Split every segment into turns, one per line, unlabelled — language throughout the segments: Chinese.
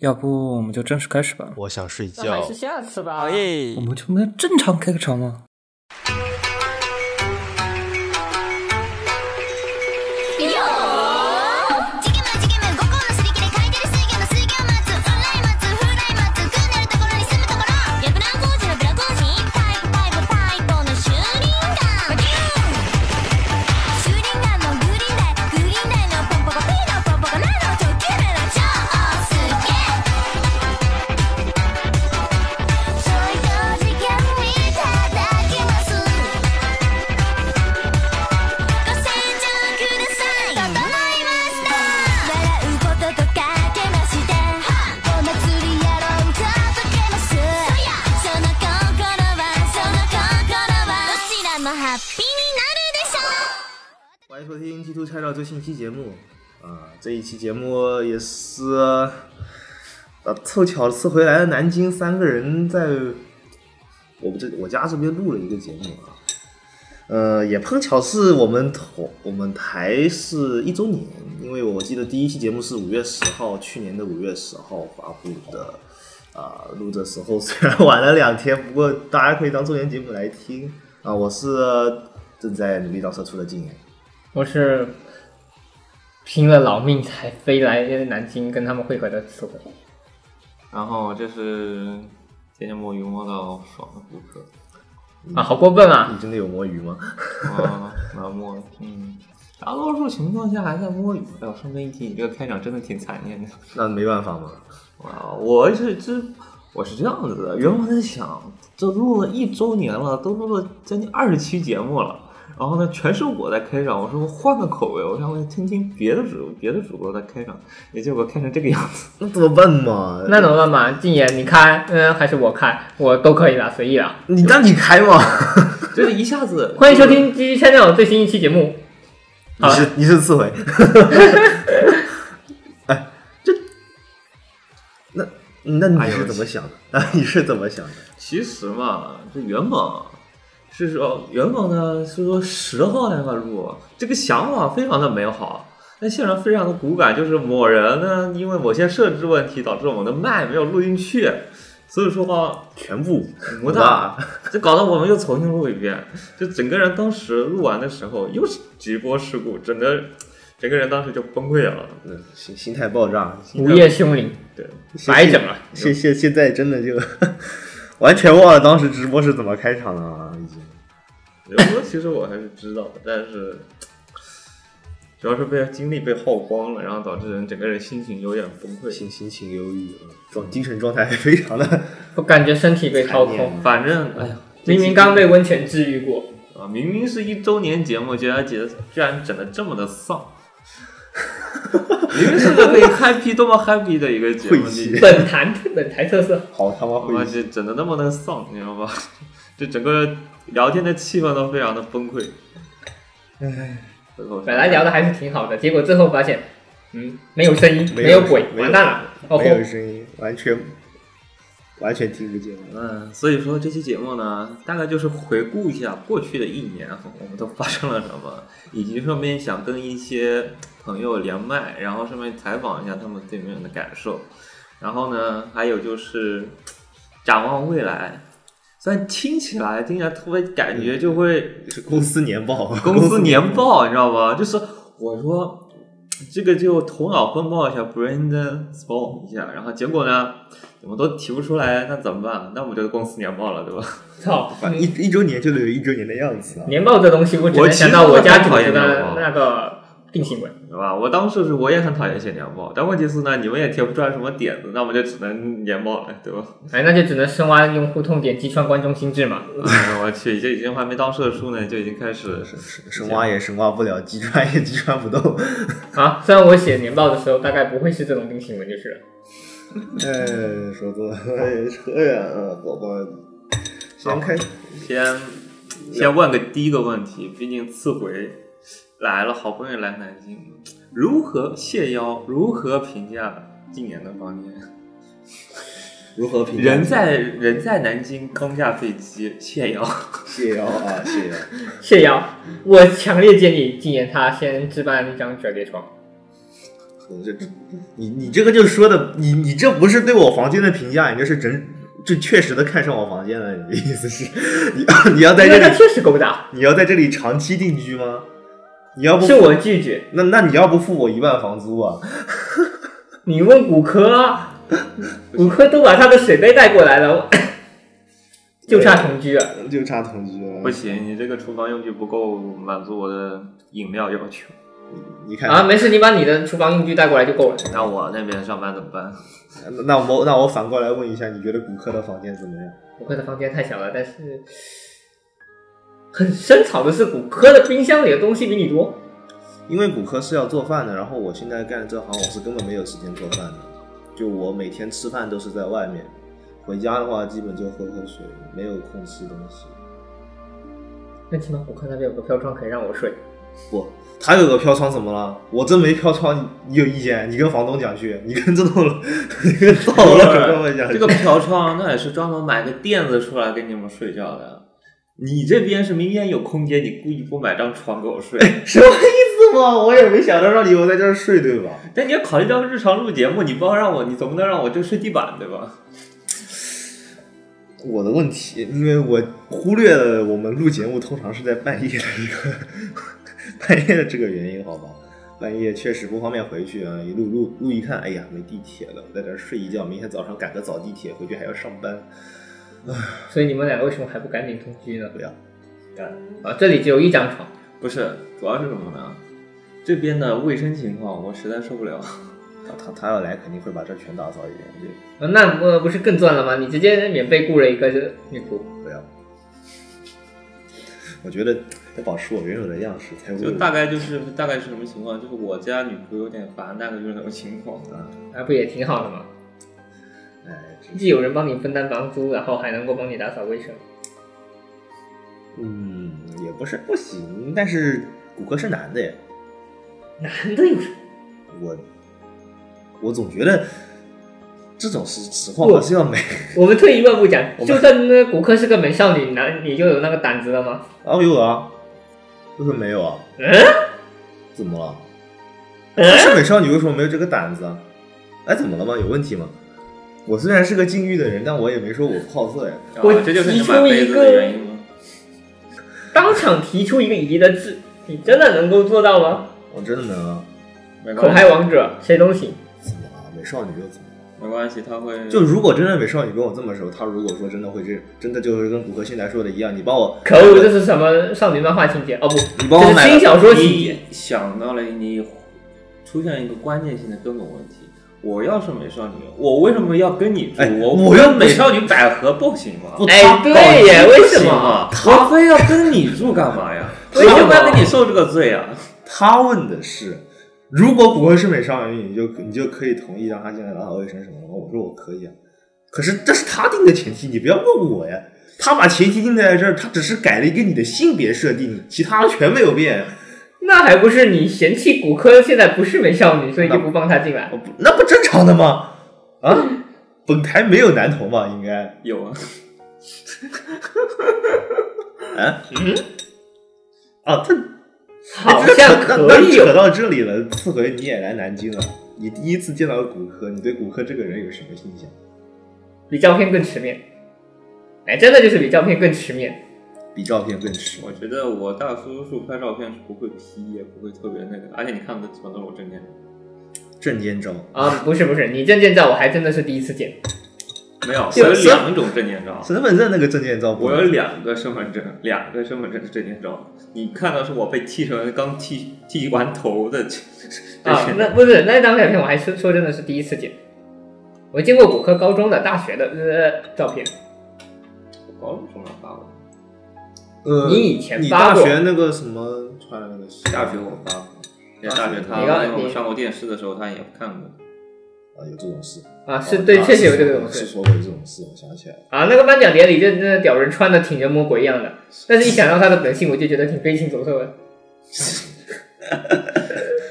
要不我们就正式开始吧？
我想睡
那还
觉
是。下次吧。
好耶
我！们就没有正常开个场吗？
チキマンチキマン五個のすり切れ書いてる水魚の水魚松フライ松フライ松くなるところに住むところやブランコージのブラコージタイプタイプタイプのシューリンガンバキューンシューリンガンのグリーンダイグリーンダイのポンポコピーのポンポコナの直球目の超すげえそういう時間にいただきますご清聴ください整いました笑うこととかけましてお祭りやろうととけますその心はその心はどちらもハッピーになるでしょう
欢迎收听《基督拆照》最新一期节目。啊、这一期节目也是，呃，凑巧是回来南京三个人在我们这我家这边录了一个节目啊。呃，也碰巧是我们同我们台是一周年，因为我记得第一期节目是五月十号，去年的五月十号发布的。啊、录的时候虽然晚了两天，不过大家可以当周年节目来听啊、我是正在努力当社畜的静言。
我是拼了老命才飞来南京跟他们会合的词汇。
然后这是今天我有摸到爽的顾客，
啊，好过分啊！
你真的有摸鱼吗？
啊，那摸，嗯，大多数情况下还在摸鱼。哎呦，顺便一提，你这个开场真的挺残念的。
那没办法嘛。
啊，我是这，我是这样子的。原本在想，这录了一周年了，都录了将近二十期节目了，然后呢，全是我在开场。我说我换个口味，我想我听听别的主别的主播在开场，也结果开成这个样子。
那怎么办嘛？
那怎么办嘛？静言，你开，嗯，还是我开，我都可以啦，随意啦。
你那你开 嘛？
就是一下子，
欢迎收听《鸡鸡 channel》最新一期节目。
你
好了
是你是刺回。 哎，这那那
哎
你
呦
是怎么想的？ 啊，你是怎么想的？
其实嘛，这原本是说原本呢是说十号那个录，这个想法非常的美好，但现场非常的骨感，就是某人呢因为某些设置问题导致我们的麦没有录进去，所以说话
全 部
不大，这搞得我们又重新录一遍，就整个人当时录完的时候又是直播事故，整个整个人当时就崩溃了，
嗯心心态爆炸，
午夜凶铃，
对。
白整了。
现现现在真的就 完全忘了当时直播是怎么开场的了，已经。
有时候其实我还是知道的，但是主要是被精力被耗光了，然后导致人整个人心情有点崩溃。
心心情忧郁，嗯状精神状态非常的
我感觉身体被掏空，
反正哎呀，
明明刚被温泉治愈过。
啊，明明是一周年节目，居然节居然整的这么的丧。明明是个可以 happy 多么 happy 的一个节目，
晦气
你
本台本台特色，
好他妈
他妈
晦气。
就整的那么的丧，你知道吧？ 就整个聊天的气氛都非常的崩溃。哎，
本来聊的还是挺好的，结果最后发现，嗯，没有声音，
没
没
有
鬼，
没有
完蛋了。哦
没有
吼，
声音，完全完全听不见。
嗯，所以说这期节目呢，大概就是回顾一下过去的一年啊我们都发生了什么，以及顺便想跟一些朋友连麦，然后顺便采访一下他们对面的感受。然后呢，还有就是展望未来。虽然听起来听起来特别感觉就会
是公司年报，
公司年报，你知道吗？就是我说这个就头脑风暴一下，Brandon Spawn 一下，然后结果呢，我们都提不出来，那怎么办？那我们就公司年报了，对吧？
操！
反一一周年就得有一周年的样子啊！
年报这东西，我只
我
能
其
想
实
到我
很
家
讨
主
厌
子
年
的
报
那个定型文。
对吧？我当时是我也很讨厌写年报，但问题是呢，你们也提不出来什么点子，那我们就只能年报了，对吧？
哎，那就只能深挖用户痛点，击穿观众心智嘛。
哎，我去，这已经还没当社畜呢，就已经开始
神神挖也神挖不了，击穿也击穿不动。
啊，虽然我写年报的时候大概不会是这种定型文就是了。
哎，说多了哎扯远了，宝宝。先开，
先先问个第一个问题，毕竟次回来了，好不容易来南京，如何谢邀？如何评价今年的房间？
如何评价
人在人在南京刚下飞机，谢邀。
谢邀啊，谢邀。
谢瑶，我强烈建议今年他先置办一张折叠床。
能这，你你这个就说的，你你这不是对我房间的评价，你这是真就确实的看上我房间了。你的意思是，你你要在
因
这
为他
里，
确实勾搭，
你要在这里长期定居吗？你要不
是我拒绝。
那那你要不付我一万房租啊？
你问骨科啊，骨科都把他的水杯带过来 了，就差同居了。
就差同居了。
不行，你这个厨房用具不够满足我的饮料要求。
你看
啊，没事，你把你的厨房用具带过来就够了。
那我那边上班怎么办？
那那我那我反过来问一下，你觉得骨科的房间怎么样？
骨科的房间太小了，但是很深草的是骨科的冰箱里的东西比你多。
因为骨科是要做饭的，然后我现在干这行，我是根本没有时间做饭的。就我每天吃饭都是在外面，回家的话基本就喝喝水，没有空吃东西。
那起码骨科那边有个飘窗可以让我睡。
不，他有个飘窗怎么了？我真没飘窗，你你有意见？你跟房东讲去，你跟这栋楼， 你跟大楼的跟我讲去。
这个飘窗那也是专门买个垫子出来给你们睡觉的。你这边是明显有空间，你故意不买张床给我睡，
什么意思嘛？我也没想到让你我在这儿睡，对吧？
但你要考虑到日常录节目，你不要让我，你总不能让我就睡地板对吧？
我的问题，因为我忽略了我们录节目通常是在半夜的一个半夜的这个原因，好吧？半夜确实不方便回去啊，一路录录一看，哎呀，没地铁了，我在这儿睡一觉，明天早上赶个早地铁回去还要上班，
所以你们俩为什么还不赶紧同居呢？
不要。
啊，这里只有一张床，
不是，主要是什么呢？这边的卫生情况我实在受不 了。
他他他要来肯定会把这全打扫一遍，就
啊那不不是更赚了吗？你直接免费雇了一个女仆，
不要。 我觉得要保持我原有的样式才有
就
味
大
道。
概就是大概是什么情况？就是我家女仆有点烦，大概就是那种情况。
那不也挺好的吗？
哎，这
既有人帮你分担房租，然后还能够帮你打扫卫生。
嗯也不是不行，但是骨科是男的耶。
男的有什么？
我我总觉得这种实实况还是要美。
我们退一万步讲，
我们
就算那骨科是个美少女，男你就有那个胆子了吗？
啊，有啊，为什么没有啊？
嗯，
怎么了？
嗯
是美少女为什么没有这个胆子啊？哎，怎么了吗？有问题吗？我虽然是个禁欲的人，但我也没说我不好色呀。
然
我
后啊这就是
提
你
出
买
一
杯子
个
的原因吗？
当场提出一个疑的字，你真的能够做到吗？
我真的能啊？
没
口
关
嗨
系，
王者谁都行，
怎么了？美少女又怎么了？
没关系，他会
就如果真的美少女跟我这么熟，她如果说真的会这，真的就是跟骨科现在说的一样，你帮我，
可恶，这是什么少女漫画情节？哦不，
你帮
这
我
是
买
轻
了，
小说情节
你。想到了你出现一个关键性的根本问题。我要是美少女，我为什么要跟你住？
哎
我
我又
跟美少女百合不行吗？
不
哎，
她
对耶，为什么？
啊，我非要跟你住干嘛 呀？
为
谁
什么
就该跟你受这个罪啊？
他问的是，如果骨灰是美少女，你就你就可以同意让她进来打扫卫生什么的吗？我说我可以啊，可是这是他定的前提，你不要问我呀。他把前提定在这儿，他只是改了一个你的性别设定，其他全没有变。
那还不是你嫌弃骨科现在不是美少女，所以就不放她进来
我？不那不正常的吗？啊，本台没有男同吧？应该
有啊，
啊，他
好像可以哦
扯
有。
到这里了。次回你也来南京了，你第一次见到骨科，你对骨科这个人有什么印象？
比照片更吃面。哎，真的就是比照片更吃面。
比照片更实惠
我觉得我大叔叔拍照片是不会 P，也不会特别那个，而且你看的基本都是我正面的。
证件照。
啊，不是不是，你证件照我还真的是第一次见。
没有，我有两种证件照，
身份证那个证件照不
我
能
有两个身份证，两个身份证的证件照。你看到是我被剃成刚剃剃完头的这
啊
些，
那不是那张照片，我还是说真的是第一次见。我见过骨科高中的、大学的呃照片，
高中上发过，
呃，
你以前
你
发
大
过
学那个什么穿的那个鞋
大学我发过，也大学他
你刚
因为我
你
上过电视的时候他也看过。
啊，有这种事
啊，是对，
啊
确实有这
是
个东
是
西
说过有这种事，我想起来了。
啊。那个颁奖典礼，这那屌人穿的挺人模鬼样的，但是一想到他的本性，我就觉得挺飞禽走兽的。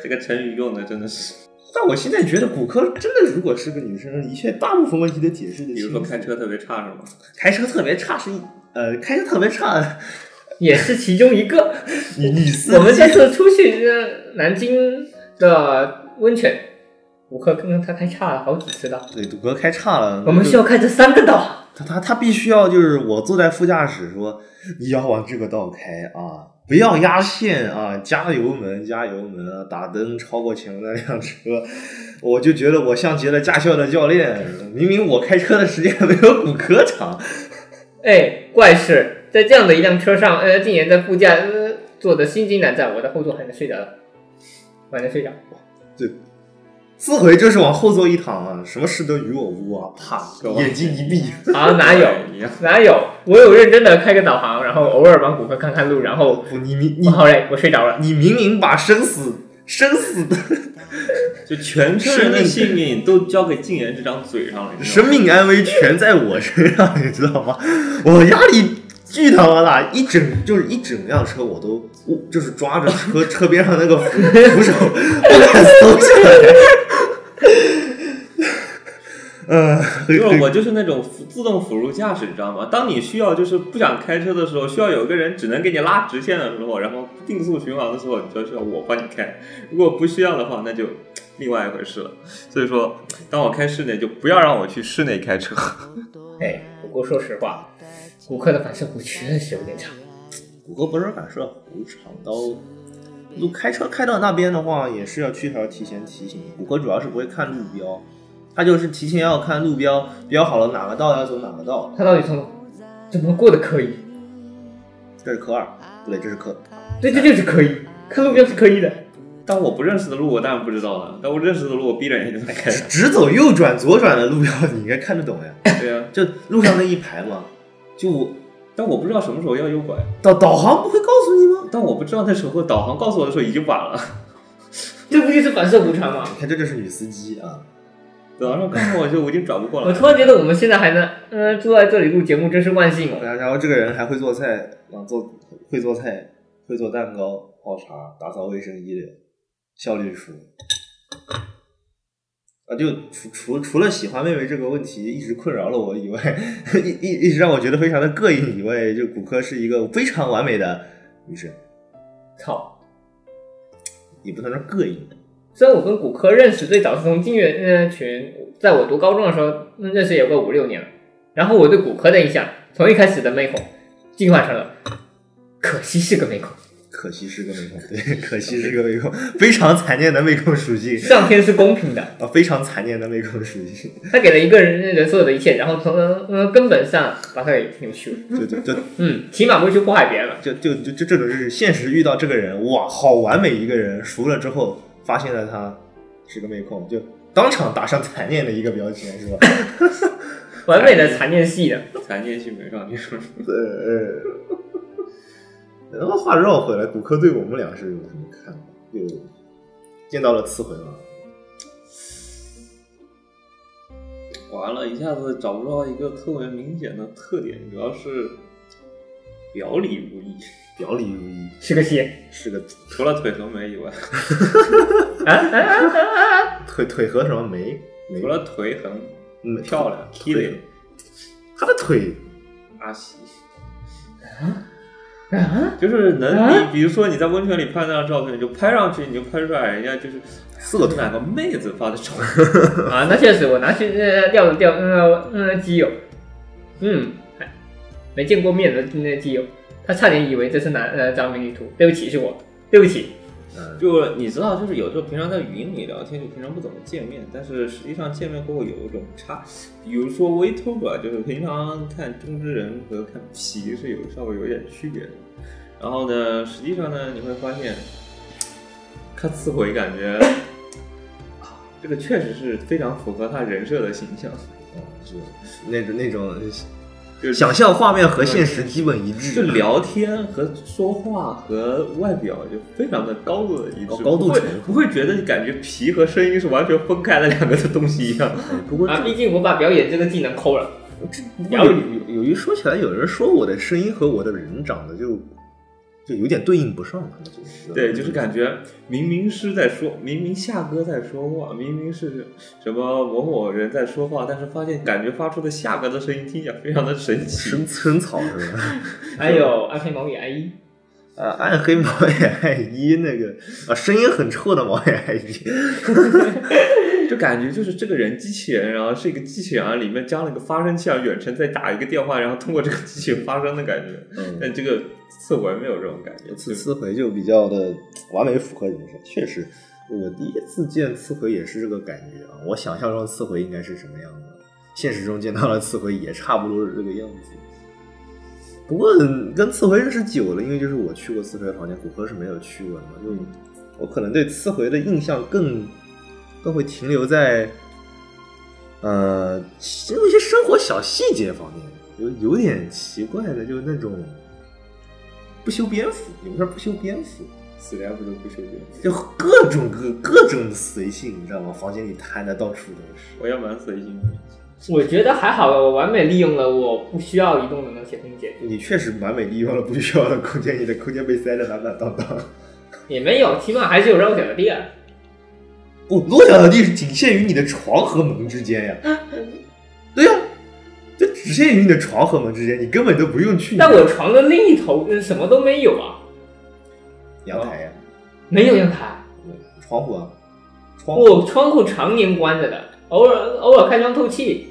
这个成语用的真的是，
但我现在觉得骨科真的，如果是个女生，一切大部分问题都解释的
比如说开车特别差是吗？
开车特别差是一呃，开车特别差，
也是其中一个。
你你司机
我们这次出去呃南京的温泉，骨科跟他开差了好几次道，
对，骨科开岔了，
我们需要开这三个道，
他他他必须要就是我坐在副驾驶说你要往这个道开啊，不要压线啊，加油门加油门啊，打灯超过前面那辆车，我就觉得我像极了驾校的教练，明明我开车的时间没有骨科长，
哎，怪事，在这样的一辆车上，呃，竟然在副驾、呃、坐的心惊胆战，我在后座还能睡着了，我还能睡着，
自回就是往后座一躺啊，什么事都与我无关、啪，眼睛一闭，
啊，哪 有？
一样。
哪有？我有认真的开个导航，然后偶尔帮骨科看看路，然后
不你明你
不好嘞，我睡着了。
你明明把生死生死的
就全车人的性命都交给静言这张嘴上了，你知道
生
吗？
命安危全在我身上，你知道吗？我压力巨他妈大，一整就是一整辆车我都我就是抓着车车边上那个扶扶手不敢松下来。呃，很
就
很
是我就是那种辅自动辅助驾驶，你知道吗？当你需要就是不想开车的时候，需要有个人只能给你拉直线的时候，然后定速巡航的时候，你就需要我帮你开。如果不需要的话，那就另外一回事了。所以说，当我开室内，就不要让我去室内开车。
哎，不过说实话，骨科的反射弧确实有点长。
骨骼不是反射弧长到，路开车开到那边的话，也是要去还要提前提醒。骨骼主要是不会看路标，他就是提前要看路标，标好了哪个道要走哪个道。
他到底从怎么过的科一？
这是科二，不对，这是科。
对，这就是科一，看路标是科一的。
但我不认识的路，我当然不知道了。但我认识的路，我闭着眼睛就能开。
直走、右转、左转的路标， 你应该看得懂呀。
对呀、
就路上那一排嘛，就我
但我不知道什么时候要右拐，
导导航不会告诉你吗？
但我不知道那时候导航告诉我的时候已经晚了。
这不就是反射弧长吗？
你看，这就是女司机啊，
导航告诉我就我已经转不过来
我
了。
突然觉得我们现在还能，嗯、坐在这里录节目真是万幸哦。
然然后这个人还会做菜，啊，做会做菜，会做蛋糕、泡茶，打扫卫生一流，效率厨。啊，就除除除了喜欢妹妹这个问题一直困扰了我以外， 一一一直让我觉得非常的膈应以外，就骨科是一个非常完美的女生，
操！
也不能说膈应，
虽然我跟骨科认识最早是从金源呃群，在我读高中的时候嗯认识有个五六年了。然后我对骨科的印象，从一开始的妹控，进化成了，可惜是个妹控，
可惜是个妹控，对，可惜是个妹控，非常残念的妹控属性
上天是公平的。
啊，非常残念的妹控属性，
他给了一个人人所有的一切，然后从嗯根本上把他给扭曲了。
就就就
嗯，起码不会去祸害别人了。
就就就就这种就是现实遇到这个人，哇，好完美一个人，熟了之后发现了他是个妹控，就当场打上残念的一个标签，是吧？
完美的残念系的，
残念性美少女，
呃呃，然后话绕回来，骨科对我们俩是有什么看法？就见到了刺回嘛，
完了，一下子找不到一个特别明显的特点，主要是表里如一，
表里如一，
是个系。
是个
除了腿和眉以外，
啊啊啊啊啊！
腿腿和什么眉眉
除了腿很
嗯
漂亮，
腿
踢得
他的腿
阿西，
啊
就是能
啊
你比如说你在温泉里拍那张照片，你就拍上去，你就拍出来，人家就是
色腿
哪个妹子发的照片，
啊，那确实，我拿去呃钓了钓，嗯嗯基友，嗯，哎没见过面的那基友，他差点以为这是男呃张美女图，对不起是我，对不起，
嗯，
就你知道，就是有时候平常在语音里聊天，就平常不怎么见面，但是实际上见面过后有一种差，比如说 Vtuber，就是平常看中之人和看皮是有稍微有点区别的。然后呢，实际上呢，你会发现，看刺回感觉，啊这个确实是非常符合他人设的形象，
哦是那种那种
就是
想象画面和现实基本一致，
就聊天和说话和外表就非常的高度的一致，
哦高高度
不会
重合
不会觉得感觉皮和声音是完全分开的两个的东西一样。
不过这
啊，毕竟我把表演这个技能抠了，
不过
表
有
里
有有一说起来，有人说我的声音和我的人长得就就有点对应不上了，就是
对，就是感觉明明是在说，明明夏哥在说话，明明是什么某某人在说话，但是发现感觉发出的夏哥的声音听起来非常的神奇
生。生草 是吧？
还有暗黑毛哎与 IE，
啊，暗黑毛眼爱一那个啊，声音很臭的毛眼爱一，
就感觉就是这个人机器人，然后是一个机器人，然后里面加了个发声器，啊，远程在打一个电话，然后通过这个机器人发声的感觉。
嗯，
但这个刺回没有这种感觉，
刺
刺
刺回就比较的完美符合人设，确实，我第一次见刺回也是这个感觉啊。我想象中的刺回应该是什么样的，现实中见到的刺回也差不多是这个样子。不过跟刺回认识久了，因为就是我去过刺回的房间，骨科是没有去过的嘛，就我可能对刺回的印象更更会停留在呃，因为一些生活小细节方面，有有点奇怪的，就是那种不修边幅，也不是不修边幅，
死人不都不修边幅。
就各种各各种随性，你知道吗？房间里摊的到处都是。
我也蛮随性的，
我觉得还好了，我完美利用了我不需要移动的那些空间，
你确实完美利用了不需要的空间，你的空间被塞得满满当当。
也没有，起码还是有落脚的地儿。
嗯不，落脚的地是仅限于你的床和门之间呀。对呀、这只限于你的床和门之间，你根本都不用去你的
但我床的另一头嗯什么都没有啊，
阳台呀、
没有阳台，
窗户啊，窗户。
哦我窗户常年关着的，偶尔偶尔开窗透气，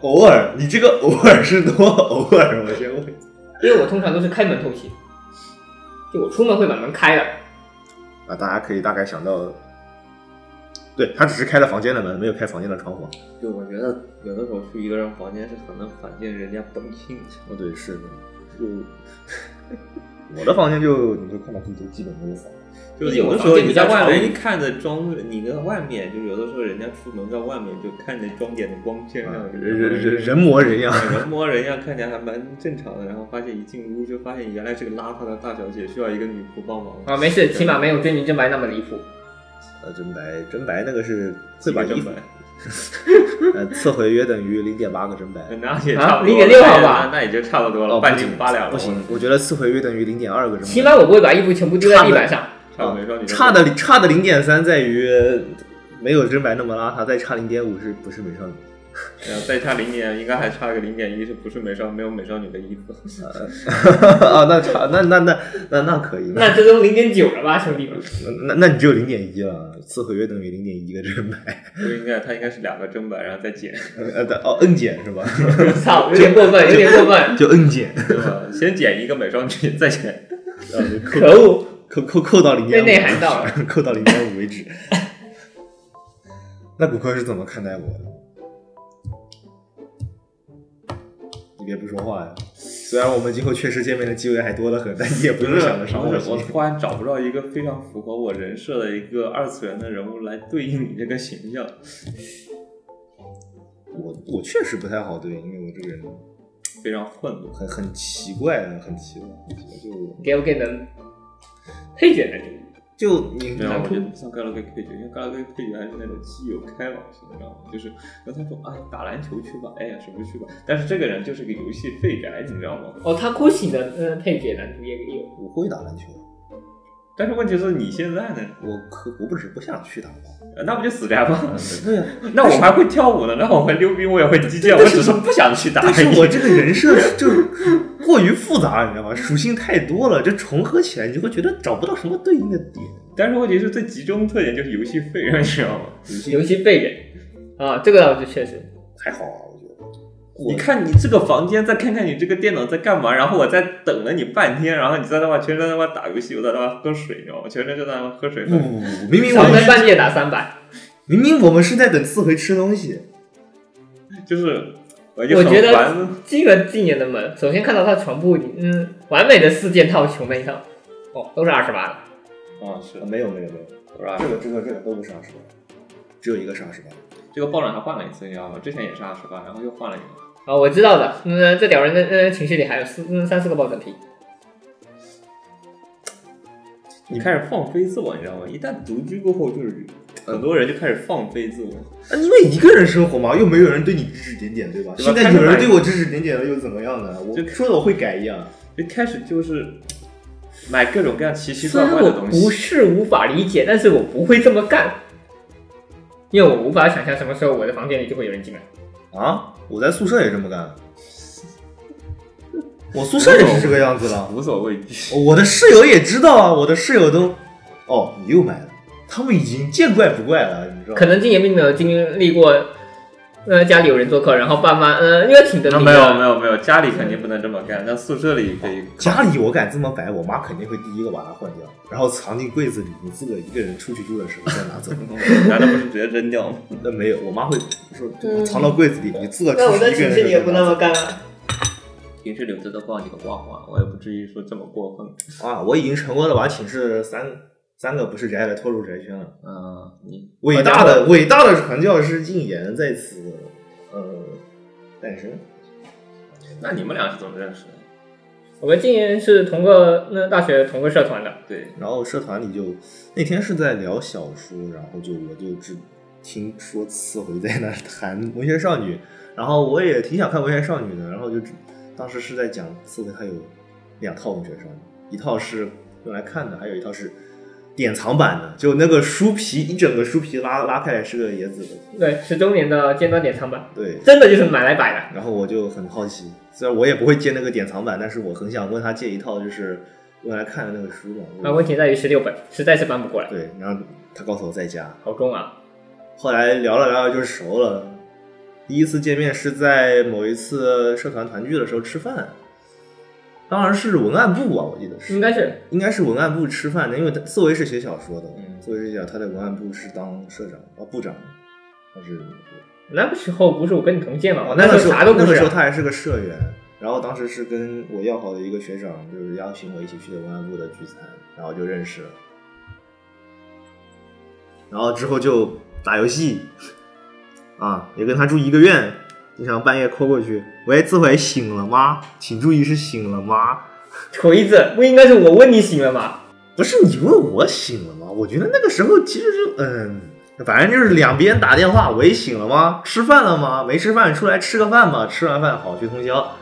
偶尔，你这个偶尔是多偶尔？我先问。
因为我通常都是开门透气，就我出门会把门开了。
啊，大家可以大概想到，对他只是开了房间的门，没有开房间的窗户。
就我觉得有的时候去一个人房间是很能反映人家本性的。
哦，对，是的，就
嗯
我的房间就你就看到地都基本没有房。
就有的时候你在外面看着装，你在外面就有的时候人家出门在外面就看着装点的光鲜
啊
亮，
人人人人模人样，
哎人模人样，看起来还蛮正常的。然后发现一进屋就发现原来是个邋遢的大小姐，需要一个女仆帮忙。
啊，没事，起码没有真女真白那么离谱。
呃，真白真白那个是
一
会把衣
个正
服
版，
呃次回约等于零点八个真白。
那也差不多，
0.6好吧
那那也就差不多了，
哦，
半
不
斤
行
八两了。
不行，我觉得次回约等于零点二个
起
真白。
码我不会把衣服全部丢在地板上。
哦差不多，少女
差的差的零点三在于没有真白那么邋遢，再差零点五是不是美少女？
呃，再差零点，应该还差个零点一，是不是美少没有美少女的衣服？
啊，那差那那那那那可以，
那这都零点九了吧，兄弟们？
那那你只有零点一了，次合约等于零点一个真白，
不应该，它应该是两个正版，然后再减，
呃对哦 n 减是 吧？
操，有点过分，有点 过分，
就 n 减，
对吧？先减一个美少女，再减。
可恶！
扣扣扣到零
被
点
内涵到了
五，扣到零点五为止。那骨科是怎么看待我的？你别不说话呀！虽然我们今后确实见面的机会还多得很，但你也不
不
用
是，
想着伤
不
我
是我
心。
突然找不到一个非常符合我人设的一个二次元的人物来对应你这个形象。
我我确实不太好对，因为我这个人
非常混乱。
很很奇怪的，很奇怪，就
给我给能配角了就。
就你
对啊，我觉
出
得不像盖洛盖配角，因为盖洛盖配角还是那种基友开朗型，你知道吗？就是然后他说啊，打篮球去吧，哎呀，什么去吧？但是这个人就是个游戏废宅，你知道吗？
哦，他哭醒的呃配角男主也有，
我会打篮球，
但是问题是你现在呢？
我可我不是不想去打篮
呃那不就死宅吗？
球。 对呀、
那我还会跳舞呢，那我会溜冰，我也会击剑，我只是不想去打而已。
但是我这个人设就是过于复杂，你知道吗？属性太多了，这重合起来你就会觉得找不到什么对应的点。
但是问题是最集中特点就是游戏废人，你知 道吗？
游戏废人啊，这个倒是确实。
还好啊，我觉得。我
你看你这个房间，再看看你这个电脑在干嘛，然后我再等了你半天，然后你在那块全程在那块打游戏，我在那块喝水，你知道吗？全程就在那块喝水。
不
嗯
不不不，明嗯明我
少
们
在
是
半夜打三百，
明明我们是在等四回吃东西，
就是我就
我
很
觉
烦
得进了今年的门，首先看到他床铺里，嗯，完美的四件套、球那一套，哦，都是二十八的。
啊，是呃
啊没有没有没有，
是吧？
个这个这个都不是二十八，只有一个是二十八。
这个爆卵还换了一次，你知道吗？之前也是二十八，然后又换了一个。
啊、我知道的。嗯，这两人的嗯寝室里还有四嗯三四个抱枕皮，
你开始放飞自我，你知道吗？一旦独居过后，就是呃很多人就开始放飞自我。
啊，因为一个人生活嘛，又没有人对你指指点点，对吧？
对吧
现在有人对我指指点点了，又怎么样呢？我
就
说的我会改一样。
一开始就是买各种各样奇奇
虽
怪
然
怪
我
的东
不
西，
是无法理解，但是我不会这么干，因为我无法想象什么时候我的房间里就会有人进来。
啊，我在宿舍也这么干， 我宿舍也是这个样子的。
无所畏惧。
我的室友也知道啊，我的室友都，哦，你又买了，他们已经见怪不怪了，你知道
可
吗？
能今年并没有经历过，呃，家里有人做客，然后爸妈，呃，因为挺得
那
名
啊没有没
的，
有没有，家里肯定不能这么干，但宿舍里可以。
家里我敢这么摆，我妈肯定会第一个把它换掉，然后藏进柜子里，你自个儿一个人出去住的时候再拿走。
难道不是直接扔掉吗？
那没有，我妈会说
嗯
藏到柜子里，你自个儿
那
出
我
去
在
一个
寝
人
室
的
里
时
也
候
不
再拿
那么
走。
干啊。
平时留着都不好几个忘还，我也不至于说这么过分。
啊，我已经成功的把寝室三三个不是宅的拖入宅圈了。
嗯，你
伟大的伟大的传教士禁言在此呃诞生。
那你们俩是怎么认识的？
我们今年是同个那大学同个社团的，
对，
然后社团里就那天是在聊小说，然后就我就只听说次回在那儿谈文学少女，然后我也挺想看文学少女的，然后就只当时是在讲次回它有两套文学少女，一套是用来看的，还有一套是典藏版的，就那个书皮一整个书皮拉拉开来是个椰子的，
对，十周年的尖端典藏版，
对。
真的就是买来摆的。
然后我就很好奇，虽然我也不会借那个典藏版，但是我很想问他借一套，就是用来看的那个书嘛。
那啊问题在于十六本，实在是搬不过来，
对，然后他告诉我在家，
好重啊！
后来聊了聊了就熟了。第一次见面是在某一次社团团聚的时候吃饭，当然是文案部吧，啊我记得是
应该是
应该是文案部吃饭的，因为他思维是写小说的，
嗯
思维是小，他在文案部是当社长啊部长，他是
那个时候不是我跟你同届嘛，
哦
我，
那
时
个
候
时候
啥都不
那个
是
时候
啊。
他还是个社员，然后当时是跟我要好的一个学长，就是邀请我一起去的文案部的聚餐，然后就认识了，然后之后就打游戏，啊，也跟他住一个院，经常半夜 call 过去，喂，自回醒了吗？请注意是醒了吗？
锤子不应该是我问你醒了吗？
不是你问我醒了吗？我觉得那个时候其实就嗯，反正就是两边打电话，喂，醒了吗？吃饭了吗？没吃饭，出来吃个饭吧。吃完饭好去通宵。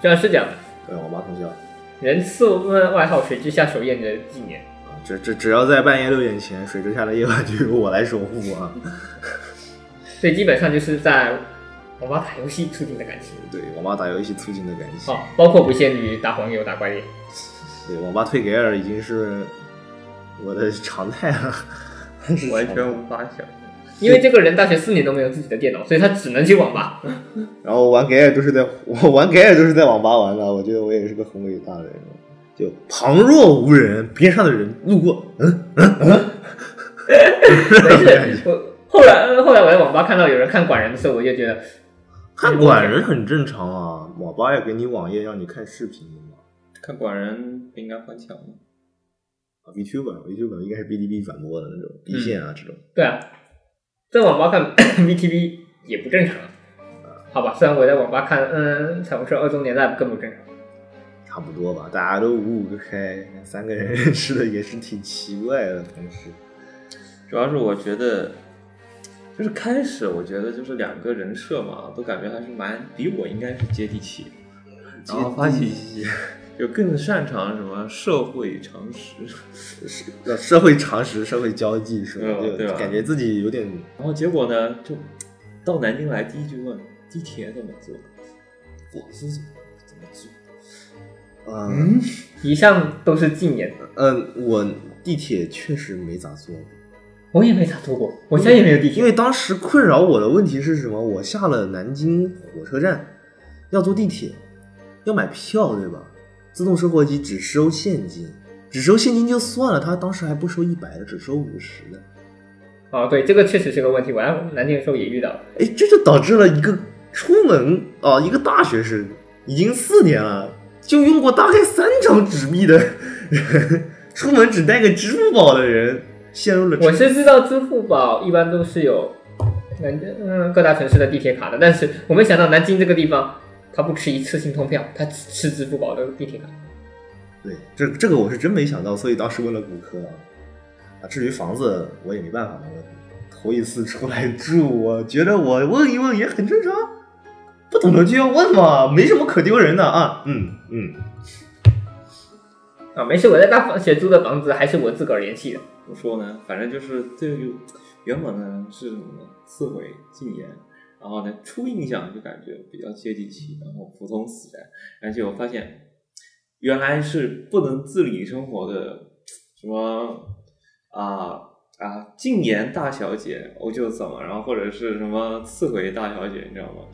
这样是这样的，
对，我妈通宵啊，
人次问外号谁之下手验的纪念。
只只只要在半夜六点前，水之下的夜晚就由我来守护啊。
所以基本上就是在我妈打游戏促进的感情
对我妈打游戏促进的感情，
哦，包括不限于打黄油、打怪猎。
对我妈退给尔已经是我的常态了。 是
完
常态
全无法想象。
因为这个人大学四年都没有自己的电脑，所以他只能去网 吧。
然后玩 gay 都是在我玩 gay 都是在网吧玩的，我觉得我也是个很伟大的人，就旁若无人，边上的人路过，嗯嗯嗯，
没事， 我后来呃后来我在网吧看到有人看管人的时候，我就觉得
看管人很正常啊，网吧也给你网页让你看视频的嘛
看管人不应该还钱吗？
啊，VTuber，VTuber 应该是哔哩哔哩转播的那种一线
嗯
啊这种，
对啊，在网吧看 VTV 也不正常。啊好吧，虽然我在网吧看，嗯，彩虹社二周年那更不正常。
差不多吧，大家都五五个开，三个人认识的也是挺奇怪的，同时，
主要是我觉得，就是开始我觉得就是两个人设嘛，都感觉还是蛮比我应该是接地气，然后发现 就更擅长什么社会常识，
社社会常识、社会交际什么
对吧
的，
哦对
就
吧
感觉自己有点
然后结果呢，就到南京来第一句问地铁怎么坐，我是怎么坐？
嗯。
嗯，以上都是禁言，
嗯，我地铁确实没咋坐过，
我也没咋做过，我家也没有地
因
铁。
为当时困扰我的问题是什么？我下了南京火车站，要坐地铁，要买票，对吧？自动售货机只收现金，只收现金就算了，他当时还不收一百的，只收五十的。
哦，对，这个确实是个问题。我在南京的时候也遇到了，
哎，这就导致了一个出门啊、一个大学生已经四年了，就用过大概三张纸币的人， 出门只带个支付宝的人，陷入了
我是知道支付宝一般都是有南嗯各大城市的地铁卡的，但是我没想到南京这个地方，它不吃一次性通票，它只吃支付宝的地铁卡。
对，这这个我是真没想到，所以当时问了骨科啊。啊，至于房子，我也没办法了，我头一次出来住，我觉得我问一问也很正常，不懂的就要问嘛，没什么可丢人的啊。嗯嗯，
啊，没事，我在大学租的房子还是我自个儿联系的。
怎么说呢？反正就是对于原本呢是四回禁言，然后呢初印象就感觉比较接地气，然后普通死宅，而且我发现原来是不能自理生活的什么啊啊，静言大小姐，我就怎么，然后或者是什么刺回大小姐，你知道吗？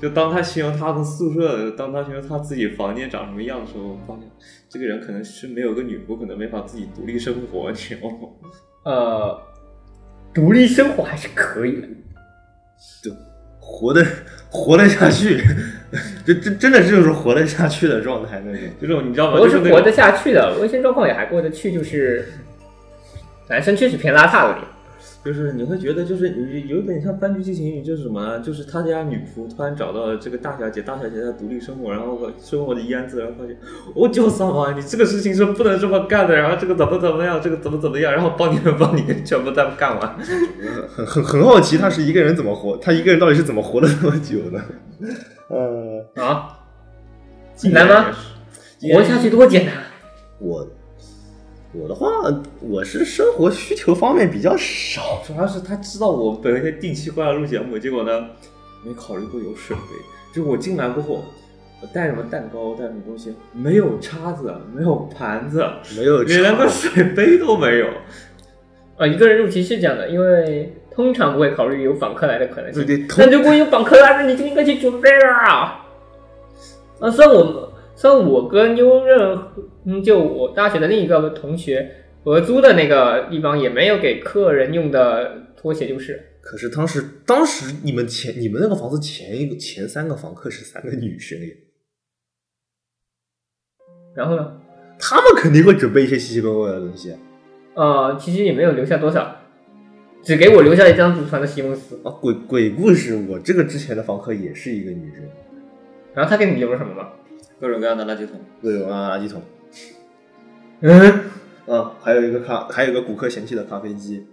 就当他形容他的宿舍，当他形容他自己房间长什么样的时候，我发现这个人可能是没有个女仆，可能没法自己独立生活，你知道吗？
呃，独立生活还是可以的。
活得活得下去，这这真的就是活得下去的状态那种。
就这种你知道吗？就
我
是是那
活
种
得下去的，卫生状况也还过得去，就是男生确实偏邋遢了点。
就是你会觉得，就是你有点像《番剧剧情语》，就是什么呢？就是他家女仆突然找到了这个大小姐，大小姐在独立生活，然后生活的一安自然后发现，我就什么，你这个事情是不能这么干的，然后这个怎么怎么样，这个怎么怎么样，然后帮你们帮你们全部都干完。
很很很好奇，他是一个人怎么活？他一个人到底是怎么活了那么久的？呃，
啊，很难吗？
今年
活下去多简单啊！
我我的话，我是生活需求方面比较少，
主要是他知道我本来定期过来录节目，结果呢，没考虑过有水杯。就我进来过后，我带什么蛋糕，带什么东西，没有叉子，没有盘子，
没有
你连个
差啊
水杯都没有。
啊一个人入籍是这样的，因为通常不会考虑有访客来的可能性
对。对，通
那如果有访客来了，你就应该去准备啦。啊，虽然我虽然我跟优任，嗯，就我大学的另一个同学合租的那个地方也没有给客人用的拖鞋，就是
可是当时当时你们前你们那个房子前一个前三个房客是三个女生耶，
然后呢，
他们肯定会准备一些奇奇怪怪的东西啊
呃，其实也没有留下多少，只给我留下了一张祖传的席梦思。
啊。鬼鬼故事，我这个之前的房客也是一个女生，
然后他给你留了什么吗？
各种各样的垃圾桶。
各种啊垃圾桶
嗯，
啊，还有一个咖，还有一个顾客嫌弃的咖啡机，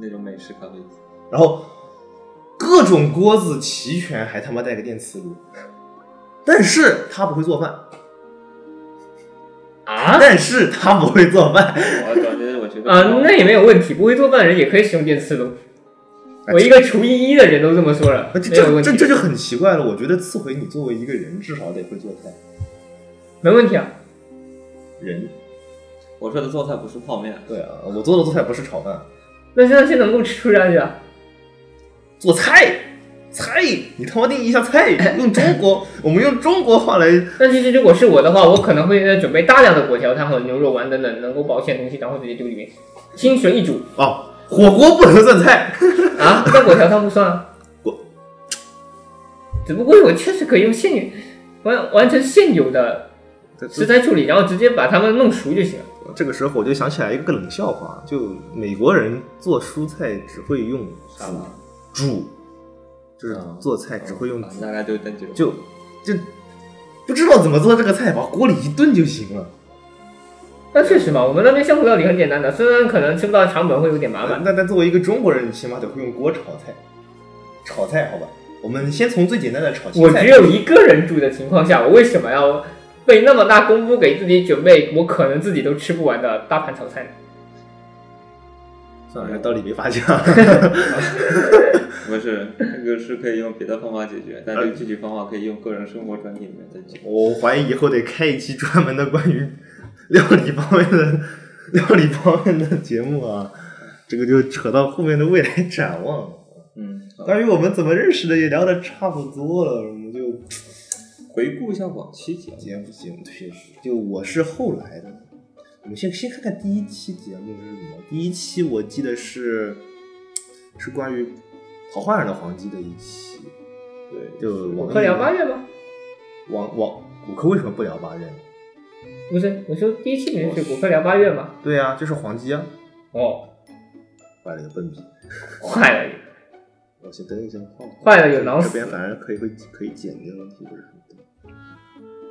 那种美式咖啡机。
然后各种锅子齐全，还他妈带个电磁炉。 但是他不会做饭啊！但是他不会做饭，
我感觉我觉得
啊、那也没有问题，不会做饭的人也可以使用电磁炉。 我一个厨艺一的人都这么说了，
这
没有
这
问
这
题，
这就很奇怪了。我觉得次回你作为一个人，至少得会做菜。
没问题啊。
人
我说的做菜不是泡面，
对啊，我做的做菜不是炒饭，
那现在是能够吃下去啊？
做菜菜，你他妈定义一下菜，用中国，我们用中国话来
但其实如果是我的话，我可能会呃准备大量的果条汤和牛肉丸等等能够保鲜的东西，然后直接丢里面，清水一煮
哦，火锅不能算菜。
啊，但果条汤不算啊。
我，
只不过我确实可以用现有完完成现有的 食材处理，然后直接把它们弄熟就行了。
这个时候我就想起来一个冷笑话，就美国人做蔬菜只会用
啥玩意儿
煮，就是
嗯
做菜只会用
啊
煮，
大概就那几种。
就就不知道怎么做这个菜，往锅里一炖就行了。
那确实嘛，我们那边湘湖料理很简单的，虽然可能吃不到长本会有点麻
啊那
烦。
那但作为一个中国人，起码得会用锅炒菜，炒菜好吧？我们先从最简单的炒青
我
菜
只。有一个人住的情况下，我为什么要费那么大功夫给自己准备我可能自己都吃不完的大盘炒菜呢？
嗯
算了，这道理没法讲。
不是，这个是可以用别的方法解决，但
呃
这个具体方法可以用个人生活专题里面再解决。
我怀疑以后得开一期专门的关于料理方面的料理方面的节目啊，这个就扯到后面的未来展望了。
嗯，好
关于我们怎么认识的也聊的差不多了，我们就
回顾一下往期节目，
节目节目确实，就我是后来的。我们先先看看第一期节目是什么？第一期我记得是呃是关于桃花源的黄鸡的一期，
对，
就网易
可聊八月吗？
网网骨科为什么不聊八月呢？
不是，我说第一期里面是
哦
骨科聊八月嘛。
对呀、就是黄鸡啊，
哦，
坏啊了个笨逼，
坏了，
我先等一下放。
坏了有脑
这
死。
边反正可以会可以剪掉，问题不是很多。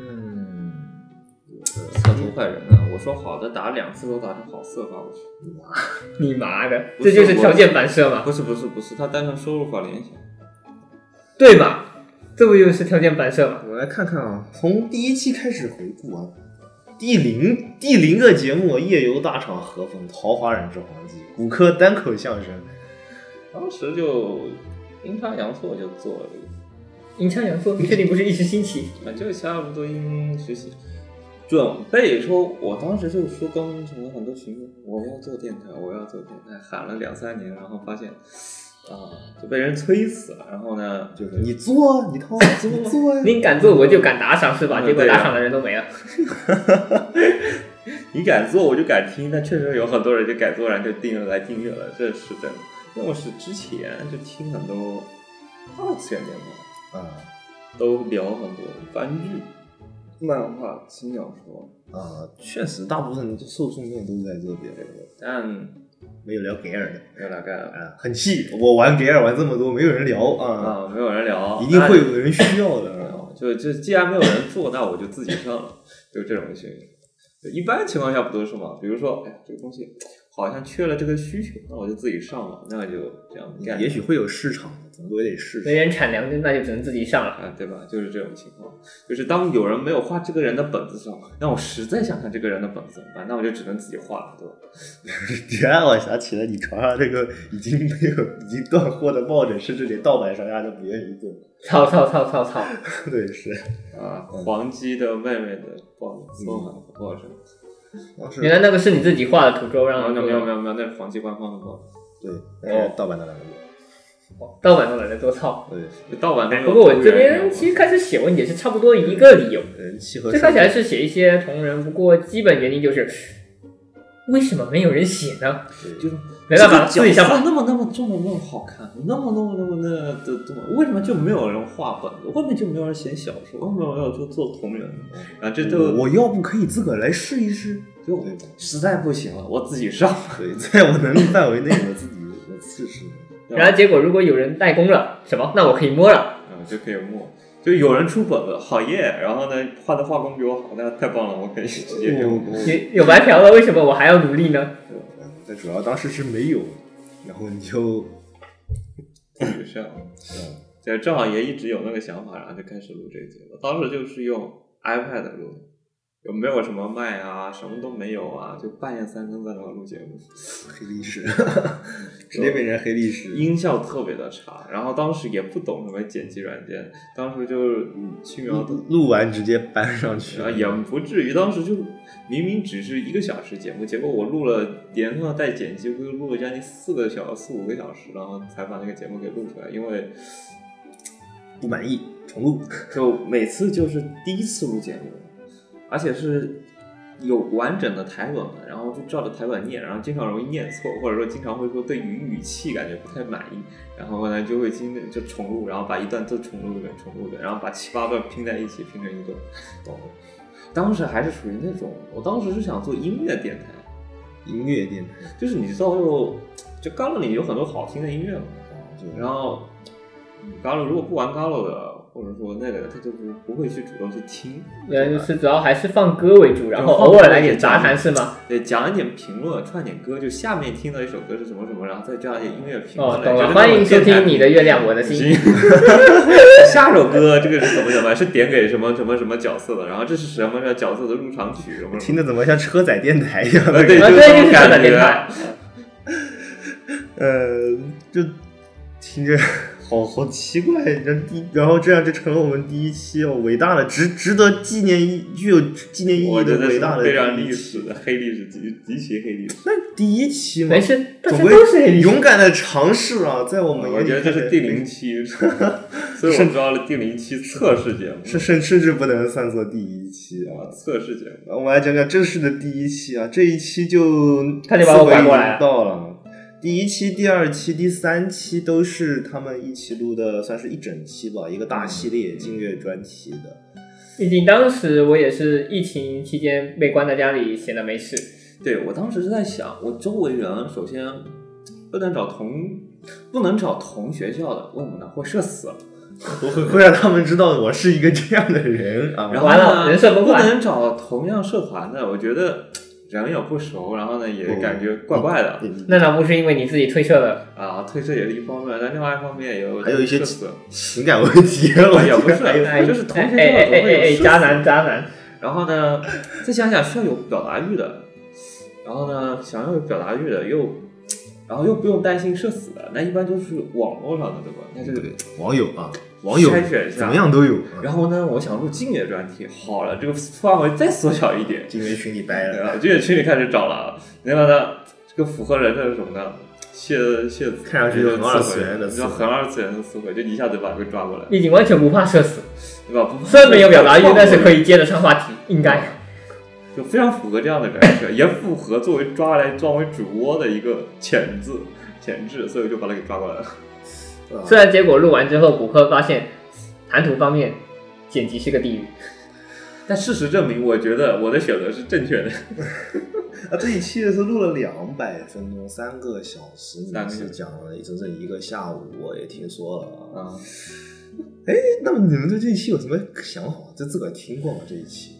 嗯，
色出坏人啊！我说好的打两次都打成好色发过去，
你妈的，
不
这
是
就是条件反射嘛？
啊不是不是不是，他单纯收入法联想。
对吧？这不就是条件反射嘛？
我们来看看啊，从第一期开始回顾啊，第零第零个节目《夜游大厂和风》《桃花染之黄鸡》骨科单口相声，
当时就阴差阳错就做了这个，
阴差阳错，你确定不是一时兴起？
啊，就差不多应学习准备说，我当时就说跟什么很多群众，我要做电台，我要做电台，喊了两三年，然后发现啊、就被人催死了。然后呢，就是
你做，你掏，啊你做呀。
你敢做我就敢打赏是吧？
嗯
结果
对啊
打赏的人都没了。
你敢做我就敢听，但确实有很多人就敢做，然后就订阅来订阅了，这是真的。因为我是之前就听很多二次元电台，
啊
都聊很多番剧、漫画、轻小说，
啊，确实，大部分受众面都是在这边，
但
没有聊给尔的
没有大概
啊，很气。我玩给尔玩这么多，没有人聊啊，
啊，没有人聊，哎
一定
那
会有人需要的。啊
就就既然没有人做，那我就自己上了，就这种情况。就一般情况下不都是嘛？比如说，哎呀，这个东西好像缺了这个需求，那我就自己上了，那就这样干。
也许会有市场，总归得试
没
试。
人产粮，那就只能自己上了。
啊，对吧？就是这种情况，就是当有人没有画这个人的本子上，那我实在想看这个人的本子怎么办？那我就只能自己画了，对吧？
你让啊我想起了你床上这个已经没有、已经断货的抱枕，甚至连盗版商家都不愿意做。
操操操操操！
对，是。
啊，
嗯
黄鸡的妹妹的报搜函不好说，
嗯
当时
原来那个是你自己画的图州
然
让
后
人
没有没有没哦有，那是黄鸡官方的报，
对，那是盗版的两个
盗版都懒得做操。
对，
就盗版的。
哎不过我这边其实开始写文也是差不多一个理由，
人气呃和
最开始还是写一些同人，不过基本原因就是为什么没有人写呢？
对
就是
没办法，
这
试
个
一
角
下
色
吧。
那么那么这么那么好看，那么那么那么那么的这么，为什么就没有人画本子？为什么就没有人写小说？为什么没有人做做同人？啊，这
嗯
我
都
我要不可以自个儿来试一试？
就
对
实在不行了，我自己上。
对，在我能力范围内，我自己我试 试。
然后结果如果有人代工了，什么？那我可以摸了。
嗯，就可以摸。就有人出本子，好耶！然后呢，画的画工比我好，那太棒了，我可以直接
我
用。
我
有有白嫖了，为什么我还要努力呢？
但主要当时是没有，然后你就
自己上。
嗯
对，正好也一直有那个想法，然后就开始录这一节目。当时就是用 iPad 录的，有没有什么麦啊，什么都没有啊，就半夜三更在那录节目。
呃黑历史， 直接变成黑历史。
音效特别的差，然后当时也不懂什么剪辑软件，当时就是轻描淡
录录完直接搬上去
写，啊，也不至于。当时就明明只是一个小时节目，结果我录了连上带剪辑，估计录了将近四个小四五个小时，然后才把那个节目给录出来。因为
不满意重录。
就每次就是第一次录节目，而且是有完整的台本的，然后就照着台本念，然后经常容易念错，或者说经常会说对语语气感觉不太满意，然后呢就会经就重录，然后把一段都重录一遍，重录一遍，然后把七八段拼在一起拼成一段。懂了。当时还是属于那种，我当时是想做音乐电台，
音乐电台，
就是你到时候就 Galo 里有很多好听的音乐嘛，然后嗯 Galo 如果不玩 Galo 的，或者说那个的，他就不不会去主动去听，
原来呃就是主要还是放歌为主，然后
就放
偶尔来点
歌
杂谈是吗？
对，讲一点评论，串点歌，就下面听到一首歌是什么什么，然后再加一点音乐评论。
哦，懂
就是
了，
那种
欢迎收
电台
听你的月亮，我的心。
行， 下首歌这个是怎么怎么是点给什么什么什么角色的，然后这是什么什么角色的入场曲什么什
听
么，
的怎么像车载电台一样？
呃对，
啊
就
对
这
就
种
是
感
这个
觉
电台。
呃，就听着好好奇怪，然后第然后这样就成了我们第一期哦，伟大的值值得纪念意具有纪念意
我
义
觉
的
得
伟大
是
的
非常
第一
历
期
史的黑历史，极极其黑历史。
那第一期嘛
没，事，大
总
家
归
都是黑历史
勇敢的尝试啊，在我们眼
我
里
觉得这是第零 期，所以我们抓了第零期测试节目，
是甚甚至不能算作第一期啊
啊，。测试节目。
我们来讲讲正式的第一期啊，这一期就
他就把我拐过来了啊
到了。第一期、第二期、第三期都是他们一起录的，算是一整期吧，一个大系列静月专题的。
毕竟当时我也是疫情期间被关在家里，闲的没事，
对我当时是在想，我周围人首先不能找同不能找同学校的，为什么呢？会社死。
我会会让他们知道我是一个这样的人啊。
嗯然后
完了
呢，
人设崩
不
坏
能找同样社团的，我觉得人也不熟，然后呢也
不
感觉怪怪的
那倒不是因为你自己退社了，
啊。退社也是一方面，但另外一方面也有
还有一些
社死，
情感问题，我
哦也不
觉得
是
还有
哎，
就是同
哎
学
哎哎
之间总
哎
会有
哎，
社
渣
死
男渣男，
然后呢，再想想需要有表达欲的，然后呢，想要有表达欲的又，啊、然后又不用担心社死的，那一般都是网络上的，对吧？那这个
对， 网友啊，网友
筛选一下
怎么样都有。啊
然后呢，我想录静野专题，好了，这个范围再缩小一点，
进群里掰
对
了，
吧？静野群里开始找了，然后呢，这个符合人的是什么呢？谢谢子，
看上去就很二次元的
就很二次元的思维，就一下子把这个抓过来，
已经完全不怕社死，
对吧？不
虽然没有表达欲，但是可
以，
以接得上话题，应该。
哦就非常符合这样的人设，也符合作为抓来装为主播的一个潜质潜质，所以就把他给抓过来了。
啊
虽然结果录完之后，骨科发现谈吐方面剪辑是个地狱，
但事实证明，我觉得我的选择是正确的。
啊，这一期是录了两百分钟，三个小时，你
三个小
是
时
讲了整整一个下午，我也听说了啊。哎
啊，
那么你们对这一期有什么想法？这自个儿听过吗？这一期？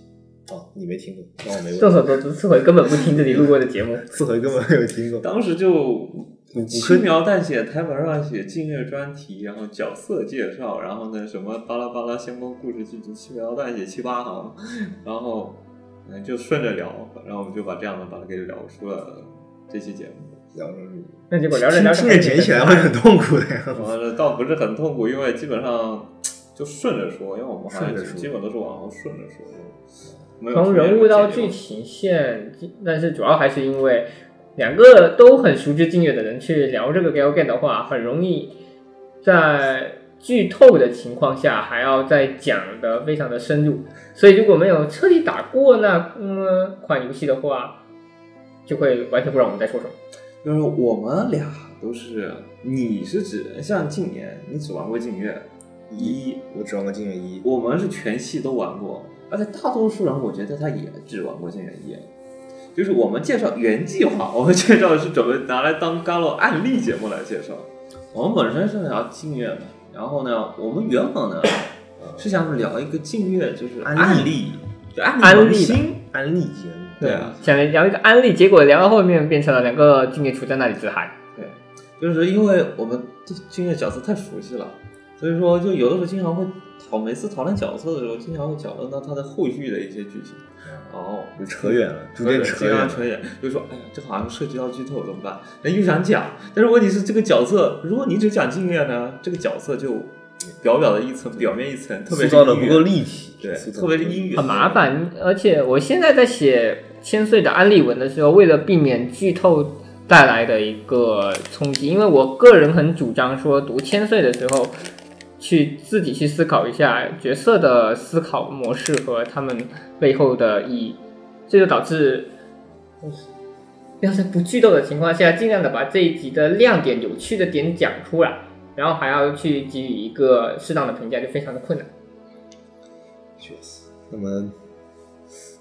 哦，你没听过，那我没
众
问。
所周知，刺回根本不听自己录过的节目，
四合根本没有听过。
当时就
骨科
轻描淡写，台本上写静月专题，然后角色介绍，然后呢什么巴拉巴拉相关故事剧情，轻描淡写七八行，然后嗯就顺着聊，然后我们就把这样的把它给聊出了这期节目。
聊聊聊
那结果聊着聊着
听着剪起来会很痛苦的呀。
完了倒不是很痛苦，因为基本上就顺着说，因为我们好像
顺着说
基本都是往后顺着说的。没有
从
出现
人物到
这个
剧
节目
情线，但是主要还是因为两个都很熟知金月的人去聊这个 Gal Game 的话，很容易在剧透的情况下还要再讲的非常的深入，所以如果没有彻底打过那嗯款游戏的话，就会完全不知道我们在说什么。
就是我们俩都是，你是指像静言，你只玩过静月一，
我只玩过《金月一》，
我们是全系都玩过，而且大多数人我觉得他也只玩过《剑元一》，就是我们介绍原计划，我们介绍的是准备拿来当 Galo 案例节目来介绍。我们本身是聊静月嘛，然后呢，我们原本呢是想聊一个静月，就是
案
案
例
例，就案
案例
例心，
安利节目。
对啊，
想聊一个安利，结果聊到后面变成了两个金月处在那里自嗨。
就是因为我们对静月角色太熟悉了，所以说就有的时候经常会讨每次讨论角色的时候，经常会讨论到他的后续的一些剧情。哦，
就扯远了，逐渐扯
经
远
常
了。
扯远，就说哎呀，这好像涉及到剧透怎么办？那又想讲，但是问题是这个角色，如果你只讲静月呢，这个角色就表表的一层，表面一层，特
塑
别是
造的
英
不
语
够立体，
对，
塑造
特别是英语
很麻。烦，而且我现在在写千岁的安利文的时候，为了避免剧透带来的一个冲击，因为我个人很主张说，读千岁的时候，去自己去思考一下角色的思考模式和他们背后的意义，这就导致。要是不剧透的情况下，尽量的把这一集的亮点、有趣的点讲出来，然后还要去给予一个适当的评价，就非常的困难。
确实。那么，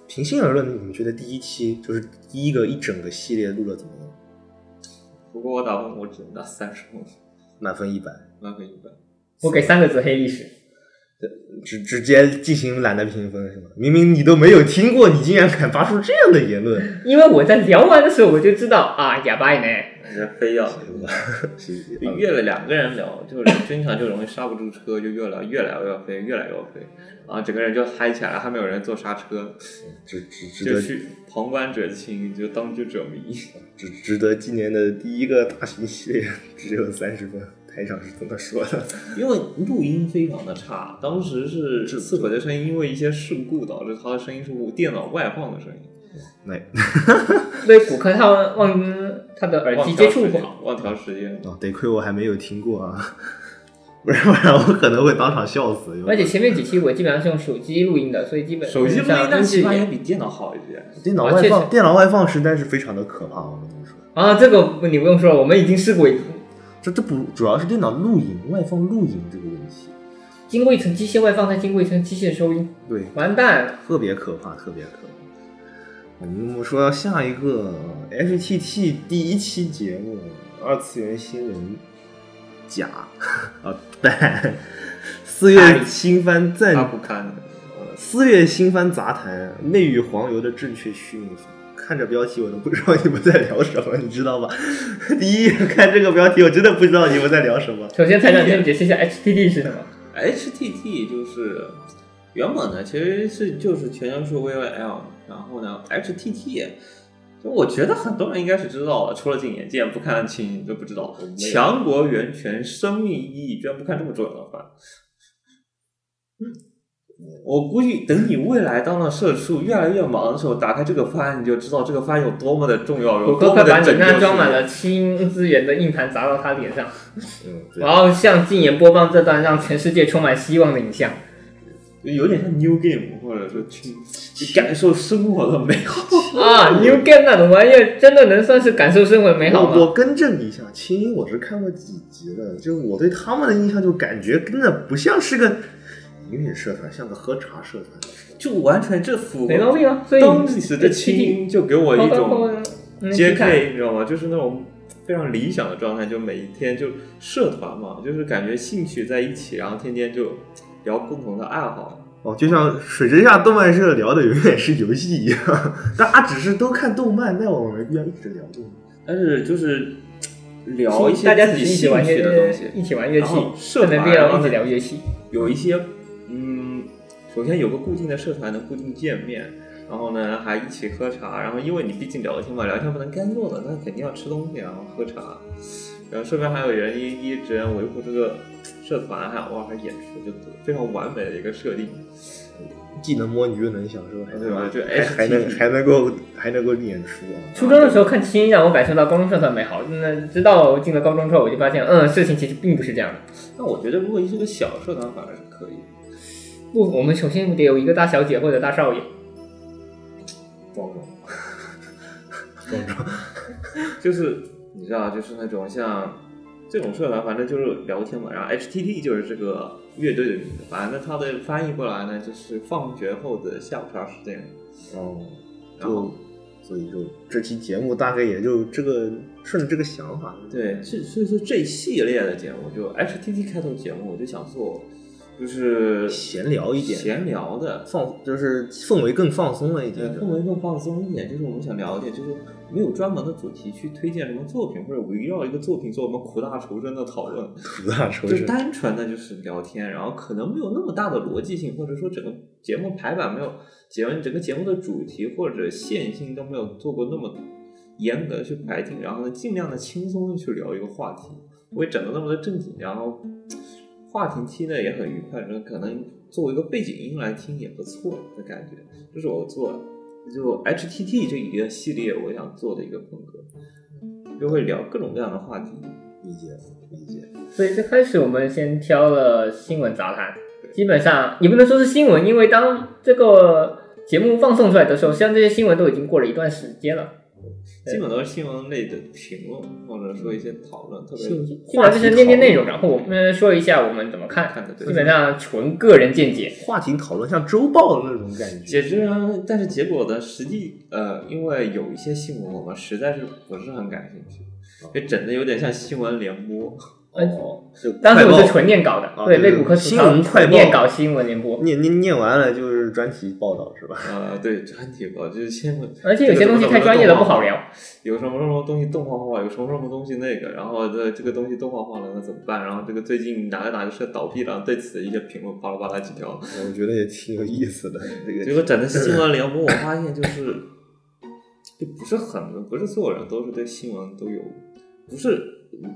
平心而论，你们觉得第一期就是第一个一整个系列录了怎么样？
不过我打分我只能打三十分，
满分一百，
满分一百。
我给三个字：黑历史。
直直接进行懒得评分是吗？明明你都没有听过，你竟然敢发出这样的言论，
因为我在聊完的时候我就知道啊，哑巴呢，
人家非要
对吧？是是
就越了两个人聊，就是经常就容易刹不住车，就越聊越来越飞，越来越飞，啊，整个人就嗨起来了，还没有人做刹车，
值值值
就
得
去旁观者清，就当局者迷。
值值得今年的第一个大型系列只有三十分，台长是这么说的。
因为录音非常的差，当时是刺鬼的声音，因为一些事故导致他的声音是电脑外放的声音，
那
对骨科他忘他的耳哎机接触不好，
忘调时间。
哦，得亏我还没有听过啊， 不然不然我可能会当场笑死。
而且前面几期我基本上是用手机录音的，所以基本
手机录音，但
上
起码也
也
比电脑好一些。
电脑
啊
外
确
放，
实
电脑外放实在是非常的可怕，我跟你说，
啊，这个你不用说了，我们已经试过一次，
这这不主要是电脑录影外放录影这个问题，
经过一层机械外放，再经过一层机械收音，
对，
完蛋了。
特别可怕，特别可怕。嗯我们那么说到下一个 HTT 第一期节目《二次元新人甲》啊，对，四月新番暂
他不堪，
四月新番杂谈《内与黄油的正确虚名法》，看着标题我都不知道你们在聊什么，你知道吗？ 第一眼看这个标题，我真的不知道你们在聊什么。
首先，台长先解释一下 HDD 是什么。
HTT 就是原本呢，其实是就是全称是 VVL，然后呢 HTT 就我觉得很多人应该是知道的，除了景言见不看清都不知道
我没有。
强国源泉生命意义居然不看这么重要的话，我估计等你未来当了社畜越来越忙的时候，打开这个方案你就知道这个方案有多么的重要，
谷
有多
歌
么
快
的
把
拯
你
救
那装
世
满
界
了氢资源的硬盘砸到他脸上，
嗯，对
然，后向禁言播放这段让全世界充满希望的影像。
有点像 New Game，或者说去去感受生活的美好。
啊，New
嗯
Game 那种玩意儿真的能算是感受生活美好
我
吗？
我更正一下，青音我是看过几集的，就是我对他们的印象就感觉真的不像是个音乐社团，像个喝茶社团。
就完全这符
没毛
合
病啊，所以
当时的清音就给我一种
JK
JK，你知道吗？就是那种非常理想的状态，就每一天就社团嘛，就是感觉兴趣在一起，然后天天就聊共同的爱好。
哦，就像水之下动漫社聊的永远是游戏一样，大家只是都看动漫，但我没必要一直聊动漫。
但是就是聊一些
大家
自己
一起
兴
玩
趣的
乐
东西，
一起玩乐器
然后，社团啊
没必要一起聊乐器。
有一些，嗯，首先有个固定的社团能固定见面，然后呢还一起喝茶，然后因为你毕竟聊天嘛，聊天不能干坐的，那肯定要吃东西，然后喝茶，然后身边还有人一一直维护这个社团，还偶尔还演出，就非常完美的一个设定。
既能摸鱼又能享受，还能
对吧就
还还
HTT
能还能够还能够演出啊！
初中的时候看清让我感受到高中社团美好，那直到进了高中之后，我就发现，嗯，事情其实并不是这样的。
那我觉得如果是个小社团反而是可以，
不，我们首先得有一个大小姐或者大少爷，
包
高
容。
中
就是你知道，就是那种像这种社团，反正就是聊天嘛。然后 HTT 就是这个乐队的名字，反正它的翻译过来呢，就是放学后的下午茶时间。
哦，
然后
就所以就这期节目大概也就这个顺着这个想法，
对，这所以说这一系列的节目，就 HTT 开头节目，我就想做，就是
闲聊一点
闲聊的。
放就是氛围更放松了一
对，
点，
氛围更放松一点，就是我们想聊一点，就是没有专门的主题去推荐什么作品，或者围绕一个作品做我们苦大仇深的讨论。
苦大仇
就
深。
单纯的就是聊天，然后可能没有那么大的逻辑性，或者说整个节目排版没有节目整个节目的主题或者线性都没有做过那么严格的去排定，然后呢，尽量的轻松的去聊一个话题，不会整的那么的正经，然后话题听的也很愉快，然后可能作为一个背景音来听也不错的感觉，这是我做就 HTT 这一个系列我想做的一个风格，就会聊各种各样的话题。
理解理解，
所以最开始我们先挑了新闻杂谈，基本上也不能说是新闻，因为当这个节目放送出来的时候，像这些新闻都已经过了一段时间了，
基本都是新闻类的评论，或者说一些讨论，特别
基本上就是念念内容，然后我们说一下我们怎么看，
看的对
基本上纯个人见解。
话题讨论像周报的那种感觉。
解决啊，但是结果呢，实际呃，因为有一些新闻我们实在是不是很感兴趣，就整的有点像新闻联播。
哦，就
当时我是
快
纯念稿的，
啊
对，
对
被骨科吐
新
槽
闻快报嗯
念稿新闻联播
报，念念念完了就是专题报道是吧？
呃，对，专题吧，就是新闻，
而且有些东西太专业了不好聊。
有什么什么东西动画化，有什么什么东西那个，然后这这个东西动画化了，那怎么办？然后这个最近哪个哪个社倒闭了，对此的一些评论巴拉巴拉几条，
我觉得也挺有意思的， 这
结
个
果整的新闻联播，我发现就是，就不是很，不是所有人都是对新闻都有，不是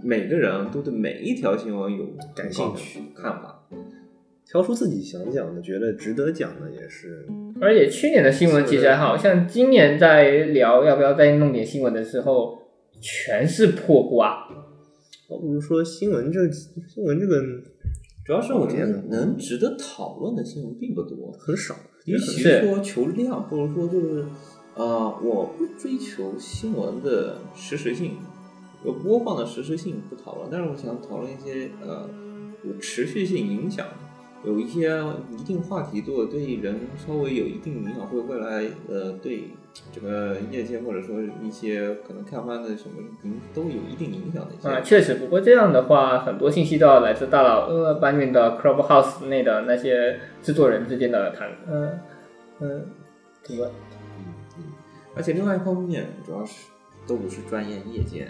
每个人都对每一条新闻有
感兴趣
很高的看法。
挑出自己想讲的，觉得值得讲的也是
而且去年的新闻其实还好像今年在聊要不要再弄点新闻的时候，全是破瓜。
倒哦不如说新闻这新闻这个嗯
主要是我
讨
觉得
厌的
嗯能值得讨论的新闻并不多，
很少，
与其
是
说求量，不如说就是，呃，我不追求新闻的实时性，有播放的实时性不讨论，但是我想讨论一些呃有持续性影响，有一些一定话题度对人稍微有一定影响，或者未来呃对整个业界或者说一些可能开发的什么影都有一定影响的一些。
啊，确实，不过这样的话，很多信息都要来自大佬呃搬运的 Clubhouse 内的那些制作人之间的谈，嗯嗯，怎么
而且另外一方面，主要是都不是专业业界，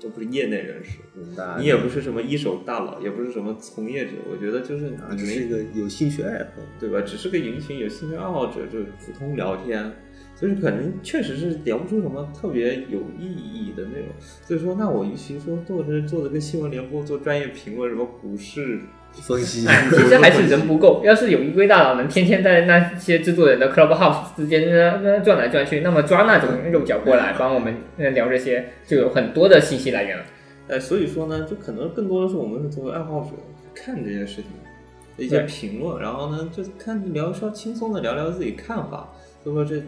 都不是业内人士。
嗯大家
你也不是什么一手大佬，也不是什么从业者，我觉得就是你
啊，
没
只是一个有兴趣爱好。
对吧？只是个一群有兴趣爱好者，就是普通聊天，所以可能确实是聊不出什么特别有意义的内容。所以说，那我与其说做这做这个新闻联播，做专业评论，什么股市
分析，
哎
其实还是人不够。要是有一堆大佬能天天在那些制作人的 Clubhouse 之间呢那转来转去，那么抓那种肉脚过来帮我们呃聊这些，就有很多的信息来源了。
呃，所以说呢，就可能更多的是我们是作为爱好者看这些事情的一些
对
评论，然后呢，就看聊稍轻松的聊聊自己看法，就说这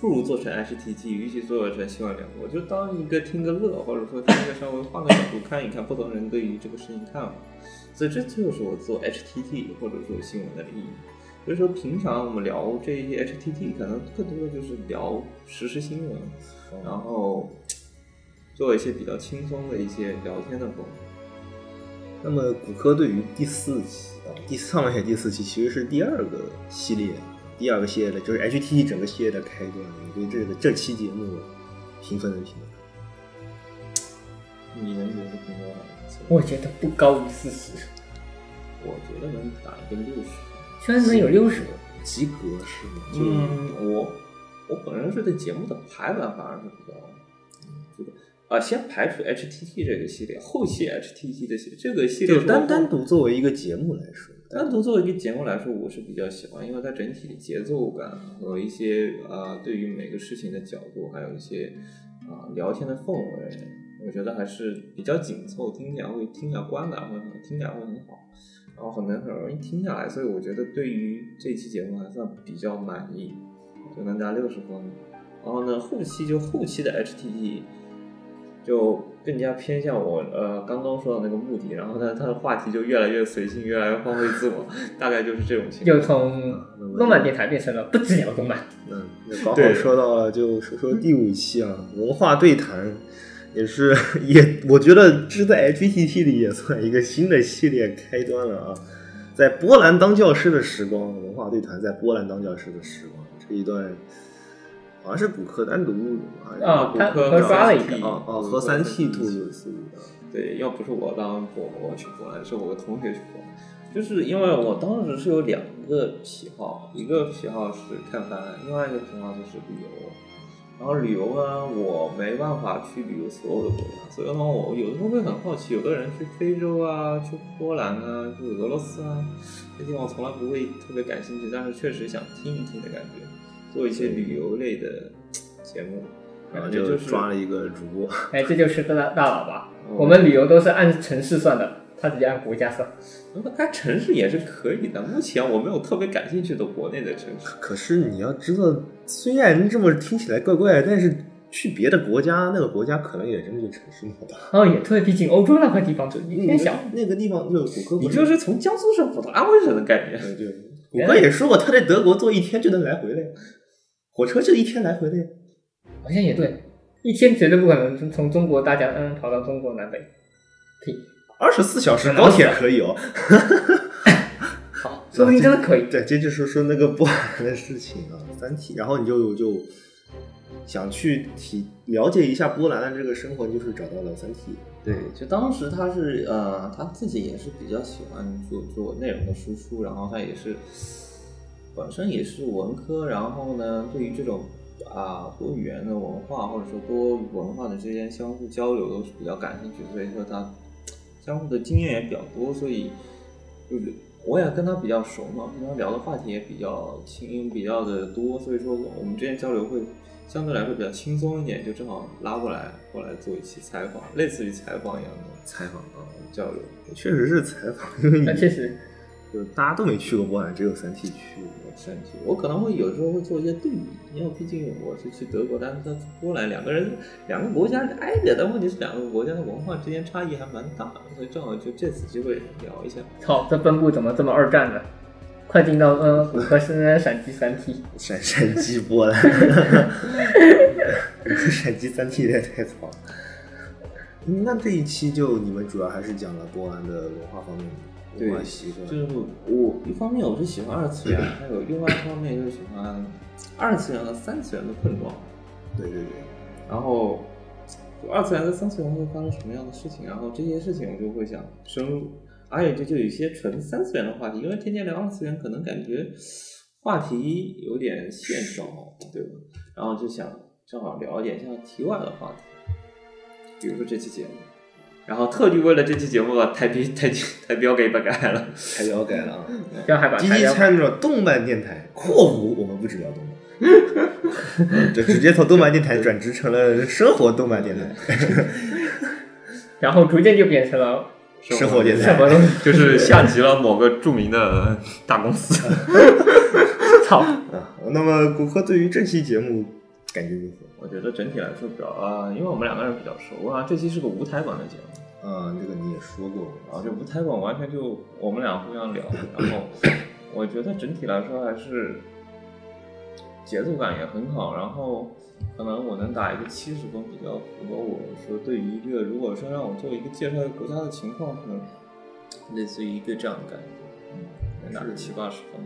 不如做成 HTT，与其做成新闻联播，就当一个听个乐，或者说听个稍微换个角度看一看不同人对于这个事情看法，所以这就是我做 HTT 或者说新闻的意义。所以说，平常我们聊这些 HTT，可能更多的就是聊时事新闻，然后做一些比较轻松的一些聊天的功能。
那么骨科对于第四期啊，第四上半线第四期其实是第二个系列，第二个系列的就是 HT 整个系列的开端。你对这个这期节目评分能评分？
你能觉得评多少？
我觉得不高于四十，
我觉得能打一个六十，
居然能有六十，
及格是吗？就、
嗯，我我本人是对节目的排版反而是比较，这个啊，先排除 HTT 这个系列，后期 HTT 的系列，这个系列
就是单
我
单独作为一个节目来说，
单独作为一个节目来说，我是比较喜欢，因为它整体的节奏感和一些啊、对于每个事情的角度，还有一些啊、聊天的氛围，我觉得还是比较紧凑，听起来会听起来观感会很听起来会很好，然后很能很容易听下来，所以我觉得对于这一期节目还算比较满意，就能达六十分。然后呢，后期就后期的 HTT 就更加偏向我呃刚刚说的那个目的，然后呢，它的话题就越来越随性，越来越放飞自我，大概就是这种情
又
况。
从动漫电台变成了不止聊动漫。
嗯，那刚好
对
说到了，就说说第五期啊，文化对谈，也是 也，我觉得这在 HTT 里也算一个新的系列开端了啊。在波兰当教师的时光，文化对谈在波兰当教师的时光这一段，好像是骨科单独
啊他
科
他刷了一
个
哦哦和三 T 兔子啊是的
对，要不是我当我我去波兰，是我的同学去波兰，就是因为我当时是有两个癖好，一个癖好是看番，另外一个癖好就是旅游。然后旅游呢，我没办法去旅游所有的国家，所以呢，我有的时候会很好奇，有的人去非洲啊，去波兰啊，去俄罗斯啊，这地方我从来不会特别感兴趣，但是确实想听一听的感觉，做一些旅游类的节目，
然后
感觉就是
抓了一个主播，
哎，这就是个大大佬吧？
嗯
我们旅游都是按城市算的，他直接按国家算。
那它城市也是可以的。目前我没有特别感兴趣的国内的城市。
可是你要知道，虽然这么听起来怪怪，但是去别的国家，那个国家可能也真的就城市那么大。
哦，也对，毕竟欧洲那块地方就一天小。
那个地方就是骨科，
你就是从江苏省跑到安徽省的概念。
对对，骨科也说过，他在德国坐一天就能来回嘞，火车就一天来回嘞。
好像也对，一天绝对不可能从从中国大江嗯跑到中国南北。屁，
二十四小时高铁可以哦。
好，说不定真的可以。
对，这就是说那个波兰的事情啊，《三体》，然后你就就想去体了解一下波兰的这个生活，就是找到了《三体》。
对，就当时他是呃，他自己也是比较喜欢做做内容的输出，然后他也是本身也是文科，然后呢，对于这种啊多语言的文化或者说多文化的之间相互交流都是比较感兴趣，所以说他相互的经验也比较多，所以就是我也跟他比较熟嘛，平常聊的话题也比较轻，比较的多，所以说我们之间交流会相对来说比较轻松一点，就正好拉过来过来做一期采访，类似于采访一样的
采访啊，
交流。
确实是采访，因为
那
你
确实，
就是大家都没去过波兰，只有《三体》去过。
身体，我可能会有时候会做一些对比，因为毕竟我是去德国，但是他去波兰，两个人两个国家是挨着，但问题是两个国家的文化之间差异还蛮大的，所以正好就借此机会聊一下。
操，这分部怎么这么二战呢？快进到嗯骨科是闪击三 T，
陕陕鸡波兰， 陕鸡三 T 也太糙了。那这一期就你们主要还是讲了波兰的文化方面，
对
文化习惯。
就是我一方面我是喜欢二次元，还有另外一方面就是喜欢二次元和三次元的碰撞。
对对对，
然后就二次元跟三次元会发生什么样的事情，然后这些事情我就会想深入。而且这就有一些纯三次元的话题，因为天天聊二次元，可能感觉话题有点现少，对吧？然后就想正好聊一点像题外的话题，比如说这期节目。然后特地为了这期节目把台标台台标给改了，
台标改了啊。
这样还把
积
材
极
料
参与了动漫电台（括弧我们不只聊动漫），嗯就直接从动漫电台转职成了生活动漫电台、
然后逐渐就变成了
生活电
什
台。
么东 西？
就是下级了某个著名的大公司。
操！
啊，那么骨科对于这期节目感觉如何？
我觉得整体来说比较啊，因为我们两个人比较熟啊，这期是个无台版的节目，
啊，这个你也说过
然后这无台版完全就我们俩互相聊，然后我觉得整体来说还是节奏感也很好，然后可能我能打一个七十分，比较符合我说对于一个如果说让我做一个介绍一个国家的情况，可能类似于一个这样的感觉，嗯，能打个七八十分。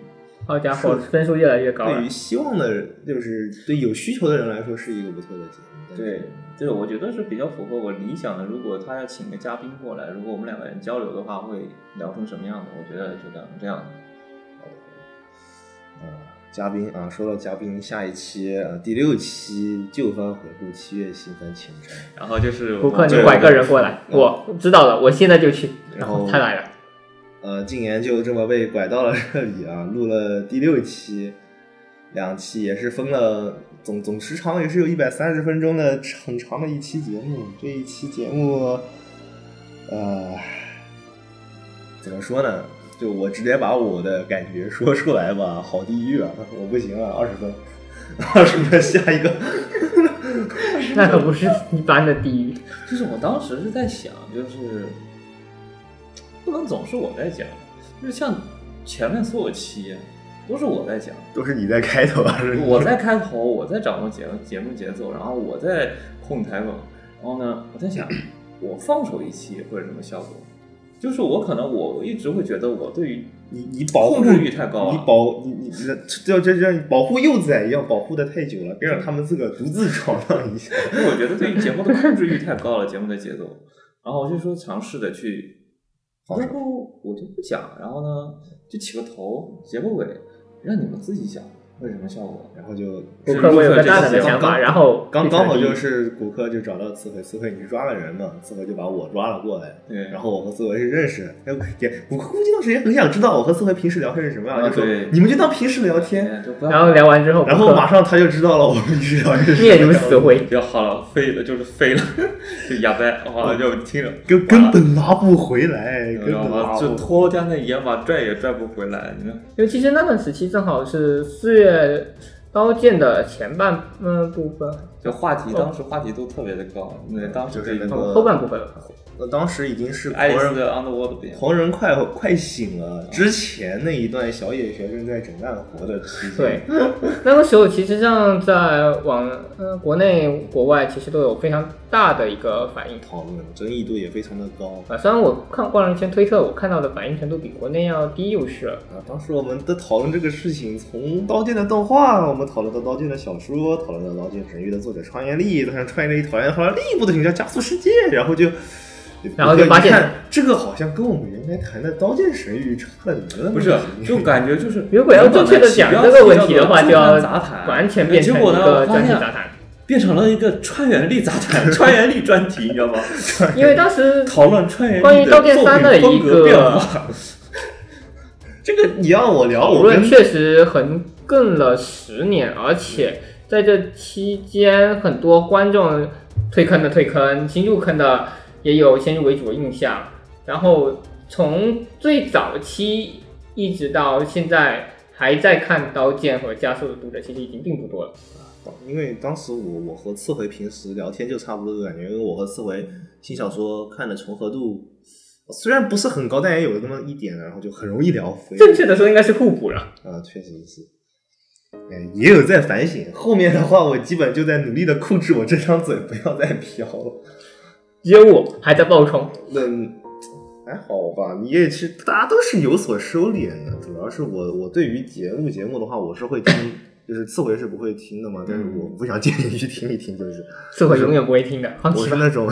好家 伙，分数越来越高了
对于。希望的人，就是对有需求的人来说，是一个不错的节目。
对，对，我觉得是比较符合我理想的。如果他要请个嘉宾过来，如果我们两个人交流的话，会聊成什么样子？我觉得就聊成这样的。
啊，嘉宾啊，说到嘉宾，下一期啊，第六期旧番回顾，七月新番前瞻。
然后就是
顾客，
我
你
对
拐个人过来，
对
我知道了，我现在就去。
然 后
他来了，
呃，竟然就这么被拐到了这里啊！录了第六期，两期也是分了总总时长也是有一百三十分钟的很长的一期节目。这一期节目，呃，怎么说呢？就我直接把我的感觉说出来吧，好地狱啊！我不行啊，二十分，二十分下一个。
那可不是一般的地狱。
就是我当时是在想，就是不能总是我在讲，就是像前面所有期都是我在 讲，
都是你在开头啊，是
我在开头，我在掌握节节目节奏，然后我在控台本，然后呢，我在 想，我放手一期会是什么效果？就是我可能我一直会觉得我对于
你你保护
控制欲太高了
你保你你这这这这保护幼崽一样保护的太久了，别让他们自个儿独自闯荡一下。
因为我觉得对于节目的控制欲太高了，节目的节奏。然后我就说尝试的去，
放手
要不我就不讲，然后呢就起个头，结个尾，让你们自己想会是什么效果。
然后就
顾
是
客，我有
录
个
制这
大胆
期
的
节目
想法，然后
刚
被
刚好
传递
就是骨科就找到刺回，刺回你是抓了人嘛，刺回就把我抓了过来，
对，
然后我和刺回是认识的，哎也骨科估计当时也很想知道我和刺回平时聊天是什么样的，
啊
就说
对
你们就当平时聊天，
哎就不要
然后聊完之后，
然
顾
后
客
马上他就知道了我们平时聊天是什么
面
样
如
的
死灰，
就好了，飞了就是飞了， 就哑巴，完了就听着。
根根本拉不回来，根
然
本拉不
后就
回来。
拖家那野马拽也拽不回来，你看，
因为其实那段时期正好是四月刀剑的前半嗯部分，
就话题当时话题度特别的高，那当
嗯
时
就是
对
那个
哦后半部分了。
那当时已经是
爱丽
国
丝
人
的 Underworld 变，
狂人快快醒了之前那一段小野学生在整烂活的期间，
对，那个时候其实上在网呃国内国外其实都有非常大的一个反应。
讨论争议度也非常的高
啊，虽然我看逛了一圈推特，我看到的反应程度比国内要低就是了。
啊。当时我们的讨论这个事情，从《刀剑》的动画，我们讨论到《刀剑》的小说，讨论到《刀剑神域》的作者川原丽，但是川原丽讨厌讨厌另一部的形象加速世界，然后就。
然后就发现
你看这个好像跟我们原来谈的《刀剑神域》差了点儿
不是，就感觉就是
如果要正确的讲这个问题的话，就要
杂谈，
完全变成
结
一
果
个
呢，发
专题
现
杂谈。
变成了一个川原丽杂谈，川原丽专题，你知道吗？
因为当时
讨论川原
关于
丽
《刀剑三》
作
的
品风
一
格变
个
化，
这个你让我聊，
讨
我
论，
跟
确实横亘了十年，而且在这期间，很多观众退坑的退坑，新入坑的也有先入为主的印象。然后从最早期一直到现在，还在看《刀剑》和《加速》的读者，其实已经并不多了。
因为当时我我和刺回平时聊天就差不多的感觉，因为我和刺回新小说看的重合度虽然不是很高，但也有那么一点，啊然后就很容易聊飞。
正确的说，应该是互补了。
啊，确实是。哎，也有在反省。后面的话，我基本就在努力的控制我这张嘴，不要再飘了。
只有我还在爆冲，
那还好吧，你也是，大家都是有所收敛的。主要是我，我对于节目节目的话，我是会听，就是次回是不会听的嘛。但是我不想建议你去听一听，就是
这我永远不会听的。放
我
弃
是
吧。
那种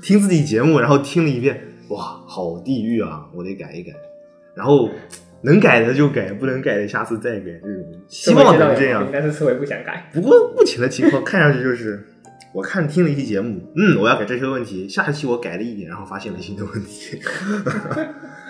听自己节目，然后听了一遍，哇，好地狱啊，我得改一改。然后能改的就改，不能改的下次再改，这种希
我
望
知道
能
有
这
毛
样
病。但是刺猬不想改。
不过目前的情况看上去就是，我看听了一期节目，嗯，我要改这些问题，下一期我改了一点，然后发现了新的问题。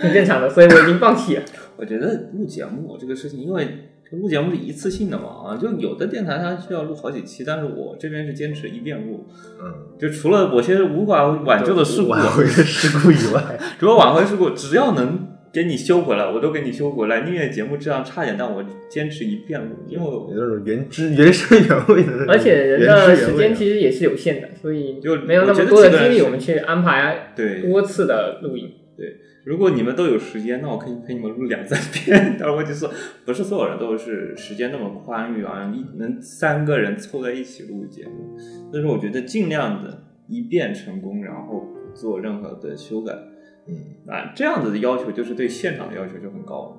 挺正常的，所以我已经放弃了。
我觉得录节目这个事情，因为录节目是一次性的嘛啊，就有的电台它需要录好几期，但是我这边是坚持一遍录，
嗯，
就除了某些无法挽救的事故，
挽回的事故以外，
除了挽回事故，只要能给你修回来，我都给你修回来。宁愿节目质量差点，但我坚持一遍录，因为
有
我
那种原汁原生原味的那种原汁原味的，
而且人的
啊
时间其实也是有限的，所以
就
没有那么多的精力我们去安排
对
多次的录音。
如果你们都有时间，那我可以陪你们录两三 遍。但是问题是不是所有人都是时间那么宽裕啊？一能三个人凑在一起录节目，但是我觉得尽量的一遍成功，然后不做任何的修改。
嗯，
啊，这样子的要求就是对现场的要求就很高了。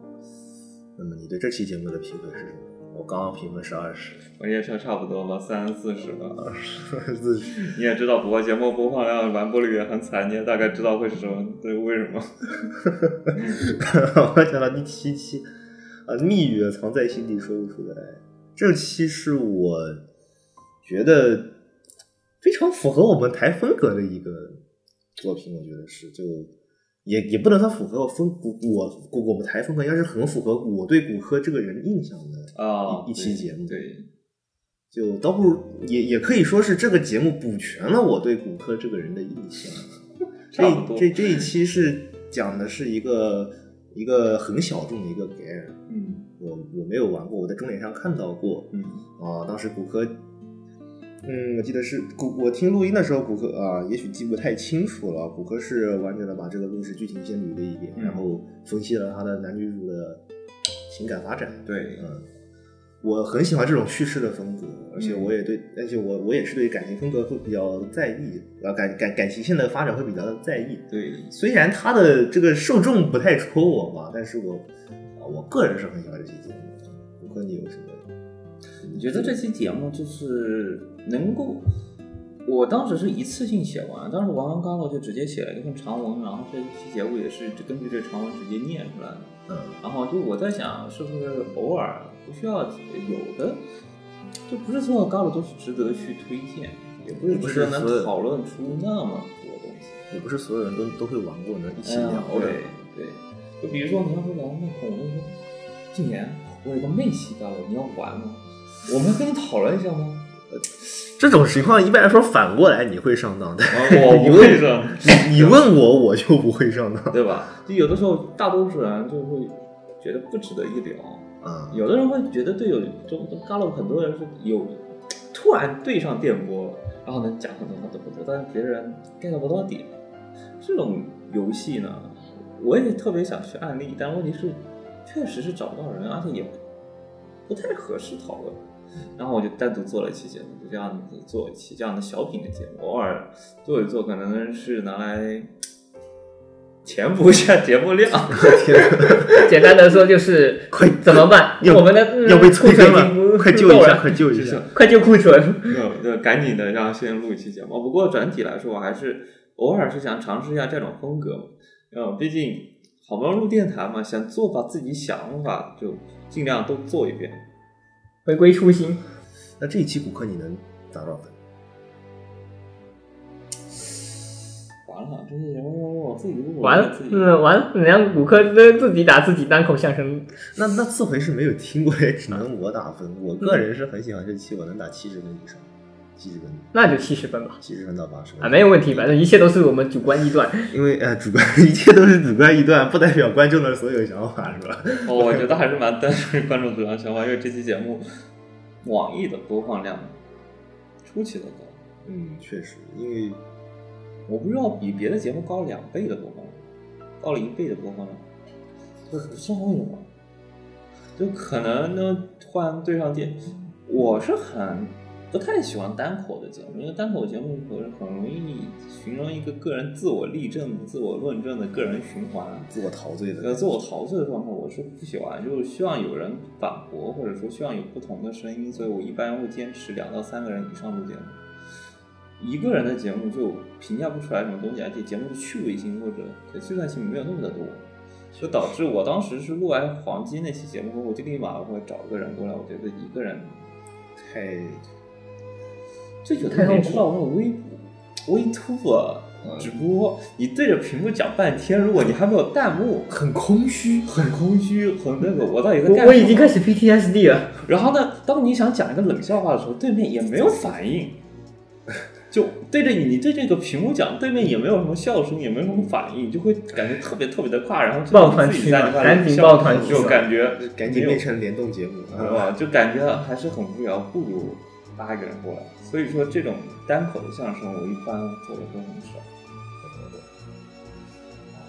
那么你对这期节目的评分是什么？我刚刚评分是二 十，
我也差差不多吧，三四十吧。
自
你也知道，播节目播放量、完播率也很惨，你也大概知道会是什么，对，为什么？
我想到第七期啊，蜜语藏在心底说不出来。这期是我觉得非常符合我们台风格的一个作品，我觉得是就也也不能算符合我风骨我骨我们台风格，应该是很符合我对骨科这个人印象的。
啊、
一一期节目
对，
就倒不如也也可以说是这个节目补全了我对骨科这个人的印象。
差不
这
多
这这一期是讲的是一个一个很小众的一个 game。
嗯
我我没有玩过，我在中脸上看到过
嗯，
啊。当时骨科，嗯，我记得是骨，我听录音的时候，骨科啊，也许记不太清楚了。骨科是完整的把这个故事剧情先捋了一遍，
嗯
然后分析了他的男女主的情感发展。
对，
嗯，我很喜欢这种叙事的风格，而且我也对，而且我我也是对感情风格会比较在意，啊，感感感情线的发展会比较在意。
对，
虽然他的这个受众不太戳我吧，但是我啊，我个人是很喜欢这期节目的。如果你有什么，
你觉得这期节目就是能够，我当时是一次性写完，当时玩完刚了就直接写了一份长文，然后这一期节目也是根据这长文直接念出来的。
嗯，
然后就我在想，是不是偶尔不需要有的，就不是所有高手都是值得去推荐，也不是值得
不是所有
能讨论出那么多东西。
也不是所有人都都会玩过能一起
嗯
聊的。
对对，就比如说你要说聊那恐龙说，静言，我有个妹系高手，你要玩吗？我们跟你讨论一下吗？
这种情况一般来说反过来你会上当，但
哦我
你
不会
问
的，
你你问我我就不会上当。
对吧？就有的时候，大多数人就会觉得不值得一聊。
嗯，
有的人会觉得队友中嘎了很多人是有突然对上电波了，然后能讲很多很多很多，但是别人 get 不到点。这种游戏呢，我也特别想去案例，但问题是确实是找不到人，而且也不太合适讨论。然后我就单独做了一期节目，就这样子做一期这样的小品的节目，偶尔做一做，可能是拿来填补一下 节目量。
天哪，
简单的说就是
快
怎么办？
要
我们的、嗯
要被
库
催
存
更
已经
了，
不
快救一
够
下，
了
快 救 一
就是
下。
快救库存！
没有，就赶紧的让先录一期节目。不过整体来说，我还是偶尔是想尝试一下这种风格嘛。嗯，毕竟好不容易录电台嘛，想做把自己想法就尽量都做一遍。
回归初心，
那这一期骨科你能打多少分？
完了，这些节目我自己录，
完
我
了
自，己
嗯，完了，你让骨科都自己打自己当口相声，
那那次回是没有听过，也只能我打分。我个人是很喜欢这期，我能打七十分以上，七十分，
那就七十分吧，
七十分到八十分
啊，没有问题，反正一切都是我们主观臆断。
因为呃，主观 一切都是主观臆断，不代表观众的所有想法，是吧？
哦，我觉得还是蛮单纯观众主观想法，因为这期节目网易的播放量出奇的高，
嗯，确实，因为
我不知道比别的节目高两倍的播放量，高了一倍的播放量，我不知道为什么，就可能呢换对上电，我是很不太喜欢单口的节目，因为单口节目很很容易形成一个个人自我例证、自我论证的个人循环。
自我陶醉
呃，
的，
自我陶醉的状态我是不喜欢，就是希望有人反驳，或者说希望有不同的声音，所以我一般会坚持两到三个人以上录节目。一个人的节目就评价不出来什么东西，而且节目的趣味性或者可计算性没有那么的多，就导致我当时是录完黄金那期节目后，我就立马会找一个人过来，我觉得一个人
太
这有的人知道那种微微突啊，直播你对着屏幕讲半天，如果你还没有弹幕，
很空虚，
很空虚，很那个，我到底在干
我我已
什
经
么？
开始 PTSD 了，
然后呢，当你想讲一个冷笑话的时候，对面也没有 反应，就对着你，你对这个屏幕讲，对面也没有什么笑声，也没有什么反应，你就会感觉特别特别的尬，然后知道
抱团
自己
取
在
暖
那块
赶紧
笑
抱团取
就
暖
感觉
赶
没
紧
有
变成联动节目
是
啊！
吧？就感觉还是很无聊，不如拉一个人过来。所以说，这种单口的相声，我一般做的都很少。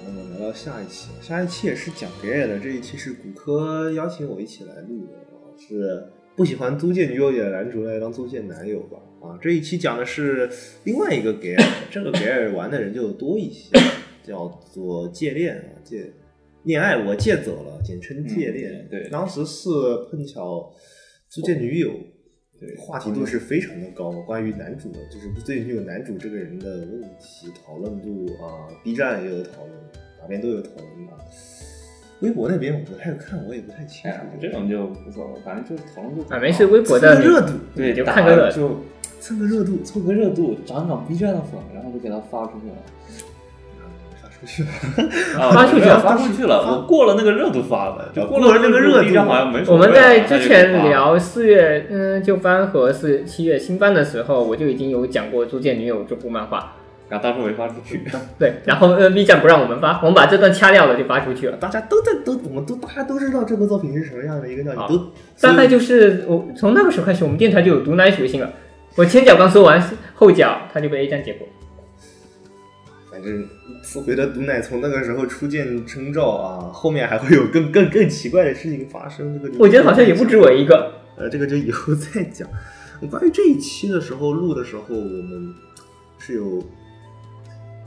那我们聊到下一期，下一期也是讲别人的，这一期是骨科邀请我一起来录的，啊是不喜欢租借女友也男主来当租借男友吧？啊，这一期讲的是另外一个 gay，这个 gay 玩的人就多一些，叫做戒恋啊，戒恋爱我戒走了，简称戒恋
嗯。对
当时是碰巧租借女友。
对
话题度是非常的高，关于男主的，就是最近有男主这个人的问题讨论度啊，B 站也有讨论，哪边都有讨论啊。微博那边我不太看，我也不太清
哎
楚
呀。，这种就无所谓，反正就是讨论度
啊，没事，微博的
蹭个热度，
对，
就
打
看个热
就
蹭个热度，
凑个热度，涨涨 B 站的粉，然后就给他发出去了。
发出去了。
啊
发出去了哦
发出去了，我过了那个热度发的，就
过
了
了那个热度
B 站好像没什
我
么热
们
度。
在
他
之
就
前
发了，
聊四月嗯旧番和四七月新番的时候，我就已经有讲过《租借女友》这部漫画。
然后当时没发出去。
对，然后呃 B 站不让我们发，我们把这段掐掉了就发 出去了。
大家都在都，我们都大家都知道这部作品是什么样的一个料，
啊
你都
大概就是我从那个时候开始，我们电台就有毒奶属性了。我前脚刚说完，后脚它就被 A 站截过。
嗯
反正次回的毒奶从那个时候初见征兆啊，后面还会有更更更奇怪的事情发生。这个就
我觉得好像也不止我一个。
呃，这个就以后再讲。关于这一期的时候录的时候，我们是有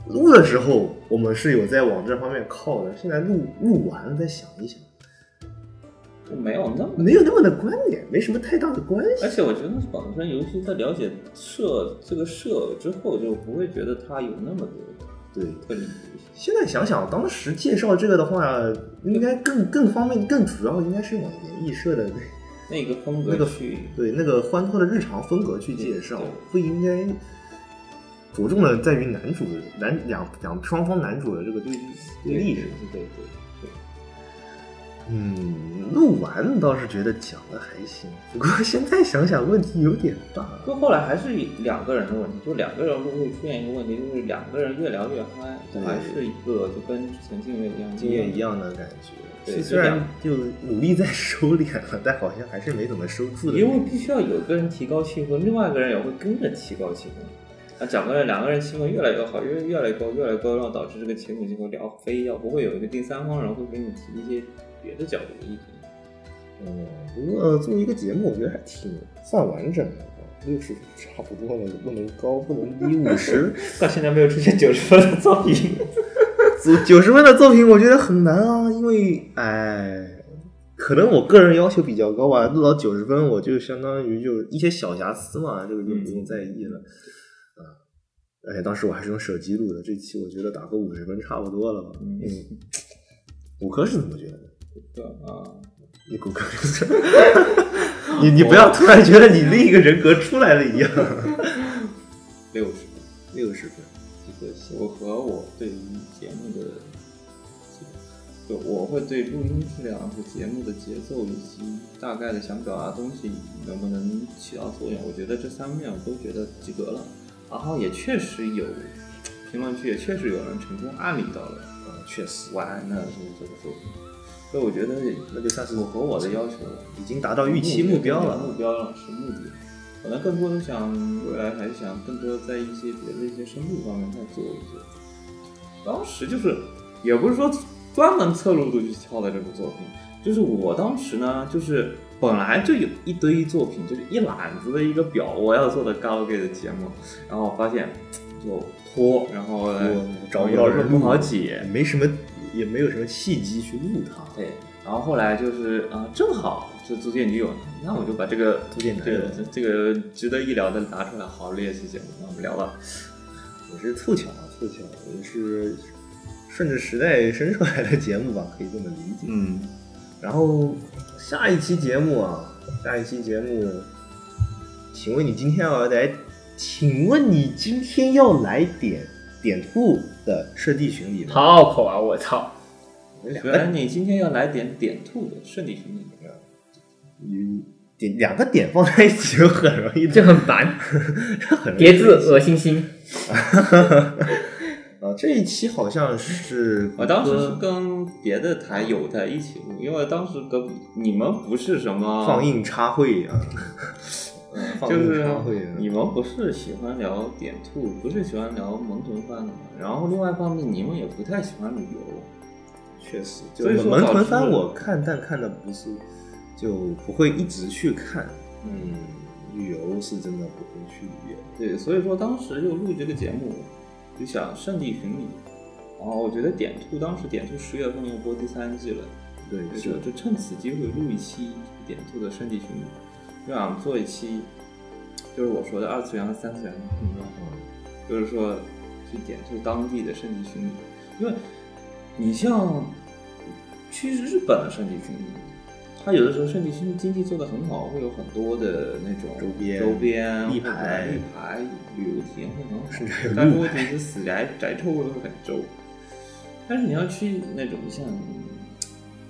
录的时候，我们是有在往这方面靠的。现在录录完了再想一想，
就没有那么。
没有那么的关联，没什么太大的关系。
而且我觉得本身，尤其在了解社这个社之后，就不会觉得它有那么多
对，
特立独
现在想想，当时介绍这个的话，应该更更方面，更主要应该是往演艺社的
那个风格
那个
去。
对那个欢脱的日常风格去介绍
对，
不应该着重的在于男主的男两两双方男主的这个对立对立
对
的。
对对。
嗯，录完倒是觉得讲的还行，不过现在想想问题有点大。
不过后来还是两个人的问题，就两个人都会出现一个问题，就是两个人越聊越嗨，
对
还是一个就跟之前静月一样，
经验一样的感觉，
对
是
就
虽然
两
就努力在收敛了，但好像还是没怎么收住的。
因为必须要有一个人提高气氛，另外一个人也会跟着提高气氛。啊，两个人两个人气氛越来越好，越越来越高，越来越高，然后导致这个情侣就会聊飞，要不会有一个第三方人会给你提一些别的角度的意见。
嗯，不过作为一个节目，我觉得还挺算完整的，六十差不多了，不能高，不能低，五十
到现在没有出现九十分的作品，
九九十分的作品，我觉得很难啊，因为哎，可能我个人要求比较高吧，录到九十分我就相当于就一些小瑕疵嘛，这个就不用在意了。啊，而且当时我还是用手机录的，这期我觉得打个五十分差不多了吧。
嗯，
骨科是怎么觉得的？
对啊，
你骨科是？ 你你不要突然觉得你另一个人格出来了一样。
六十分，
六十分，
这个是我和我对于节目的，就我会对录音质量和节目的节奏以及大概的想表达的东西能不能起到作用，我觉得这三面我都觉得呃及格了。然后也确实有评论区也确实有人成功案例到了，
啊，确实，
晚安的就是这个作品，所以我觉得
那就算是
符合我的要求了。
已经达到预期目标
目
了。
标了是目的。可能更多的想未来还是想更多在一些别的一些深度方面再做一些。当时就是也不是说专门侧路度去挑的这部作品，就是我当时呢就是。本来就有一堆作品，就是一揽子的一个表，我要做的 g a l g a 的节目，然后我发现就拖，然后呢
我找不
有
到
人
任务嗯
不好解，
没什么，也没有什么契机去录它。
对，然后后来就是啊、正好是租借女友，那我就把这个
租借男
这
友
个这个值得一聊的拿出来好好列一期节目，那我们聊吧。
也是凑巧啊，凑巧也是顺着时代生出来的节目吧，可以这么理解。
嗯，
然后下一期节目啊，下一期节目，请问你今天要来？请问你今天要来点点兔的设计巡礼吗？
好拗口啊！我操，
你们两
原来
个
哎你今天要来点点兔的，顺理成章。
你点两个点放在一起就很容易，
这很烦。
很容易
叠字恶心心，
啊。这一期好像是
我当时是跟别的台有台一起录，因为当时跟你们不是什么
放，映插会啊，放
就
映
是
插会啊，
你们不是喜欢聊点兔，不是喜欢聊萌豚番的嘛，然后另外一方面你们也不太喜欢旅游，
确实，就
所以说
萌
导
豚
致
番我看，但看的不是，就不会一直去看。嗯，旅游是真的不会去旅游。
对，所以说当时就录这个节目，就想圣地巡礼。然后我觉得点兔当时点兔十月份要播第三季了，
对，
就是就趁此机会录一期点兔的圣地巡礼，就想做一期，就是我说的二次元和三次元的碰撞，
嗯
就是说去点兔当地的圣地巡礼，因为你像去日本的圣地巡礼，它有的时候圣地巡礼经济做得很好，会有很多的那种
周边
周边
立
或者
牌
立牌旅游体验会很好，
甚至还有
但是
路
问题是死宅宅臭味会很重。但是你要去那种像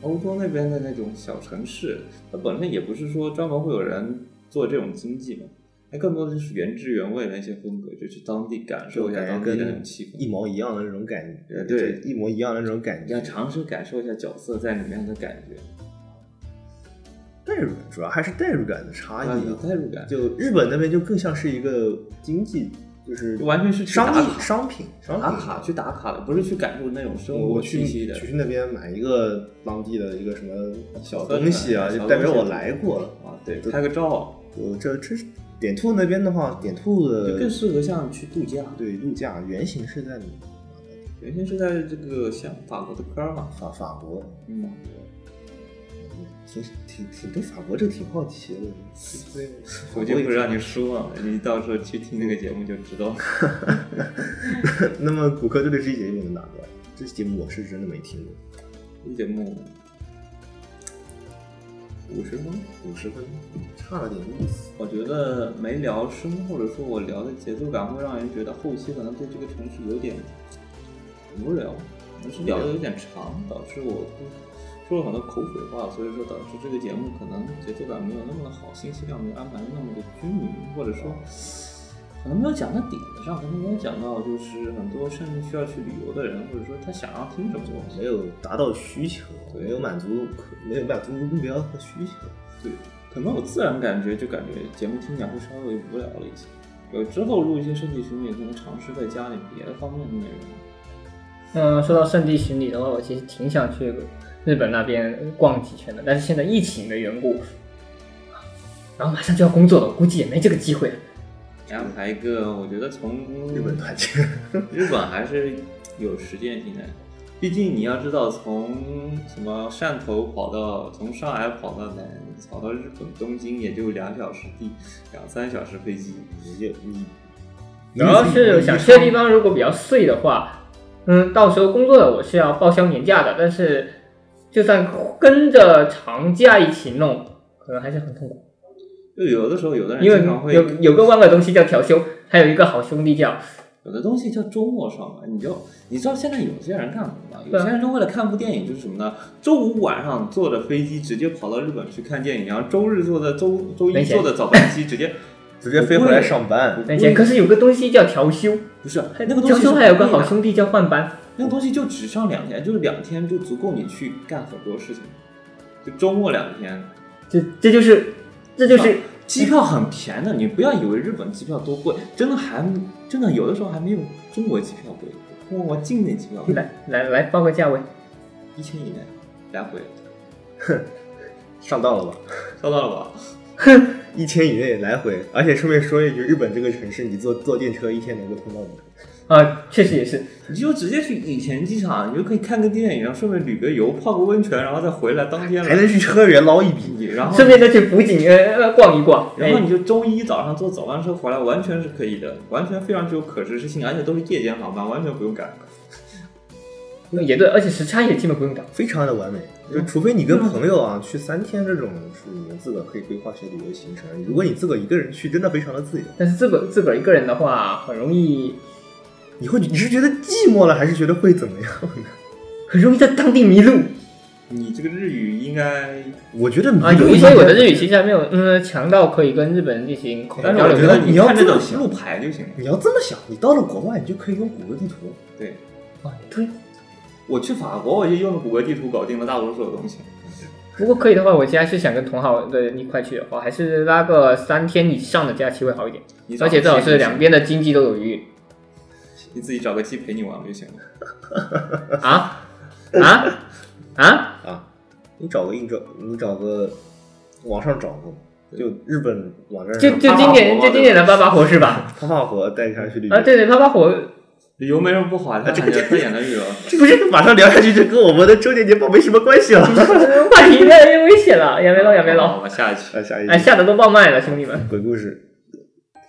欧洲那边的那种小城市，它本身也不是说专门会有人做这种经济嘛，那更多的就是原汁原味的一些风格，就去当地感受
就
一下
感
当
觉
地的那种
跟
气
一
氛，
毛一样的那种感觉，
呃对
就一模一样的那种感
你要
觉。
尝试感受一下角色在里面的感觉，
代入感主要还是代入感的差异
啊，有
啊。
代入感，
就日本那边就更像是一个经济，就是
就完全是去
商
打
业
卡
商品商
打
品
卡去打卡的，不是去感受那种生
我
活
我去
气息的。
去那边买一个当地的一个什么小
喝
东西啊，
茶
就
小
代表
东西
我来过了。
啊，对，
就
拍个照
呃，这这是点兔那边的话，点兔
就更
的
适合像去度假。
对度假原型是在哪里
原先是在这个像法国的科尔嘛，
法法国，
嗯，
嗯挺挺挺对法国这个挺好奇的，所以
我就不让你失望了，你到时候去听那个节目就知道了。
那么骨科对这期节目能打出来？这期节目我是真的没听过，
这节目五十分，
五十分差了点意思。
我觉得没聊深，或者说我聊的节奏感会让人觉得后期可能对这个城市有点无聊，可能是聊的有点长，导致我说了很多口水话，所以说导致这个节目可能节奏感没有那么的好，信息量没有安排的那么的均匀，或者说可能没有讲到点子上，可能没有讲到就是很多甚至需要去旅游的人，或者说他想要听什么东西
没。有达到需求，
对
没有满足，没有满足目标和需求。
对，可能我自然感觉就感觉节目听起来会稍微无聊了一些。有之后录一些身体巡演，可能尝试再加点别的方面的内容。
嗯，说到圣地巡礼的话，我其实挺想去日本那边逛几圈的，但是现在疫情的缘故，啊然后马上就要工作了，估计也没这个机会了。
安排一个，我觉得从
日本团建，
日本还是有实践性的，毕竟你要知道，从什么汕头跑到从上海跑到南，跑到日本东京也就两小时地，两三小时飞机。
你就你，
主要是想去的地方如果比较碎的话，嗯，到时候工作了我是要报销年假的，但是就算跟着长假一起弄，可能还是很痛苦，
就有的时候，有的人
因
经常会
为有有个万恶东西叫调休，还有一个好兄弟叫
有的东西叫周末上班，你就你知道现在有些人干什么吗？有些人就为了看部电影，就是什么呢？周五晚上坐着飞机直接跑到日本去看电影，然后周日坐的周周一
没钱
坐的早班机直 接
直接飞回来上班，
没钱，可是有嗯个东西叫哎调休，
不是
还
那个东西
调
是
休哎还有个
不贵
好
的
兄弟叫换班，
那个东西就只上两天，就是两天就足够你去干很多事情，就周末两天，
这这就是这就是
机票很便宜的，你不要以为日本机票多贵，真的还真的有的时候还没有中国机票贵，中国境内机票贵
来来来报个价位，
一千以内来回，
上当了吧？
收到了吧？
一千以内来回，而且顺便说一句，日本这个城市，你坐坐电车一天能够通到你。
啊，确实也是，
你就直接去羽前机场，你就可以看个电影，然后顺便旅个游，泡个温泉，然后再回来当天
还
来。
能去车园捞一笔。
你然后
顺便再去福井呃呃逛一逛，
然后
哎
你就周一早上坐早班车回来，完全是可以的，完全非常具有可实施性，而且都是夜间航班，完全不用赶。
也对，而且时差也基本不用倒。
非常的完美。就
嗯
除非你跟朋友啊去三天这种，是你们自个儿可以规划些旅游行程。如果你自个儿一个人去，真的非常的自由。
但是自个自个儿一个人的话，很容易
你会你是觉得寂寞了，还是觉得会怎么样呢？
很容易在当地迷路
你这个日语应该，
我觉得迷路
啊。有一
应
些
该
我的日语其实还没有嗯强到可以跟日本人进行口头
但是
交
我
流
觉
的。
得
你
你
要
看这
这
种
么想
路牌就行了。
你要这么想，你到了国外，你就可以用谷歌地图。
对，
啊，对。
我去法国，我就用了谷歌地图搞定了大多数的东西。
不过可以的话，我其实还是想跟同好的人一块去的话，还是拉个三天以上的假期会好一点。
你找
而
个
且最好
亲戚
是两边的经济都有余裕
你自己找个鸡陪你玩不就行了？
啊啊啊！
啊，你找个应征，你找个网上找个，就日本网站
就
上
就经典就经典的八八火是吧？
泡泡火带他去旅游。
啊，对对，八八火
旅游没什么不好，
啊
他感觉他演的旅游，
这不是马上聊下去就跟我们的周年年报没什么关系了。
话题越来越危险了，也没了也没
好
了，
我们下去。
啊，下一
哎，
集
吓得都爆麦了，兄弟们。
鬼故事，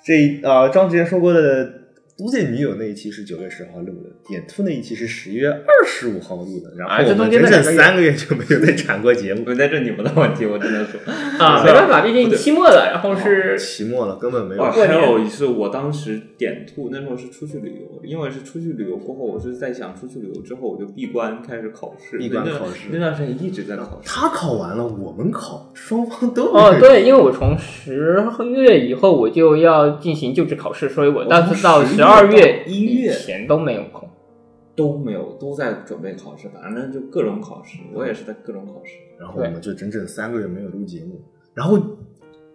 这一啊、张之前说过的。都见女友那一期是九月十号录的，点兔那一期是十月二十五号录的，然
啊
后
这
我
中
们
间
整
的
整
两个月
三个月就没有再产过节目，
我在这你们的问题，我只能说。
啊，没办法，毕竟期末了，然后是
期末了根本没有
哦，
过
还
年
有是我当时点吐，那时候是出去旅游，因为是出去旅游过后，我是在想出去旅游之后我就闭关开始考试，
闭关
那段
考试
那段时间一直在考试。
他考完了，我们考，双方都没有
哦，对，因为我从十月以后我就要进行就职考试，所以我当时到
从
十二月
11一月
以前都没有空。
都没有，都在准备考试，反正就各种考试，我也是在各种考试，
然后我们就整整三个月没有录节目，然后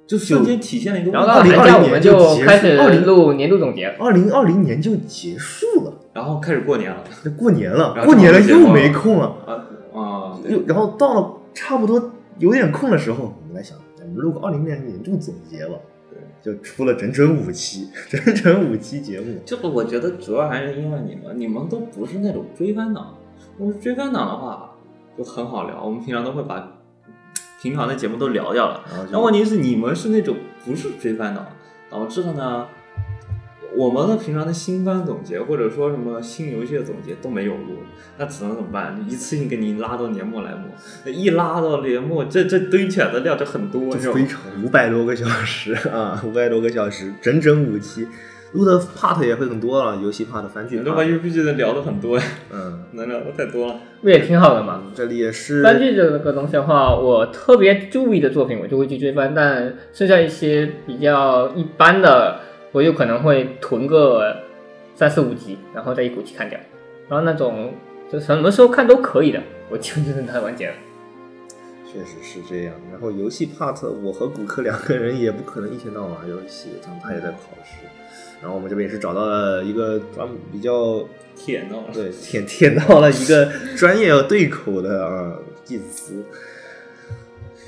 就瞬间体现了一个
然
问
后
题。
到寒假
2020
我们就开始
年就结束
录年度总结，
二零二零年就结束了，
然后开始过年了
那过年了，
然后
过年了
就没节目
又
了
没空了，
啊啊！对
又然后到了差不多有点空的时候，我们来想，我们录个二零年年度总结吧，就出了整整五期，整整五期节目，
这个我觉得主要还是因为你们，你们都不是那种追番党。我们追番党的话就很好聊，我们平常都会把平常的节目都聊掉了。
然后
但
就
问题是你们是那种不是追番党，导致了呢，我们的平常的新番总结或者说什么新游戏的总结都没有录，那只能怎么办？一次性给你拉到年末来录，那一拉到年末，这这堆起来的料就很多，是
就
吧
非？常五百多个小时啊，五百多个小时，整整五期，录的 part 也会更多了，游戏 part、番剧
对吧？
part，
又必须得聊的很多，
嗯，啊
能聊的太多了。
不也挺好的嘛。
这里也是
番剧这个东西的话，我特别注意的作品，我就会去追番；但剩下一些比较一般的，我有可能会囤个三四五集，然后再一口气看掉。然后那种就什么时候看都可以的，我就等它完结了。
确实是这样。然后游戏 part，我和骨科两个人也不可能一天到晚玩游戏，他们他也在考试。然后我们这边也是找到了一个专门比较
铁呢？
对舔舔到了一个专业对口的啊祭司，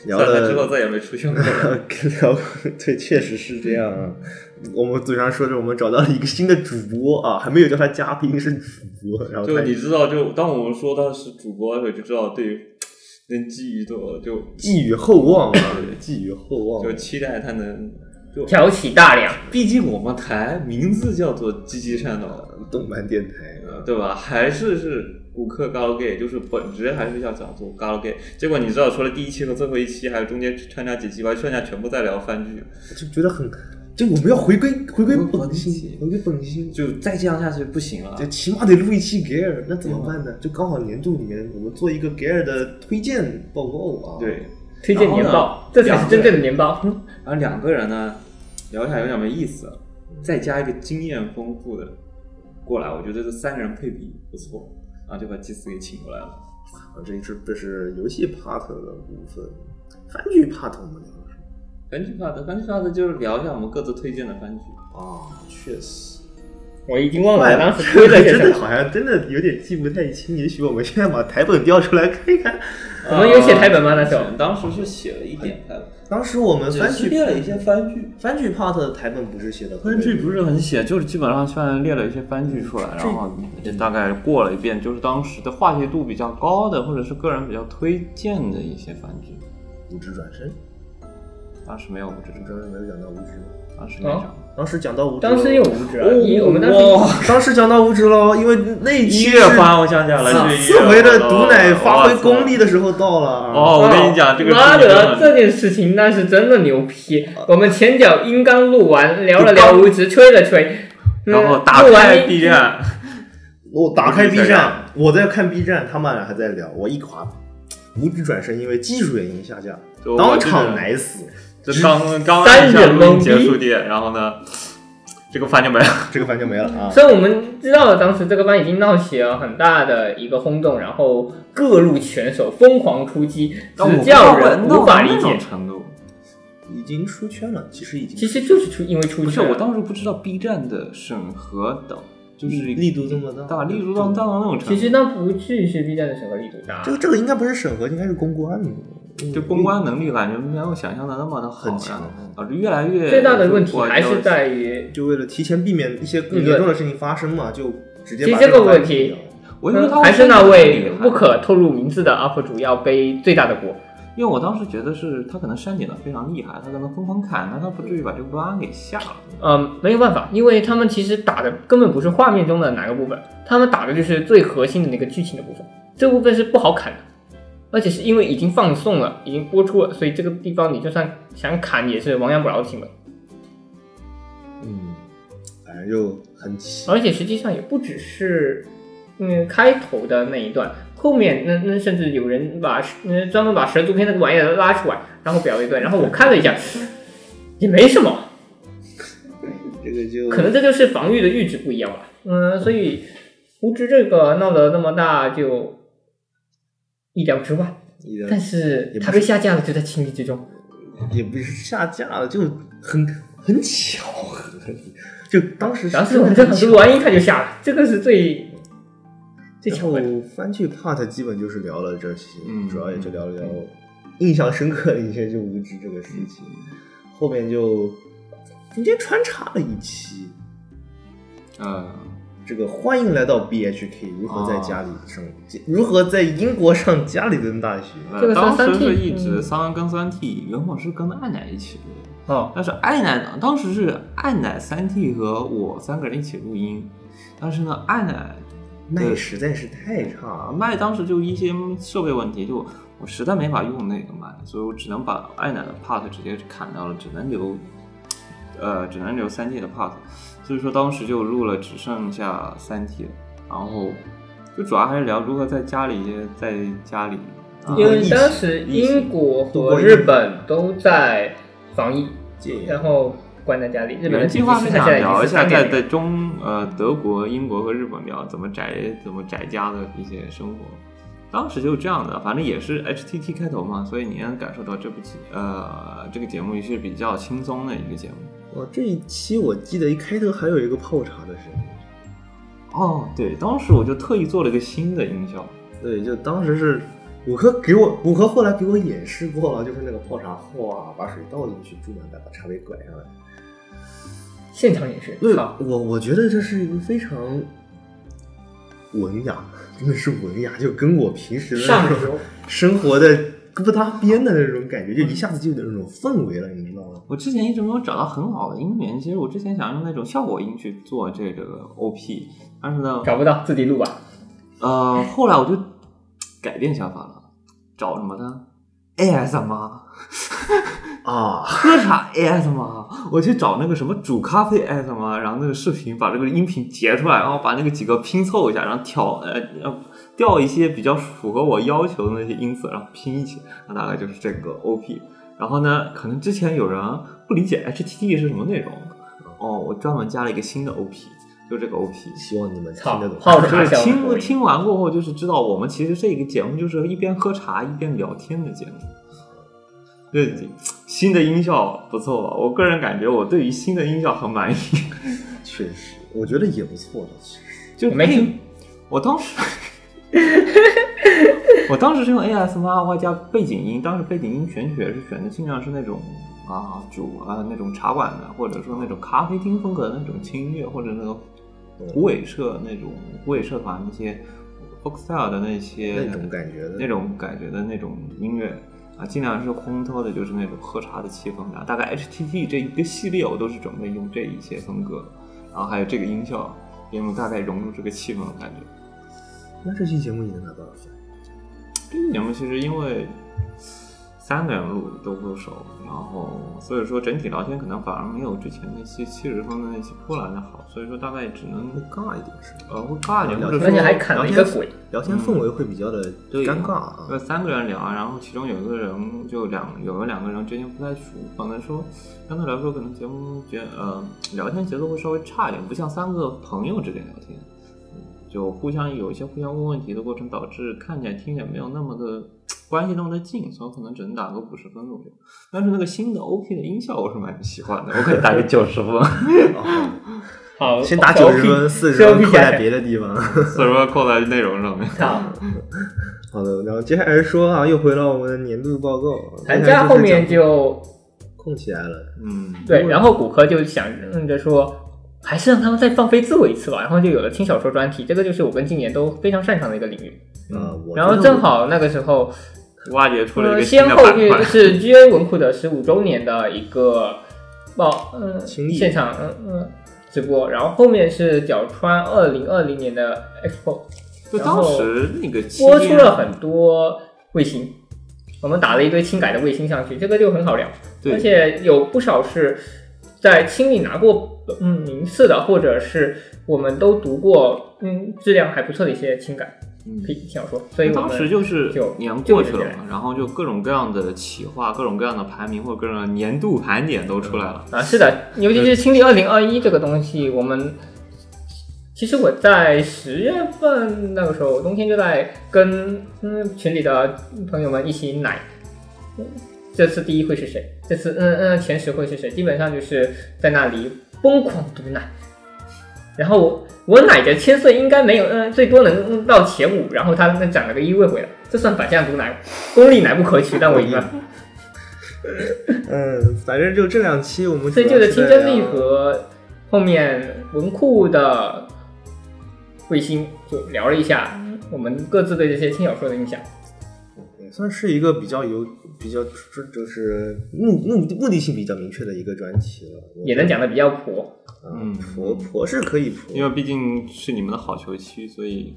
聊
算了之后
了
再也没出现过了。
聊 对，确实是这样啊。我们嘴上说着我们找到了一个新的主播啊，还没有叫他嘉宾，是主播。然后
就
他
你知道，就当我们说他是主播的时候，就知道对那寄予多，就
寄予厚望啊，寄予厚望。啊
就期待他能就，
挑起大梁，
毕竟我们台名字叫做“鸡鸡山岛
动漫电台”，啊，
呃对吧？还是是骨科 g a l g a 就是本质还是要讲做 g a l g a 结果你知道，除了第一期和最后一期，还有中间穿插几期吧，剩下全部在聊番剧。
就觉得很，就我们要回归回归
回归
本心，回归本心，
就再这样下去不行了
就。起码得录一期 g a r 那怎么办呢？就刚好年度里面我们做一个 g a r 的推荐报告啊，，
对，
推荐年
然后
报，这才是真正的年报。
然后两个人呢聊一下有点没意思，再加一个经验丰富的过来，我觉得这三个人配比不错，然后就把祭司给请过来了。
啊，这一支这是游戏 part 的部分，番剧 part 我们聊了什么？
番剧 part，番剧 part 就是聊一下我们各自推荐的番剧。哦
啊，确实，
我已经忘了
哎
我当时推了些
真
什
的
么，
好像真的有点记不太清，也许我们现在把台本调出来看一看。
我们有哦写台本吗？那时候
当时是写了一点台本，
当时我们番
只
剧
列了一些番剧，
番剧 part 的台本不是写的，
番剧不是很写，就是基本上算列了一些番剧出来，然后就大概过了一遍，就是当时的话题度比较高的，或者是个人比较推荐的一些番剧。
五指转身，
当时没有无知者，
当时没有讲到无知，
当时没
哦
讲。
当时讲到无知，
当时有无知啊，
哦
一我们当时
哇，当时讲到无知了，因为那
一
期
月
是
发，我想起来了，是一月
四回的
我
毒奶发挥
我操
功力的时候到了啊。
哦，我跟你讲，这个
妈
事情
的
真的
这件事情那是真的牛批。我们前脚音刚录完，聊了聊无知，吹了吹，嗯
然后打
录
开
完
B 站，
我打开
无知
B
转
站，我在看 B 站，他们俩还在聊，我一垮，无知转身，因为技术原因下架，
就我
当
这个
场奶死。
就刚刚
三
按下
人
录音
懵
结
逼
束点，然后呢，这个饭就没了。
这个番就没了啊！
所以我们知道了，当时这个番已经闹起了很大的一个轰动，然后各路拳手疯狂出击，
我
直
不知道
叫人
到
无法
那
理解
种。程度，
已经出圈了，其实已经
其实就是出因为出
不是
圈
我，当时不知道 B 站的审核等就是
嗯力度这么大
大，力度到大到那种程
其
度，
实那不至于是 B 站的审核力度大
这。个这个应该不是审核，应该是公关。嗯
就公关能力感觉没有想象的那么的好啊
很强
然后导致越来越
最大的问题
我
还是在于，
就为了提前避免一些更严重的事情发生嘛，就直接把
其实这个
番
问
停
题
掉
我觉得他
嗯还是那位不
可。
可透露名字的 UP 主要背最大的锅。
因为我当时觉得是他可能删减的非常厉害，他可能疯狂砍，但他不至于把这个弯给下了。
嗯，没有办法，因为他们其实打的根本不是画面中的哪个部分，他们打的就是最核心的那个剧情的部分，这部分是不好砍的，而且是因为已经放送了，已经播出了，所以这个地方你就算想砍也是亡羊补牢的行为，
嗯，反正就很奇。
而且实际上也不只是，嗯，开头的那一段，后面那那甚至有人把嗯专门把蛇族篇那个玩意儿拉出来，然后表了一段，然后我看了一下， 也没什么，
这个就
可能这就是防御的阈值不一样吧。嗯，所以无知这个闹得那么大，就意料之外。
你的
但是
也不
它被下架了，就在情理之中。
也不是下架了，就很很巧合。就当时
当时我们这
这
很多玩一看就下了，这个是 最最哎巧合的。
后番剧 part 基本就是聊了这些，
嗯
主要也就聊了聊印象深刻的一些就无知这个事情，
嗯
后面就中间穿插了一期
嗯，
这个欢迎来到 BHK 如何在家里上、
啊
如何在英国上加里顿大学，
这个算
当
三
时是
T
一直
嗯
三跟三 T，原本是跟爱奶一起录，
哦，
但是爱奶呢，当时是爱奶三 T 和我三个人一起录音，但是呢，爱奶
那也实在是太差
啊
了。
麦当时就一些设备问题，就我实在没法用那个麦，所以我只能把爱奶的 part 直接砍掉了，只能留，呃，只能留三 T 的 part，所以说当时就录了只剩下三 T，了然后就主要还是聊如何在家里在家里，啊
因为当时英国和日本都在防疫，然后关在家里。日本
原
的
计划是
是
想聊一下在
在
在中呃德国、英国和日本聊怎么宅怎么宅家的一些生活。当时就是这样的，反正也是 H T T 开头嘛，所以你也能感受到这部节呃这个节目也是比较轻松的一个节目。
我这一期我记得一开头还有一个泡茶的声音。
哦，对，当时我就特意做了一个新的音效，
对，就当时是五哥给我，五哥后来给我演示过了，就是那个泡茶，哗，把水倒进去，注满再把茶杯拐上来。
现场演示。
对，
好
我我觉得这是一个非常文雅，真的是文雅，就跟我平时的
上
那
流
种 生活的不搭边的那种感觉，就一下子就有那种氛围了，你知道吗？
我之前一直没有找到很好的音源，其实我之前想用那种效果音去做这个 O P，但是呢，
找不到，自己录吧。
呃，后来我就改变想法了，找什么呢？ASMR。
啊，
喝茶 ASMR，我去找那个什么煮咖啡 ASMR，然后那个视频把这个音频截出来，然后把那个几个拼凑一下，然后调呃呃调一些比较符合我要求的那些音色，然后拼一起，那大概就是这个 OP。然后呢，可能之前有人不理解哎 HTT 是什么内容，哦，我专门加了一个新的 OP，就这个 OP。
希望你们听
操
得懂，。
泡
就
茶
是
效
听
果。
听完过后，就是知道我们其实这个节目就是一边喝茶一边聊天的节目。这新的音效不错吧？我个人感觉我对于新的音效很满意。
确实，我觉得也不错的，其实。
就
我没
配
听，
我当时，我当时是用 ASMR 外加背景音，当时背景音选取也是选的尽量是那种啊酒啊那种茶馆的，或者说那种咖啡厅风格的那种轻音乐，或者那个虎尾社那种虎尾社团那些 folk style 的那些
那种感觉的
那种感觉的那种音乐。啊，尽量是烘托的，就是那种喝茶的气氛的。大概 HTT 这一个系列，我都是准备用这一些风格，然后还有这个音效，也能大概融入这个气氛，我感觉。
那这期节目你能拿多少分？
这
嗯
个节目其实因为三个人录都不熟，然后所以说整体聊天可能反而没有之前那些七十分的那些波兰的好，所以说大概只能
会尬一点是吧？
呃会尬一点，或者
而且
说
还砍了一个鬼，
聊天氛围会比较的
对
尴尬啊。
呃，三个人聊，然后其中有一个人就两有两个人之间不太熟，可能说相对来说可能节目节呃聊天节奏会稍微差一点，不像三个朋友之间聊天，嗯就互相有一些互相问问题的过程，导致看起来听起来没有那么的关系那么的近，所以可能只能打个五十分左右。但是那个新的 OP 的音效我是蛮喜欢的，我可以打个九十 分，
哦
好，
先打九十分，四十分扣在别的地方。
所以说扣在内容上面。
好，
好的，然后接下来说啊，又回到我们的年度报告。
寒假后面就
空起来了，
嗯，
对，然后骨科就想着说，还是让他们再放飞自我一次吧，然后就有了轻小说专题，这个就是我跟今年都非常擅长的一个领域。
啊，我
然后
觉得
正好那个时候，
挖掘出了一
呃，
个新
先
的
后
板
遇
块。
是 GA 文库的十五周年的一个报，嗯、
亲历
现场嗯嗯、直播，然后后面是角川二零二零年的 Expo，
就
然后
当时那个期
播出
间
了很多卫星，我们打了一堆轻改的卫星上去，这个就很好聊，
对
而且有不少是在清理拿过嗯名次的，或者是我们都读过嗯质量还不错的一些轻改，
嗯
可以听我说，所以我们
当时就是
就
年过去
就
了
这样
嘛，然后就各种各样的企划、各种各样的排名或者各种年度盘点都出来了。
啊，是的，尤其是清理二零二一这个东西，我们其实我在十月份那个时候，冬天就在跟嗯群里的朋友们一起奶，嗯这次第一会是谁？这次嗯嗯前十会是谁？基本上就是在那里疯狂毒奶，然后我我奶的千岁应该没有嗯最多能嗯到前五，然后他那涨了个一位回来，这算反向毒奶，功力奶不可取，但我赢了。
嗯，反正就这两期我们
所以
主
这
要
个
是
清
在
真力
聊
和后面文库的卫星就聊了一下我们各自对这些轻小说的影响。
也算是一个比较有比较就就是目目的目的性比较明确的一个专题了，我
也能讲的比较婆，
嗯
嗯，
婆婆是可以婆，
因为毕竟是你们的好球区，所以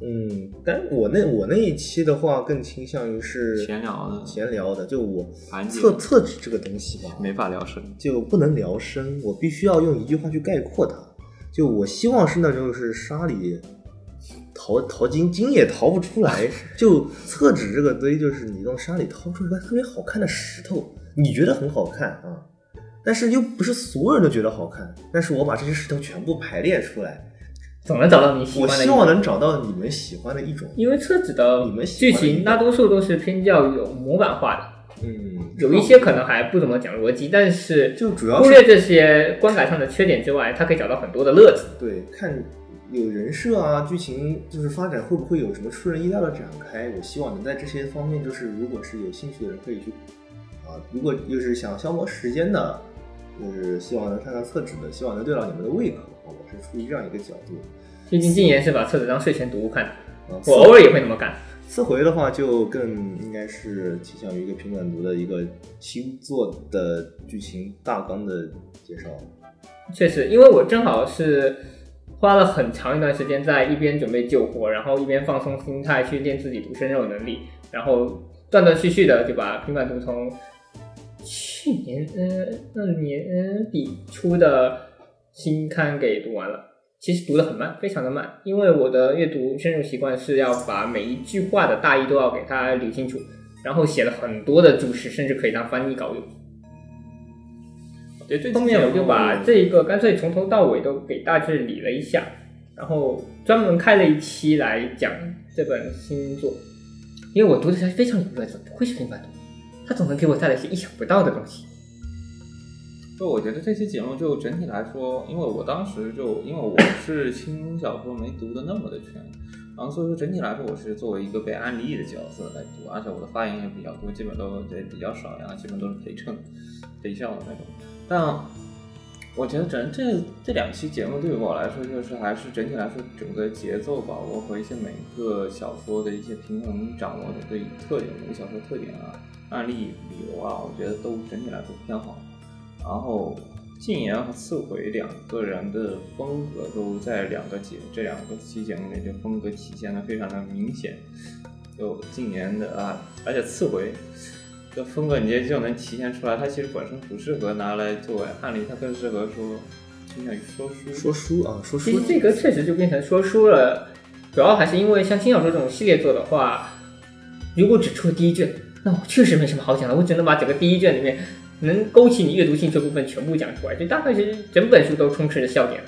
嗯，但我那我那一期的话更倾向于是
闲聊的
闲聊的，就我
盘点
测测纸这个东西吧，
没法聊深。
就不能聊深，我必须要用一句话去概括它。就我希望是那种就是沙里淘淘金，金也淘不出 来。就厕纸这个堆，就是你用沙里掏出一块特别好看的石头，你觉得很好看啊，但是又不是所有人都觉得好看。但是我把这些石头全部排列出来，
总能找到你喜
我
欢的
希
一种。
望能找到你们喜欢的一种，
因为车子的
你们喜
剧
欢的一
情
种
大多数都是偏较有模板化的，
嗯，
有一些可能还不怎么讲逻辑，但是
就主要
忽
是
略这些观感上的缺点之外，他可以找到很多的乐子。
对，看有人设啊，剧情就是发展会不会有什么出人意料的展开？我希望能在这些方面，就是如果是有兴趣的人可以去啊，如果就是想消磨时间的，就是希望能看看厕纸的，希望能对到你们的胃口。啊我是出于这样一个角度。
毕竟禁言是把册子当睡前读物看的，
啊，
我偶尔也会那么干。
次回的话就更应该是倾向于一个平板读的一个新作的剧情大纲的介绍。
确实，因为我正好是花了很长一段时间在一边准备救火，然后一边放松心态去练自己独身肉能力，然后断断续续的就把平板读从去年嗯那年嗯底出的新刊给读完了。其实读的很慢，非常的慢，因为我的阅读深入习惯是要把每一句话的大意都要给它捋清楚，然后写了很多的注释，甚至可以当翻译稿用。
对，这
后面我就把这一个干脆从头到尾都给大致理了一下，然后专门开了一期来讲这本新作，因为我读的时候非常有乐子，不愧是平凡读，他总能给我带来一些意想不到的东西。
就我觉得这期节目就整体来说，因为我当时就因为我是轻小说没读的那么的全，然后所以说整体来说我是作为一个被安利的角色来读，而且我的发言也比较多，基本都也比较少，然后基本都是陪衬陪笑的那种。但我觉得整这这两期节目对于我来说，就是还是整体来说整个节奏把握和一些每一个小说的一些平衡掌握的对于特点，每个小说特点啊、案例、理由啊，我觉得都整体来说偏好。然后禁言和刺回两个人的风格都在两个节这两个期节目里的风格体现的非常的明显。有禁言的啊，而且刺回这风格你也就能体现出来，它其实本身不适合拿来作为案例，它更适合说倾向于说书。
说书啊，说书
其实这个确实就变成说书了，主要还是因为像轻小说这种系列作的话，如果只出第一卷，那我确实没什么好讲的，我只能把整个第一卷里面能勾起你阅读兴趣的部分全部讲出来，就大概是整本书都充斥着笑点。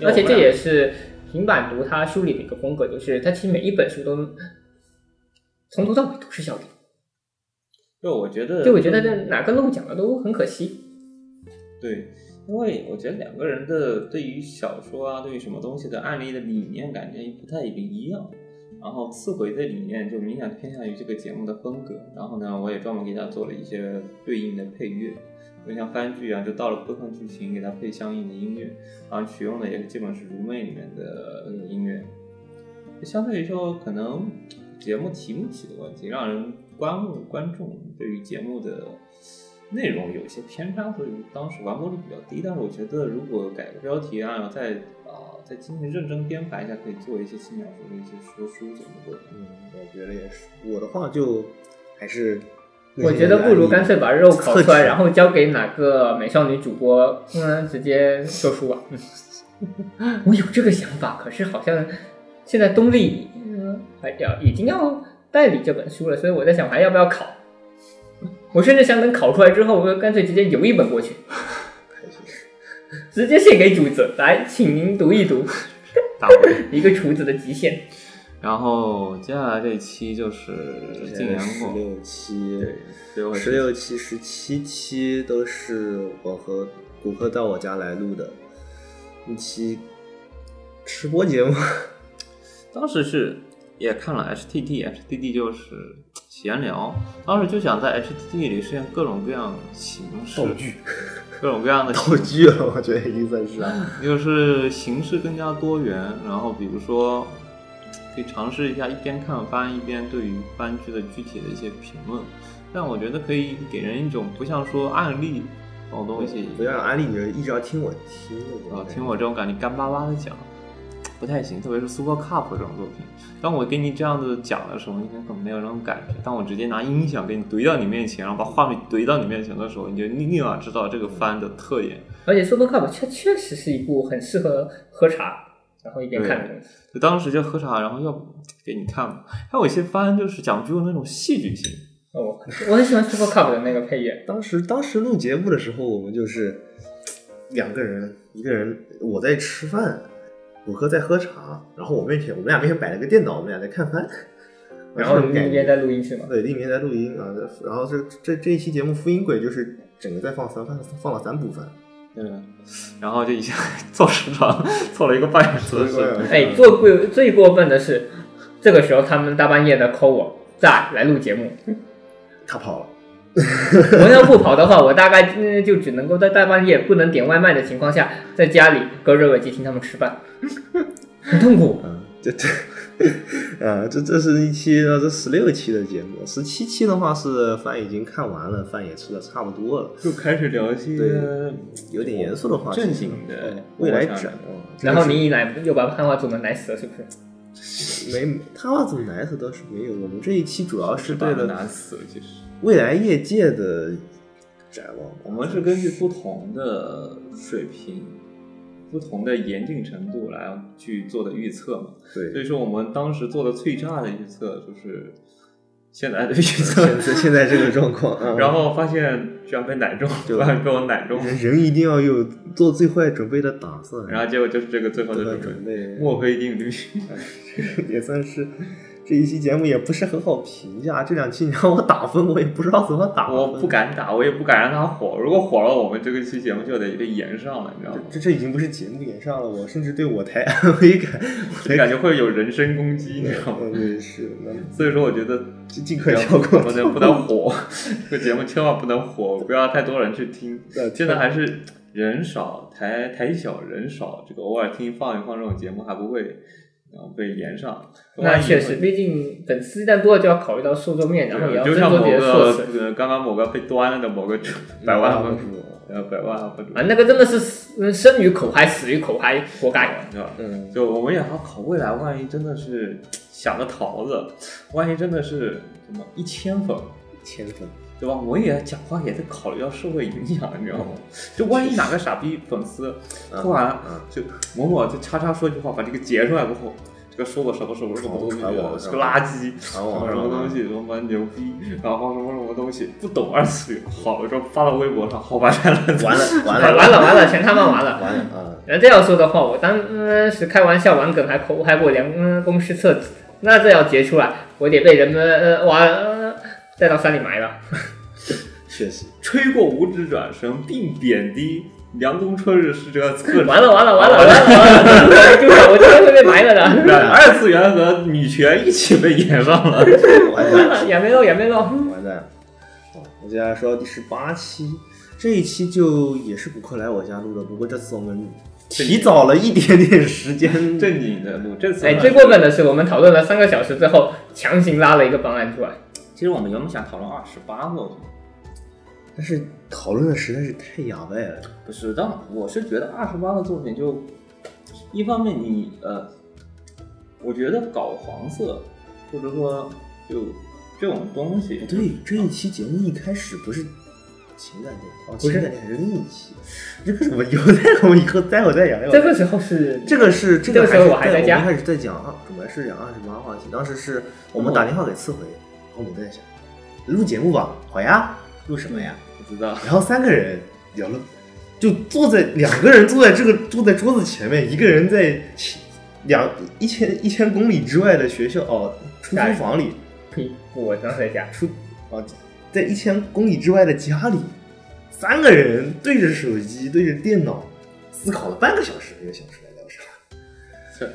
要
而且
不
这
然
也是平板读它梳理的一个风格，就是它其实每一本书都从头到尾都是笑点，
就我觉得，
就我觉得这哪个漏讲了都很可惜。
对，因为我觉得两个人的对于小说啊，对于什么东西的案例的理念感觉不太一样。然后次回的理念就明显偏向于这个节目的风格。然后呢，我也专门给他做了一些对应的配乐，就像番剧啊，就到了播放剧情给它配相应的音乐，然后取用的也基本是《如妹》里面的呃音乐。相对于说，可能节目题目起的问题，让人观目观众对于节目的内容有一些偏差，所以当时完播率比较低。但是我觉得，如果改个标题啊，再啊、再进行认真编排一下，可以做一些轻小说的一些说书节目作品。
嗯，我觉得也是。我的话就还是，
我觉得不如干脆把肉烤出
特
来，
指
然后交给哪个美少女主播，嗯，直接说书吧。嗯 我有这个想法，可是好像现在东立嗯还要已经要代理这本书了，所以我在想还要不要考。我甚至想等考出来之后，我就干脆直接邮一本过去， 直接献给主子，来，请您读一读
大会。
一个厨子的极限。
然后接下来这一期就是禁言
十
过，
六期，
对，最后
十六期、十七期都是我和骨科到我家来录的一期吃播节目。
当时是也看了 HTT，HTT 就是闲聊，当时就想在 HTT 里实现各种各样形式，
道具
各种各 样的
道具了，我觉得已经算 是了。
就是形式更加多元，然后比如说可以尝试一下一边看番一边对于番剧的具体的一些评论，但我觉得可以给人一种不像说案例这种东西，
不要安利你，一直要听我听我
啊，听我这种感觉干巴巴的讲，不太行，特别是 Super Cup 这种作品。当我给你这样子讲的时候，你可能没有那种感觉；当我直接拿音响给你怼到你面前，然后把画面怼到你面前的时候，你就立马知道这个番的特点。
而且《Super Cup》确确实是一部很适合喝茶，然后一边看的东西。
就当时就喝茶，然后要不给你看嘛。还有一些番就是讲究那种戏剧性，
哦，我很喜欢 Super Cup 的那个配乐，
当时当时录节目的时候，我们就是两个人，一个人我在吃饭，我哥在喝茶，然后我面前我们俩面前摆了个电脑，我们俩在看番，
然后
这种
你
感
一
觉
边在录音室嘛。
对，另一边在录音啊，然后这这这一期节目复音轨就是整个在放三放放了三部分，
对吧？然后就一下 做时长，做了一个半小时的
做了一个半小
事
时
情。
哎，最过最过分的是，这个时候他们大半夜的 call 我，在来录节目。
他跑了，
我要不跑的话，我大概嗯就只能够在大半夜不能点外卖的情况下，在家里隔着耳机听他们吃饭，很痛苦。
嗯，这这。 呃，这这是一期，呃这十六期的节目，十七期的话是饭已经看完了，饭也吃的差不多了，
就开始聊一些
对有点严肃的话题，
正经的
未来展哦望。
然后你一来又把汉化组们奶死了，是不是？
没，他要怎么来的倒是没有。我们这一期主要是对了
难死了，其实。
未来业界的展望吧。
我们是根据不同的水平、不同的严谨程度来去做的预测嘛。所以
对，
说，我们当时做的最差的预测就是现在的预测，
现在现在这个状 况，嗯、
然后发现居然被奶中，
就
居然被我奶中，
人人一定要有做最坏准备的打算，
然后结果就是这个最后
做
的
好
准
准
备。
备。
墨菲定律，
也算是这一期节目也不是很好评价。这两期你让我打分，我也不知道怎么打分。
我不敢打，我也不敢让它火。如果火了，我们这个期节目就得被延上了，你知道吗？
这这已经不是节目演上了，我甚至对我台安慰 感，
就感觉会有人身攻击，你知道吗？
嗯，对是， 那
所以说，我觉得
尽尽
不
快
要
跳过。
不 能不能火，这个节目千万不能火，不要太多人去听
对。
现在还是人少台台小人少，这个偶尔听放一放这种节目还不会啊被连上。
那
万一
确
会
实，毕竟粉丝一旦多了，就要考虑到受众面，然后也要
就
争
像
夺
某
自己的
个
硕士
呃，刚刚某个被端了的某个主百
啊
万博主，呃，百万博主
啊，那个真的是死嗯生于口嗨，死于口嗨，活该。
是吧？
嗯，
就我们也要考未来，万一真的是想个桃子，万一真的是什么一千粉，
千粉，
对吧？我也讲话也得考虑到社会影响，你知道吗？就万一哪个傻逼粉丝
嗯
突然
嗯
就某某就叉叉说句话，把这个截出来过后，这个说我什么什么什么东西，
传网
是个垃圾，
传
什
嗯
么
网
什
上
么东
了
西，什么牛逼，然后什么什么东西不懂二次元，好了之后发到微博上，好吧，删了，
完 了完
哎
了
完了完了，全他妈完了。
完了啊！
那这样说的话，我当嗯时开玩笑玩梗还口还给我良嗯公司册子，那这要截出来，我得被人们呃哇呃带到山里埋了。
确实，
吹过五指转身，并贬低梁冬春日是这个侧
完了完了完了完了完了，就是我真的会被埋了的。
二次元和女权一起被演上了。
嗯
完蛋。
也没肉也没肉，
完蛋！好，我接下来说到第十八期，这一期就也是补课来我家录的，不过这次我们提早了一点点时间。
正经的录，这次
哎，最过分的是我们讨论了三个小时之后，强行拉了一个方案出来。
其实我们原本想讨论二十八个，
但是讨论的实在是太哑巴了。
不是，但我是觉得二十八个作品就，一方面你呃，我觉得搞黄色或者说就这种东西，
哎
不对，这一期节目一开始不是情感电台，哦，
不
情
是
感电台是另一期，这个什么有待我们以后再我再讲。
这个时候是
这个是这
这个时候
是
我还在
我
家
们一开始在讲啊，本来是讲二十八话题，当时是我
嗯
们打电话给刺回，哦我们在想录节目吧，好呀，录什么呀？
不知道。
然后三个人聊了，就坐在两个人坐在这个坐在桌子前面，一个人在其两一千一千公里之外的学校哦出租
哎
房里
屁，我当时在家，
出啊，在一千公里之外的家里，三个人对着手机对着电脑思考了半个小时，没有想出来聊啥。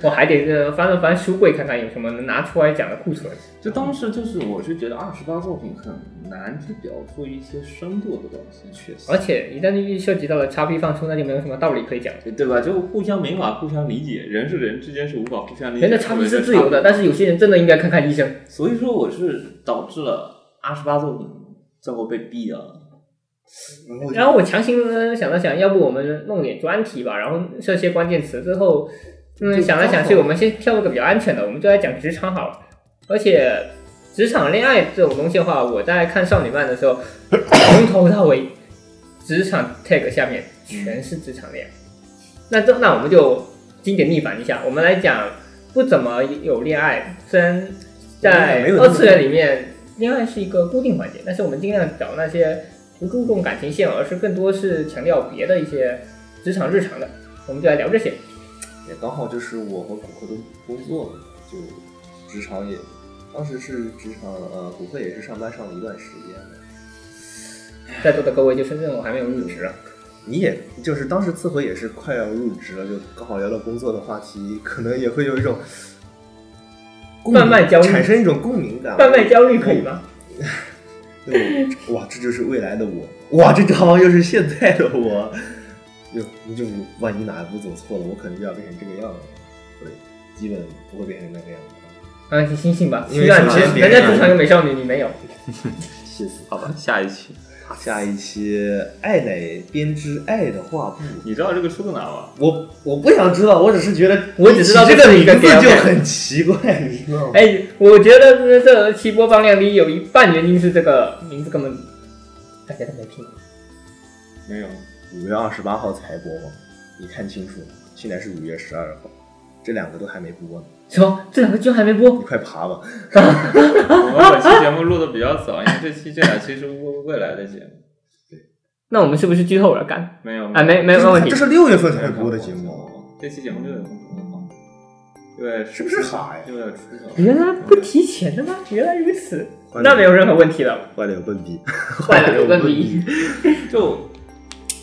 我还得呃翻了翻书柜看看有什么能拿出来讲的库存。
就当时就是，我是觉得二十八作品很难去表述一些深度的东西，确实
而且一旦涉及到了叉 P 放出，那就没有什么道理可以讲。
对对吧？就互相没法互相理解，人是人之间是无法互相理解。
人的叉 P 是自
的。
由的，但是有些人真的应该看看医生。
所以说我是导致了二十八作品最后被毙了。
然后我强行呃想了想，要不我们弄点专题吧，然后设些关键词之后，嗯，
就
想来想去，我们先挑一个比较安全的，我们就来讲职场好了。而且职场恋爱这种东西的话，我在看少女漫的时候，从头到尾，职场 tag 下面全是职场恋爱。那这那我们就经典逆反一下，我们来讲不怎么有恋爱，虽然在
没有那么
二次元里面，恋爱是一个固定环节，但是我们尽量找那些不注重感情线，而是更多是强调别的一些职场日常的，我们就来聊这些。
也刚好就是我和骨科都工作，就职场也，当时是职场呃，骨科也是上班上了一段时间的。
在座的各位就深圳，我还没有入职啊。
你也就是当时次回也是快要入职了，就刚好聊到工作的话题，可能也会有一种共鸣
贩卖焦虑
产生一种共鸣感。
贩卖焦虑可以吗？
对，哇，这就是未来的我，哇，这好像又是现在的我。就就万一哪一步走错了，我可能就要变成这个样子，对，基本不会变成那个样子。
啊，你醒醒吧，
因为
虽然
首先
你
别
人
人
家职场有美少女，你没有。
气死！
好吧，下一期。
下一期爱乃编织爱的画布。
嗯
你知道这个出自哪吗？
我我不想知道，我只是觉得
我只知道
这
这
个
是一
名
个
字
gay
就
gay
很奇怪，你知道吗？
哎，我觉得这这期播放量低有一半原因是这个名字根本大家都没听过。
没有，
五月二十八号才播吗？你看清楚了，现在是五月十二号，这两个都还没播呢，
什么？这两个居然还没播
你？快爬吧！
我们本期节目录的比较早，因为这期这两期是未未来的节目。
那我们是不是剧透了？干
没有
啊，没没有问题
这。是六月份才会播的节目，，
这期节目六月份播放，对，
是不是哈呀
六月初头。
原来不提前的吗？原来如此，
欢迎
那没有任何问题了。
坏了有笨逼，
坏了有问题。
就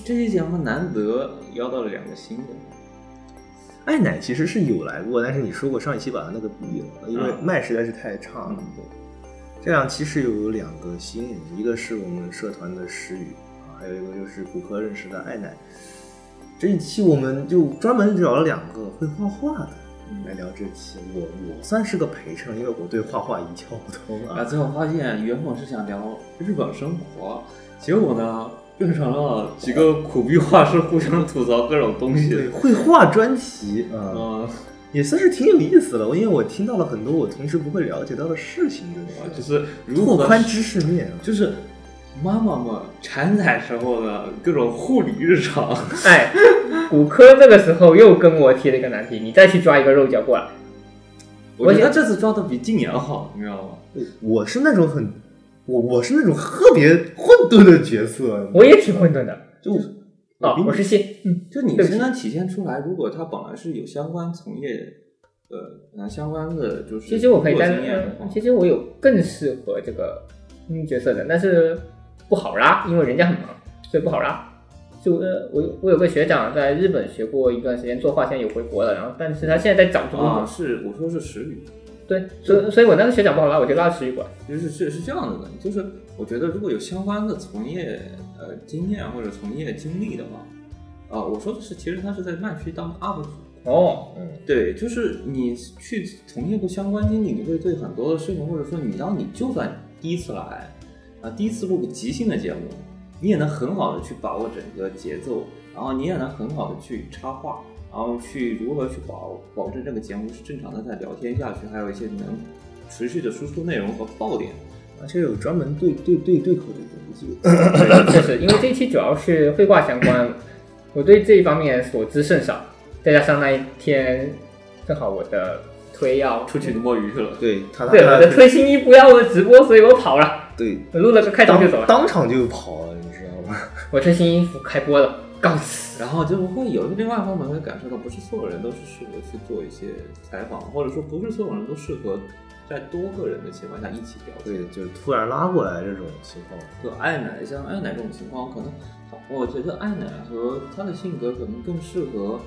这期节目难得邀到了两个新的，
爱奶其实是有来过，但是你说过上一期把它那个毙了，因为
嗯
麦实在是太差了。
嗯
对，这两期是有两个新人，一个是我们社团的石宇啊，还有一个就是骨科认识的爱奶。这一期我们就专门找了两个会画画的
嗯
来聊这期。我我算是个陪衬，因为我对画画一窍不通
啊，
啊。
最后发现原本是想聊日本生活，结果呢变成了几个苦逼画师互相吐槽各种东
对，
西。
绘画专题啊、
嗯，
也算是挺有意思的。因为我听到了很多我平时不会了解到的事情，真的
就是是如
拓
何
宽知识面啊。
就是妈妈们产奶时候的各种护理日 常。
哎，骨科这个时候又跟我提了一个难题，你再去抓一个肉脚过来，
我觉得这次抓的比今年好，你知道吗？
我是那种很，我我是那种特别混沌的角色，
我也挺混沌的。
就
哦
比，你
我是信，嗯，
就你
对不
身上体现出来，如果他本来是有相关从业，呃，呃相关的就是
其实我可以
工作
担嗯
经验的话
任，，其实我有更适合这个嗯角色的，但是不好拉，因为人家很忙，所以不好拉。就呃，我有我有个学长在日本学过一段时间作画，现在也回国了，然后但是他现在在找这个工作，
啊，是我说是时语，
对，所以所以我那个学长不好拉，我就拉石宇馆。
就是是是这样子的，就是我觉得如果有相关的从业呃经验或者从业经历的话，啊、我说的是其实他是在漫区当 UP 主，
哦，
对，就是你去从业过相关经历，你会对很多的事情，或者说你当你就算第一次来，啊，第一次录个即兴的节目，你也能很好的去把握整个节奏，然后你也能很好的去插话，然后去如何去保保证这个节目是正常的在聊天下去，还有一些能持续的输出内容和爆点。啊
而且有专门对对对对口的东西。
确实，因为这一期主要是绘画相关，我对这一方面所知甚少，再加上那一天正好我的推要
出去摸鱼去了，
啊对他他
对我的
他
推新衣不要我直播，所以我跑了，
对
我录了个开头就
当
走了，
当场就跑了，你知道吗？
我推新衣服开播了，告辞。
然后就是会有另外一方面会感受到，不是所有人都是适合去做一些采访，或者说不是所有人都适合在多个人的情况下一起聊 天。
对，就是突然拉过来这种情况。
就爱奶，像爱奶这种情况，可能我觉得爱奶和她的性格可能更适合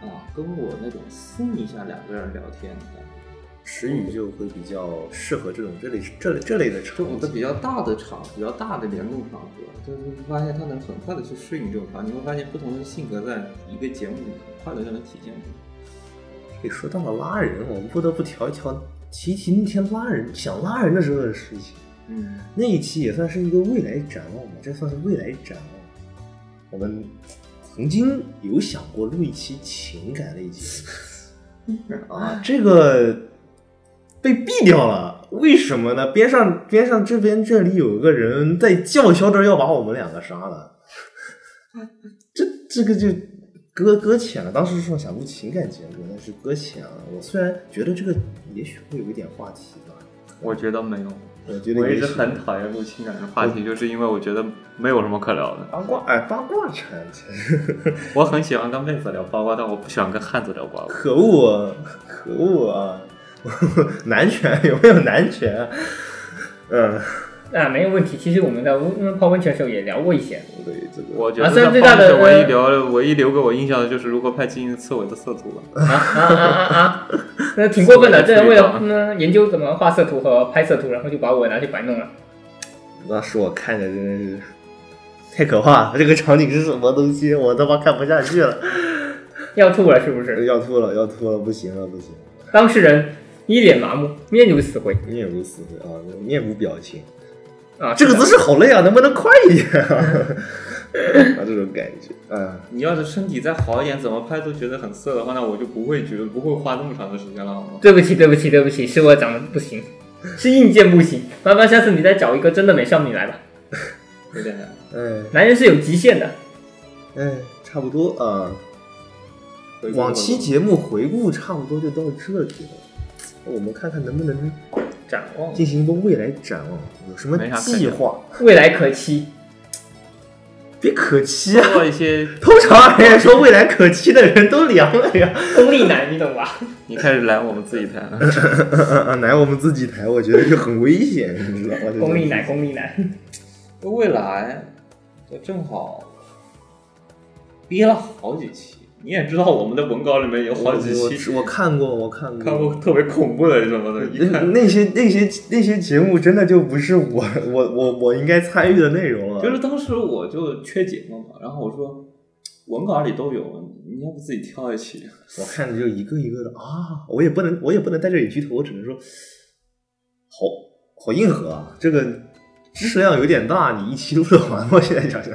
啊，跟我那种私密下两个人聊天的感觉。
时雨就会比较适合这种这类这类这类的
这
场
种的
景。
比较大的场，比较大的联动场合，就是会发现她能很快的去适应这种场，你会发现不同的性格在一个节目里很快的就能体现出来。
也哎说到了拉人，我们不得不调一调提一提那天拉人想拉人的时候的事情。
嗯，
那一期也算是一个未来展望吧，这算是未来展望。我们曾经有想过录一期情感类节目啊，这个被毙掉了，为什么呢？边上边上这边这里有个人在叫嚣着要把我们两个杀了，这这个就搁搁浅了。当时说想录情感节目，但是搁浅了。我虽然觉得这个也许会有一点话题吧，
我觉得没有。
我觉得
我一
也
直
许
很讨厌录情感的话题，就是因为我觉得没有什么可聊的。
八卦，哎，八卦产
我很喜欢跟妹子聊八卦，但我不喜欢跟汉子聊八卦。
可恶啊，可恶啊！男权有没有男权？嗯，
啊，没有问题。其实我们在温嗯泡温泉的时候也聊过一些，
对这个
我觉
啊
得
虽
那
然最大
方面
的
唯一留唯一留给我印象的就是如何拍金银刺猬的色图了。
啊啊啊啊啊，那挺过 分的。这人为了嗯研究怎么画色图和拍摄图，然后就把我拿去白弄了。
当时我看着真的是太可怕了，这个场景是什么东西？我他妈看不下去了，
要吐了是不是？
要吐了，要吐了，不行了，不行了，
当事人一脸麻木，面如死灰
面无死灰啊，面无表情。
啊！
这个
是的
姿势好累啊，能不能快一点啊？啊，这种感觉，嗯，
你要是身体再好一点，怎么拍都觉得很色的话，那我就不会觉得不会花那么长的时间了，好吗？
对不起，对不起，对不起，是我长得不行，是硬件不行。麻烦下次你再找一个真的美少女来吧，
有点难。
哎，
男人是有极限的。
哎，差不多啊。
回顾
往期节目回顾差不多就到这里了，我们看看能不能
展望
进行一个未来展望，有什么
没啥可
计划？
未来可期，
别可期啊！
做一些，
通常而言说未来可期的人都凉了呀。
功利男，你懂吧？
你开始来我们自己谈了。
嗯来我们自己台，我觉得就很危险，你知道吗？这种
功利男，功利男。
未来，就正好憋了好几期，你也知道我们的文稿里面有
我
好几期
我我看过，我看过，
看过特别恐怖的什么的，一
那
看
那些那些那些节目真的就不是我我我我应该参与的内容了。
就是当时我就缺节目嘛，然后我说文稿里都有，你要不自己挑一期？
我看着就一个一个的啊，我也不能，我也不能在这里剧透，我只能说，好好硬核啊，这个知识量有点大，你一期录得完吗？ 现在想想，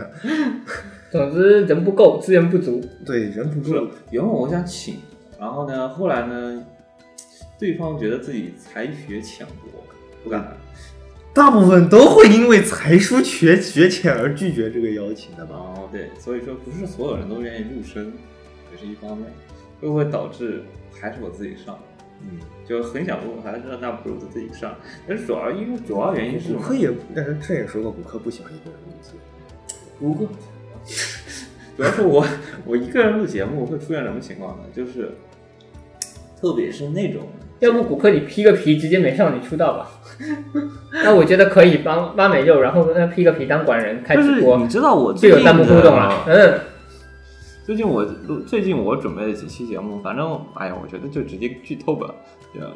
总之人不够，资源不足，
对，人不
不是啊
够，，
原本我想请，然后呢，后来呢，对方觉得自己才学浅薄，不敢来。
大部分都会因为才疏学学浅而拒绝这个邀请的吧？
然后对，所以说不是所有人都愿意入深，也是一方面，就会导致还是我自己上，
嗯，
就很想录，还是那不如我自己上。但是主要因为主要原因是
骨科也，但是这也说过，骨科不喜欢一个人录制。
如果主要是我我一个人录节目会出现什么情况呢？就是特别是那种
要不骨科你披个皮直接美少女出 道吧？那我觉得可以帮挖美肉，然后让他披个皮当管人开
就
直
是
播
你，知道我
就
最
有
近
弹幕互动了。
的
嗯，
最近我录最近我准备了几期节目，反正哎呀，我觉得就直接剧透吧。对啊，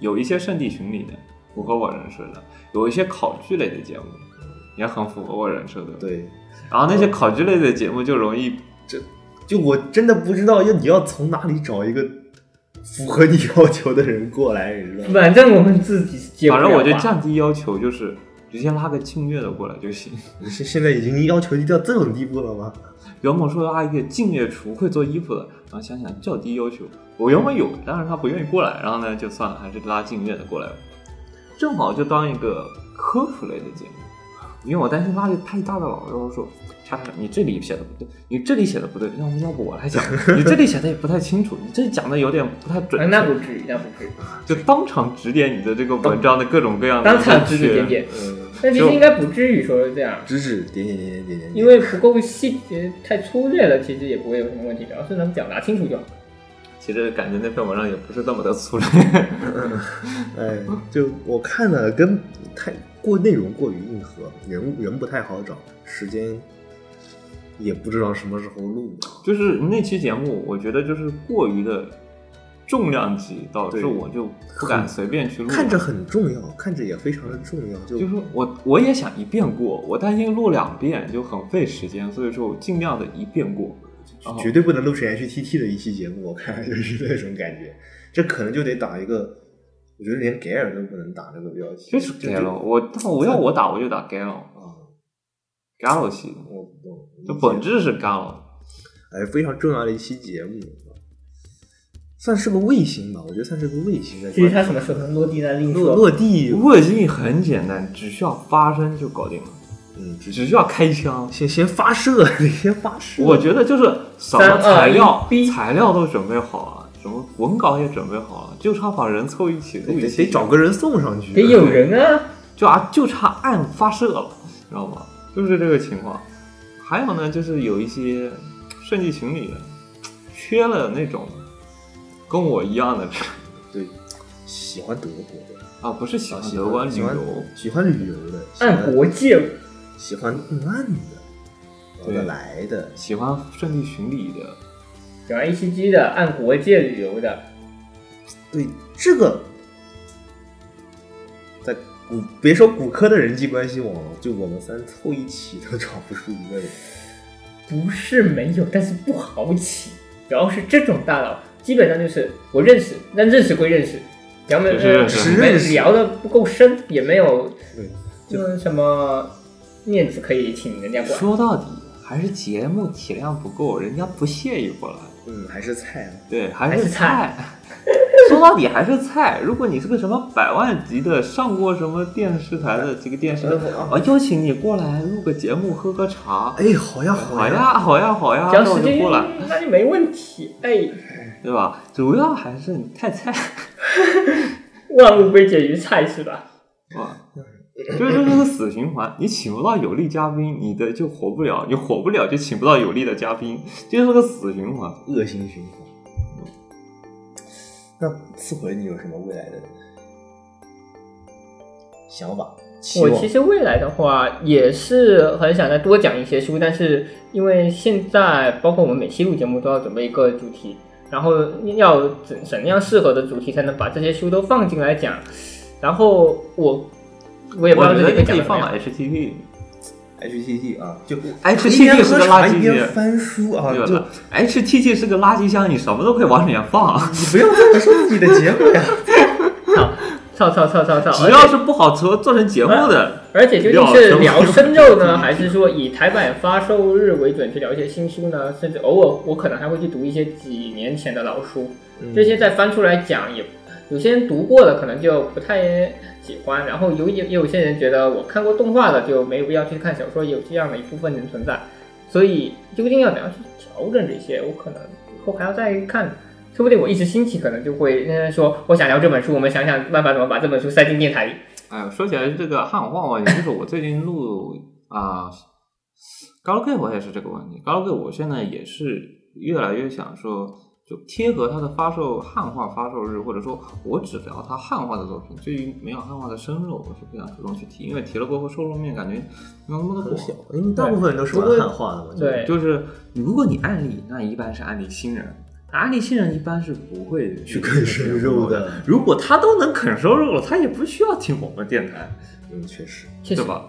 有一些圣地巡礼的符合我人设的，有一些考据类的节目也很符合我人设的。，
对，
然后那些考据类的节目就容易
就我真的不知道要你要从哪里找一个符合你要求的人过来，你知道吗？
嗯反正我们自己接不
反
了
正我就
吧
降低要求，就是直接拉个静月的过来就行。
你现现在已经要求低到这种地步了吗？
原本说要拉一个静月厨会做衣服的，然后想想较低要求，我原本有，但是他不愿意过来，然后呢就算了，还是拉静月的过来吧，正好就当一个科普类的节目。因为我担心拉力太大的老师说，查查你这里写的不对，你这里写的不对，要不要不我 来讲，你这里写的也不太清楚，你这里讲的有点不太准
嗯
确，
那不至于，那不至于，
就当场指点你的这个文章的各种各样的
当场
问题
指指点，点。
呃
嗯，
但其实应该不至于说是这样，
指指点点点点点点，
因为不够细节太粗略了，其实也不会有什么问题，只要是能表达清楚就好。
其实感觉那篇文章也不是那么的粗略，
哎，就我看了，跟太过内容过于硬核，人物人不太好找，时间也不知道什么时候录。
就是那期节目，我觉得就是过于的重量级，导致
对
我就不敢随便去录。
看着，很重要，看着也非常的重要，就
就是我我也想一遍过，我担心录两遍就很费时间，所以说我尽量的一遍过。然后
绝对不能录成 HTT 的一期节目，我看就是那种感觉。这可能就得打一个，我觉得连给尔都不能打这个标题，
就是
就
g a l 我但我要我打我就打 g a l
啊，
g a l 系的，
我不懂，
就本质是 g a l
哎非常重要的一期节目，算是个卫星吧，我觉得算是个卫星在
至于他什么时候能落地，那另
落
说。
落地，
卫星很简单，只需要发声就搞定了，
嗯，只
只需要开枪。
先 先发射，得先发射。
我觉得就是什么
三二
材料
一逼
材料都准备好了，什么文稿也准备好了，就差把人凑一起录
得
一
得
期
得找个人送上去。
得有人啊，
就啊就差按发射了，知道吗？就是这个情况。还有呢，就是有一些顺地情理的，缺了那种跟我一样的
对，喜欢德国的，
啊，不是喜欢
喜
德国
欢
旅
喜
游
欢，喜欢旅游的，喜
按
欢
国界
喜欢慢的，聊
对
得来的，
喜欢顺地巡礼的，
讲 A E C G 的，按国界旅游的，
对这个，在骨别说骨科的人际关系网了，就我们三凑一起都找不出一个人。
不是没有，但是不好请。主要是这种大佬，基本上就是我认识，但认识归认识，聊没
只是认识
呃
只
没
认识
聊的不够深，也没有
对，
嗯什么面子可以请人家过来。
说到底还是节目体量不够，人家不屑于过来。
嗯，还是菜啊。
对，还
还
是
是菜。
说到底还是菜。如果你是个什么百万级的，上过什么电视台的这个电视台，
呃
啊，邀请你过来录个节目，喝喝茶，
哎，好呀，
好
呀，
呀，好呀，好呀，
只
那
要
我
时
就
间
过来，
那就没问题。哎，
对吧？主要还是你太菜，
万物归结于菜是吧？
哇，就是这是个死循环。你请不到有力嘉宾，你的就活不了；你火不了，就请不到有力的嘉宾，就是个死循环。
恶性循环。嗯那次回你有什么未来的想法？期
我
望
其实未来的话也是很想再多讲一些书，但是因为现在包括我们每期录节目都要准备一个主题，然后要怎怎样适合的主题才能把这些书都放进来讲，然后我我也不知
我
道
觉
这
得你
里面
可以
讲的怎
放啊
么样
到 HTT，
HTT 啊，就
HTT
一边
是
喝
个垃
茶
圾
一
机
边翻书啊，
对
就
吧？HTT 是个垃圾箱，你什么都可以往里面放，啊
你不要这么说自己的啊节目呀。
操操操操操！
只要是不好做做成节目的，
而且究竟是聊生肉呢，还是说以台版发售日为准去聊一些新书呢？甚至偶尔我可能还会去读一些几年前的老书，这些再翻出来讲也。有些人读过了，可能就不太喜欢，然后有也也有些人觉得我看过动画了，就没必要去看小说，有这样的一部分人存在，所以究竟要怎样去调整这些，我可能以后还要再看，说不定我一时兴起，可能就会嗯说我想聊这本书，我们想想办法怎么把这本书塞进电台里。
哎呦，说起来这个汉语晃晃，也就是我最近录啊，高 K 我也是这个问题。高 K 我现在也是越来越想说，就贴合它的发售汉化发售日，或者说我只聊它汉化的作品，至于没有汉化的深入，我是不想主动去提，因为提了过后受众面感觉没有那么的
很
广
小。，因为大部分人都是玩汉化的嘛。
对
就是如果你案例，那一般是案例新人，案例新人一般是不会
去啃生肉的
的。如果他都能啃生肉了，他也不需要听我们电台，
嗯，确实，
确实
对，吧？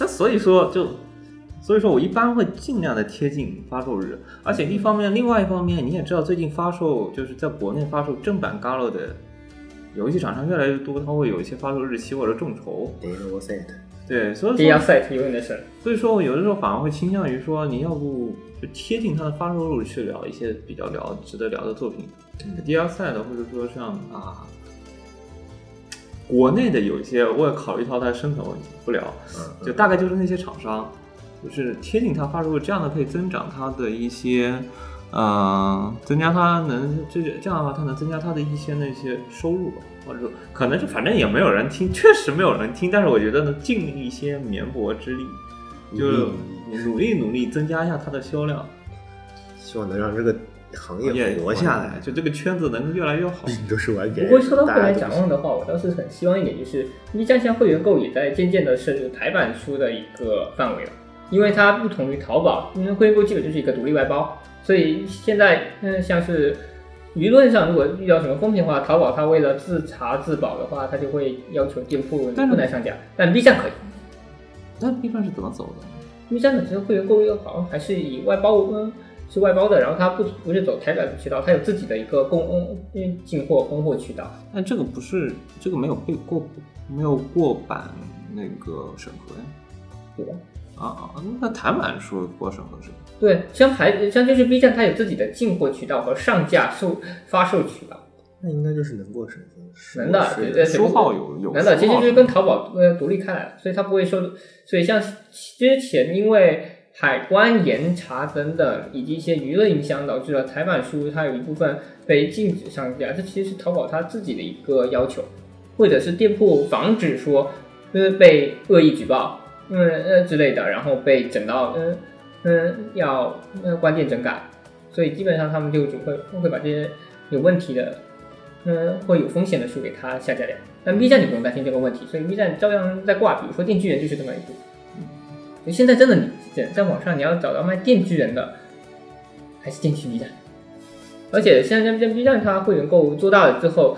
那所以说就。所以说我一般会尽量的贴近发售日，而且一方面，另外一方面，你也知道，最近发售就是在国内发售正版 Galo 的游戏厂商越来越多，它会有一些发售日期或者众筹，
等一下我 said，
对，所以
第一
说
要 set 永远的神。
所以说我有的时候反而会倾向于说，你要不就贴近它的发售日去聊一些比较聊值得聊的作品
嗯
，DL 赛的，或者说像啊，国内的有一些我也考虑到它的生存问题不聊，
嗯，
就大概就是那些厂商，就是贴近它发售日，这样的可以增长它的一些。嗯，增加它能这这样的话，它能增加它的一些那些收入吧，或者说可能就反正也没有人听，确实没有人听，但是我觉得能尽一些绵薄之力，就你努力努力增加一下它的销量，
希望能让这个行业活下来。嗯
就这个圈子能越来越好
毕。竟都是玩别
不
人，
过说到后
大家
来
都
展望的话，我倒是很希望一点，就是一站线会员购也在渐渐的渗入台版书的一个范围了，因为它不同于淘宝，因为会员购基本就是一个独立外包，所以现在嗯，像是舆论上如果遇到什么风评的话，淘宝它为了自查自保的话，它就会要求店铺
但是
不能上架，但 B 站可以。
但 B 站是怎么走的？
B 站本身会员购物好像还是以外包，嗯，是外包的，然后它不不是走台版渠道，它有自己的一个供嗯进货供货渠道。
但这个不是这个没有被过没有过版那个审核呀？
对吧
啊啊，那台版书过审核是吧？
对，像还像就是 B 站，它有自己的进货渠道和上架售发售渠道，
那
那
应该就是能过审核，
能的
是
对对对
书号有有
难道其
书
实
号
就是跟淘宝呃独立开来了，所以它不会受。所以像之前因为海关严查等等，以及一些舆论影响，导致了台版书它有一部分被禁止上架，这其实是淘宝它自己的一个要求，或者是店铺防止说呃被恶意举报，嗯呃之类的，然后被整到嗯嗯要嗯关店整改，所以基本上他们就只会会把这些有问题的，嗯，会有风险的书给它下架掉。但 B 站就不用担心这个问题，所以 B 站照样在挂。比如说《电锯人》就是这么一部，就现在真的你在在网上你要找到卖《电锯人》的，还是电锯 B 站。而且现在在 B 站它会员购物做大了之后，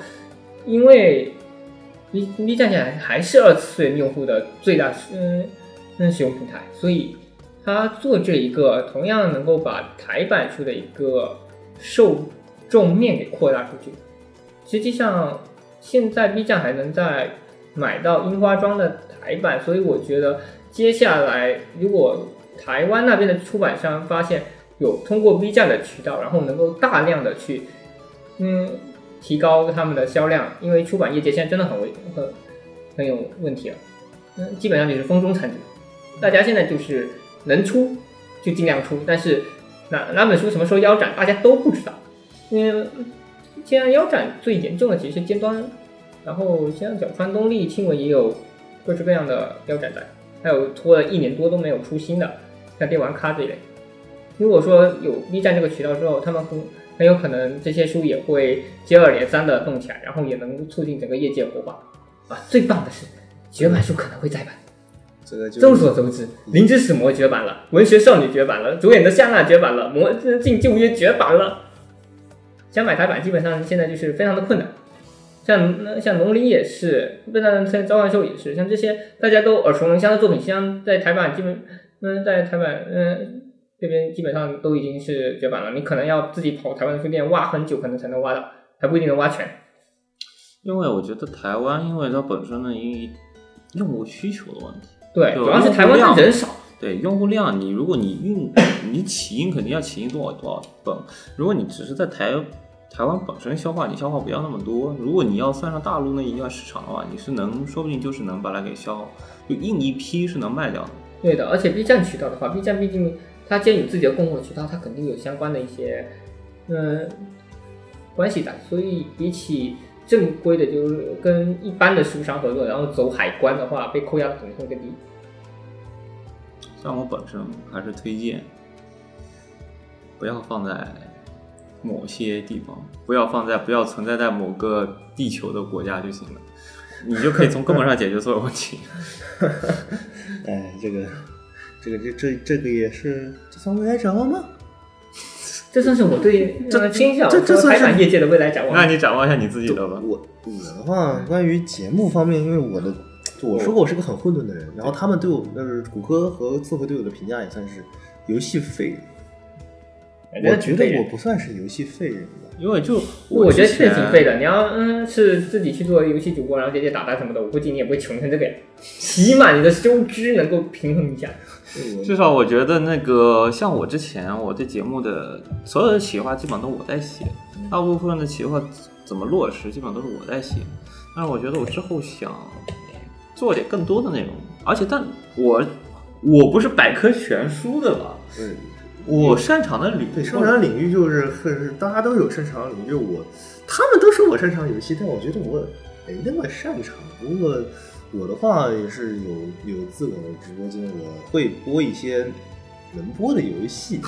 因为 B B 站现在还是二次元用户的最大嗯嗯使用平台，所以它做这一个同样能够把台版书的一个受众面给扩大出去。实际上，现在 B 站还能在买到樱花庄的台版，所以我觉得接下来如果台湾那边的出版商发现有通过 B 站的渠道，然后能够大量的去嗯提高他们的销量，因为出版业界现在真的很危很很有问题了，嗯，基本上就是风中残烛，大家现在就是能出就尽量出，但是哪哪本书什么时候腰斩，大家都不知道，因为现在腰斩最严重的其实是尖端，然后像角川东立、青文也有各式各样的腰斩在，还有拖了一年多都没有出新的，像电玩咖这一类。如果说有 B 站这个渠道之后，他们很很有可能这些书也会接二连三的动起来，然后也能促进整个业界活化。啊，最棒的是，绝版书可能会再版。
这个就
众所周知，《灵之使魔》绝版了，《文学少女》绝版了，主演的夏娜绝版了，《魔镜旧约》绝版了。想买台版基本上现在就是非常的困难，像那像龙鳞也是，笨蛋在召唤兽也是，像这些大家都耳熟能详的作品，像在台版基本，嗯，在台版嗯这边基本上都已经是绝版了，你可能要自己跑台湾的书店挖很久，可能才能挖到，还不一定能挖全。
因为我觉得台湾，因为它本身的一用户需求的问题，
对，
对
主要是台湾的人少，
对用户量，你如果你运你起印肯定要起印多少多少本，如果你只是在台台湾本身消化，你消化不要那么多。如果你要算上大陆那一段市场的话，你是能说不定就是能把它给消，就印一批是能卖掉的。
对的，而且 B 站渠道的话，B 站毕竟它既然有自己的供货渠道，它肯定有相关的一些嗯、关系的，所以比起正规的，就是跟一般的书商合作，然后走海关的话，被扣押的可能性会更低。
像我本身还是推荐，不要放在某些地方，不要放在不要存在在某个地球的国家就行了，你就可以从根本上解决所有问题。
哎，这个，这个，这这这个也是，这算未来展望吗？
这算是我对
这
呃倾向
这这
和
算
台
是哎
版业界的未来展望。
那你展望一下你自己的吧。
我我的话，关于节目方面，因为我的就我说过我是个很混沌的人，然后他们对我，呃，骨科和刺回对我的评价也算是游戏废人。我觉得我不算是游戏废人吧。
因为就
我觉得
之
确
前
实挺废的。你要嗯是自己去做游戏主播，然后接接打打什么的，我估计你也不会穷成这个样。起码你的收支能够平衡一下。
至少我觉得那个像我之前我对节目的所有的企划基本上都我在写，大部分的企划怎么落实基本上都是我在写。但是我觉得我之后想做点更多的内容，而且但我我不是百科全书的吧，
嗯，
我擅长的领
对，擅长领域就是很，大家都有擅长领域。我他们都说我擅长游戏，但我觉得我没那么擅长。不过我的话也是有有自我的直播间，我会播一些能播的游 戏。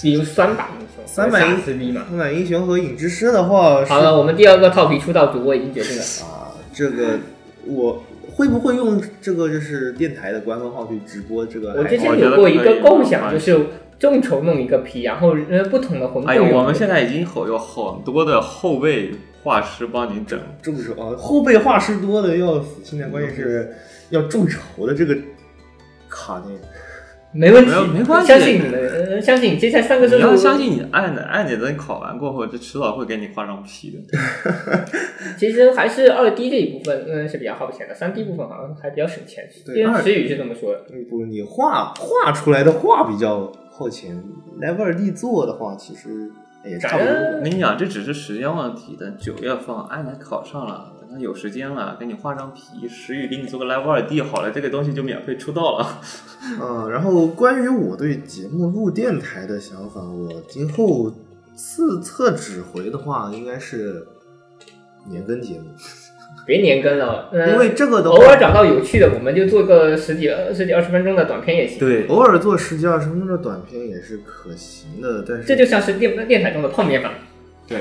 比如三百英雄，
三百英
傻逼嘛。
三百英雄和影之诗的话是
好了，我们第二个套皮出道主播已经决定了。
啊，这个我会不会用这个就是电台的官方号去直播这个？
哎
我之
还
前有过一个构想，就是众筹弄一个皮，然后呃不同的魂
哎
斗
呦，
用。
我们现在已经有有很多的后辈画师帮你整，
众筹啊，后辈话师多的要死，现在关键
嗯
是要众筹的这个卡内。
没问题，
没有没关系
相信你们，呃相信你接下来三个
你
周
要
数，
相信你的爱呢，爱你的考完过后，这迟早会给你画上皮的。
其实还是二 D 这一部分，嗯，是比较耗钱的，三 D 部分好像还比较省钱。
对
因为
二
石宇是这么说的，
不，你画画出来的画比较耗钱，来沃尔第做的话，其实也差不
咱
多。
我跟你讲，这只是时间问题。等九月份，安南考上了，等他有时间了，给你画张皮，石宇给你做个 Live 二 D 好了，这个东西就免费出道了。
嗯，然后关于我对节目录电台的想法，我今后次测指回的话，应该是年更节目，
别年更了，嗯、
因为这个的话
偶，尔找到有趣的，我们就做个十几、呃十几、二十分钟的短片也行。，
对，
偶尔做十几二十分钟的短片也是可行的，但是
这就像哎是电电台中的泡面版。
对，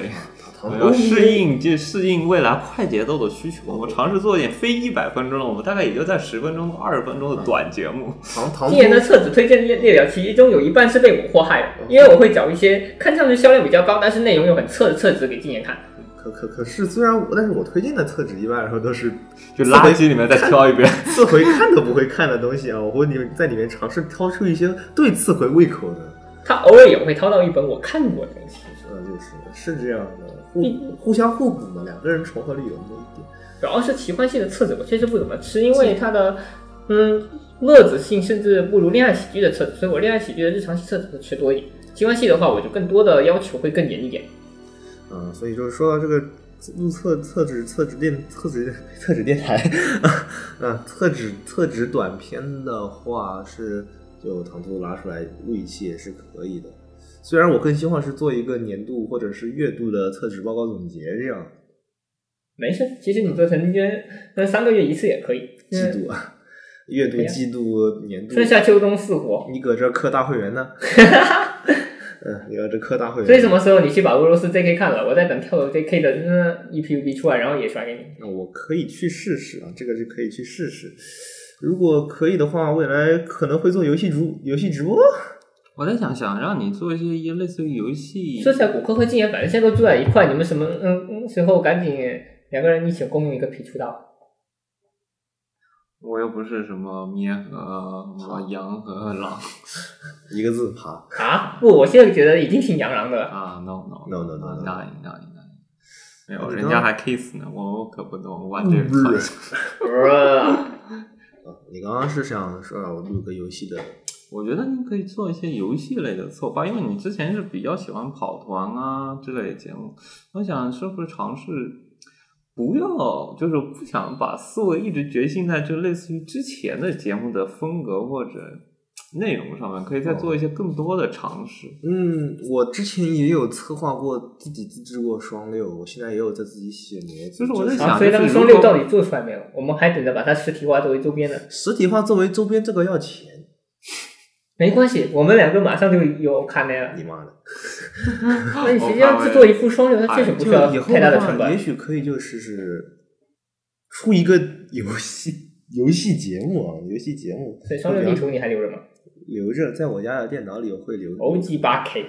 唐
我
唐
要适应，就适应未来快节奏的需求。我们尝试做一点非一百分钟的，我们大概也就在十分钟到二十分钟的短节目。
唐唐
今年的册子推荐列列表其中有一半是被我祸害的，因为我会找一些看上去销量比较高，但是内容又很次的册子给今年看。
可可可是，虽然我，但是我推荐的厕纸一般来说都是
就垃圾里面再挑一遍，
次回看都不会看的东西啊，我会你在里面尝试挑出一些对次回胃口的，
他偶尔也会掏到一本我看过的东西，
呃，就是是这样的，互互相互补嘛，两个人重合率有那么一点。
主要是奇幻系的册子我确实不怎么吃，因为它的嗯乐子性甚至不如恋爱喜剧的册子，所以我恋爱喜剧的日常系册子会吃多一点。奇幻系的话，我就更多的要求会更严一点。
嗯，所以就是说到这个注册厕纸厕纸电厕纸厕纸电台，嗯，厕纸厕纸短片的话是就唐突拉出来录一期也是可以的。虽然我更希望是做一个年度或者是月度的厕纸报告总结这样
没事，其实你做成约那呃三个月一次也可以。
季
嗯
度啊，月度、
哎呀
季度、年度。
春夏秋冬四活，
你搁这氪大会 员呢？嗯，你搁这氪大会员。
所以什么时候你去把俄罗斯 JK 看了？我在等跳楼 JK 的那 EPUB 出来，然后也刷给你。
那我可以去试试啊，这个是可以去试试。如果可以的话，未来可能会做游戏直游戏直播。
我在想，想让你做一些一类似于游戏，
说起来，骨科和禁言反正现在都住在一块，你们什么嗯嗯时候赶紧两个人一起共用一个皮出道，
我又不是什么咩和什么羊和狼
一个字爬。
啊？不，我现在觉得已经挺洋郎的了。
啊，no no
No, no, no, no.
not in, not in, not in. 没有，
嗯你
人
刚
家还 kiss 呢，我我可不懂，我玩这
嗯不
个
是 啊你刚刚是想说啊让我录个游戏的，
我觉得你可以做一些游戏类的策划，因为你之前是比较喜欢跑团啊之类的节目，我想是不是尝试不要，就是不想把思维一直局限在就类似于之前的节目的风格或者内容上面，可以再
哦
做一些更多的尝试。
嗯，我之前也有策划过，自己自制过双六，我现在也有在自己写名字。
就是我在
啊，
想
所以他们
就是如果
双六到底做出来没有？我们还等着把它实体化作为周边呢。
实体化作为周边，这个要钱，
没关系，我们两个马上就有卡内了。
你妈的！
那你实际上制作一副双流，它确实不
哎就
需要
以后
太大的成
话，也
本。
许可以就是是出一个游戏游戏节目啊，游戏节目。
所以双流地图你还留着吗
留着，在我家的电脑里我会留。
？OG 八 K，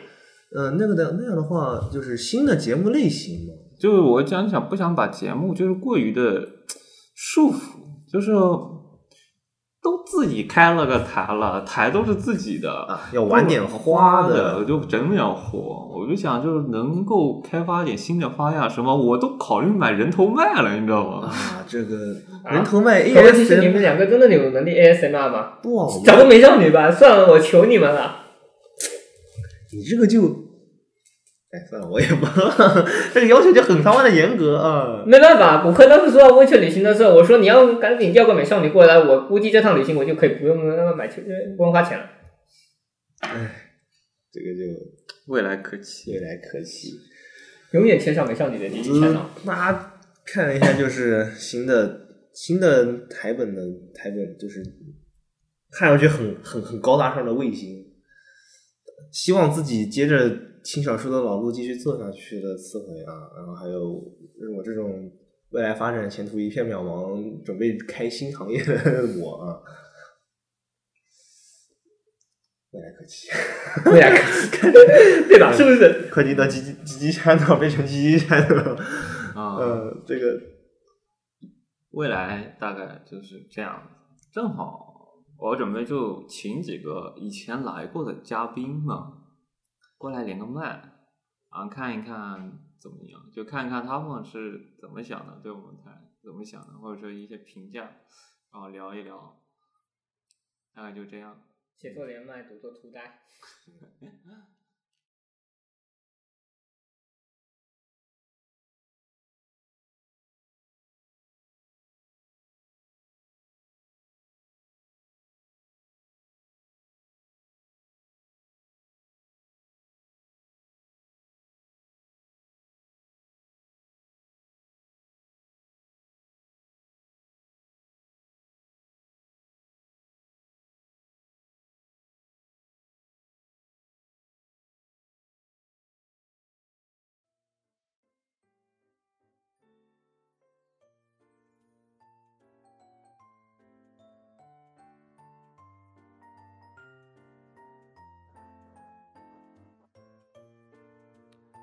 呃，那个的那样的话，就是新的节目类型嘛。
就是我讲想不想把节目就是过于的束缚，就是都自己开了个台了，台都是自己的
啊要玩点花
花
的
就整点活。我就想就是能够开发点新的花样，什么我都考虑买人头麦了，你知道吗？
啊，这个
啊
人头麦
可问题是你
ASM
们两个真的有能力 ASMR 吗？
不啊，我
找个美少女吧，算了，我求你们了。
你这个就，哎，算了，我也不， 这个要求就很他妈的严格啊。
没办法，骨科当时说要温泉旅行的时候，我说你要赶紧要个美少女过来，我估计这趟旅行我就可以不用那么买钱，呃不用花钱了。
这个就
未来可期
未。来可期。
永远缺少美少女的集体烦恼
嗯。，大家看了一下，就是新的新的台本的台本，就是看上去很很很高大上的卫星。希望自己接着轻小说的老路继续做下去的词汇啊，然后还有我这种未来发展前途一片渺茫，准备开新行业的我啊，未来可期。
未来可期，啊 对吧？是不是？
科技到吉吉吉吉山了，变成吉吉山了。
啊
呃，这个
未来大概就是这样。正好我准备就请几个以前来过的嘉宾嘛，过来连个麦，啊，看一看怎么样，就看一看他们是怎么想的，对我们台怎么想的，或者说一些评价，然后聊一聊，大概就这样。
写作连麦，读作图呆。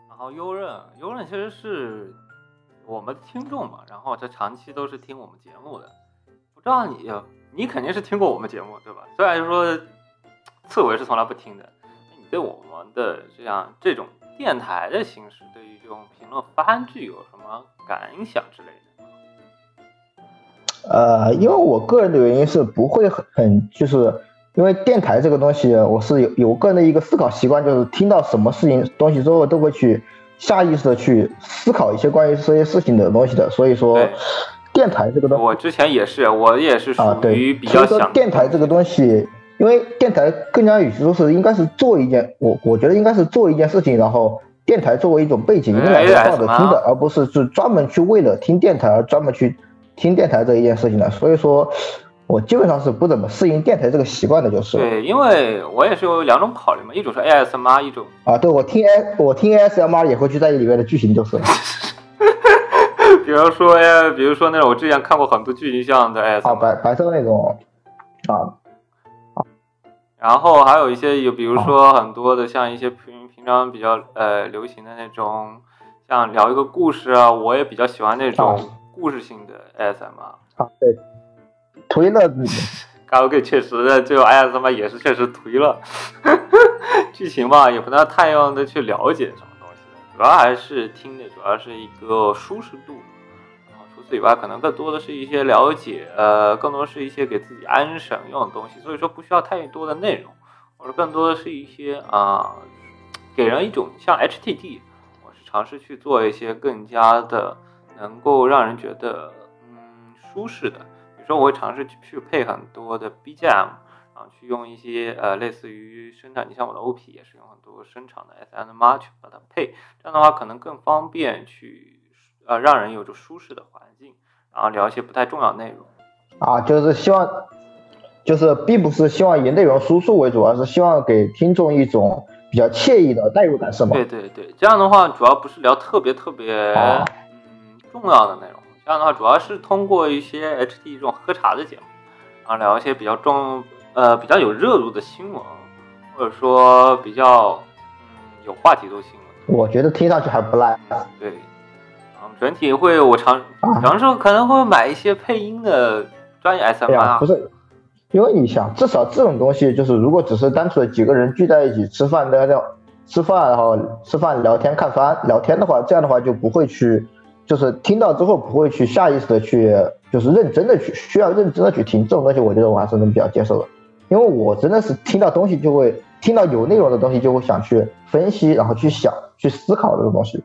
然后优任，优任其实是我们的听众嘛，然后这长期都是听我们节目的。不知道你，你肯定是听过我们节目对吧？虽然说刺猬是从来不听的，那你对我们的这样这种电台的形式，对于这种评论番剧有什么感想之类的？
呃，因为我个人的原因是不会很很，就是因为电台这个东西，我是有有个人的一个思考习惯，就是听到什么事情东西之后，都会去下意识的去思考一些关于这些事情的东西的。所以说
对，
电台这个东
我之前也是，我也是属
啊，
于
对
比，
所
较
以说
想
电台这个东西，因为电台更加与其说是应该是做一件，我我觉得应该是做一件事情，然后电台作为一种背景音
哎
乐来放着
哎
听的
什么，
而不是是专门去为了听电台而专门去听电台这一件事情的。所以说，我基本上是不怎么适应电台这个习惯的，就是
对，因为我也是有两种考虑嘛，一种是 ASMR，一种
啊，对我听 A 我听 ASMR 也会去在意里面的剧情，就是
比如说呀，比如说那种我之前看过很多剧情像的 ASMR，、
啊白白色那种啊，
然后还有一些有，比如说很多的像一些平平常比较呃流行的那种，
像聊一个故事啊，我也比较喜欢那种
啊
故事性的 ASMR。
啊，对，图一乐子，
卡拉 OK 确实的，最后 ASMR 也是确实颓了， 剧情嘛也不能太用的去了解什么东西，主要还是听的主要是一个舒适度。然后除此以外，可能更多的是一些了解，呃，更多是一些给自己安神用的东西，所以说不需要太多的内容，我说更多的是一些啊、给人一种像 HTT，我是尝试去做一些更加的能够让人觉得嗯舒适的，比如说我会尝试去去配很多的 BGM，然后去用一些呃类似于生产，你像我的 OP 也是用很多生产的 S N M 去把它配，这样的话可能更方便去呃让人有着舒适的环境，然后聊一些不太重要的内容。
啊，就是希望，就是并不是希望以内容输出为主，而是希望给听众一种比较惬意的代入感，是吗？
对对对，这样的话主要不是聊特别特别
哦
嗯重要的内容，这样的话主要是通过一些 HT 这种喝茶的节目，然后聊一些比较重呃比较有热度的新闻，或者说比较嗯有话题度新闻。
我觉得听上去还不赖。啊
对，嗯，整体会我尝，有的时候可能会买一些配音的专业 S M
对啊呀、
R，
不是，因为你想，至少这种东西就是，如果只是单纯的几个人聚在一起吃饭聊聊，吃饭然后吃饭聊天看番聊天的话，这样的话就不会去，就是听到之后不会去下意识的去，就是认真的去需要认真的去听这种东西，我觉得我还是能比较接受的，因为我真的是听到东西就会听到有内容的东西就会想去分析，然后去想去思考这种东西，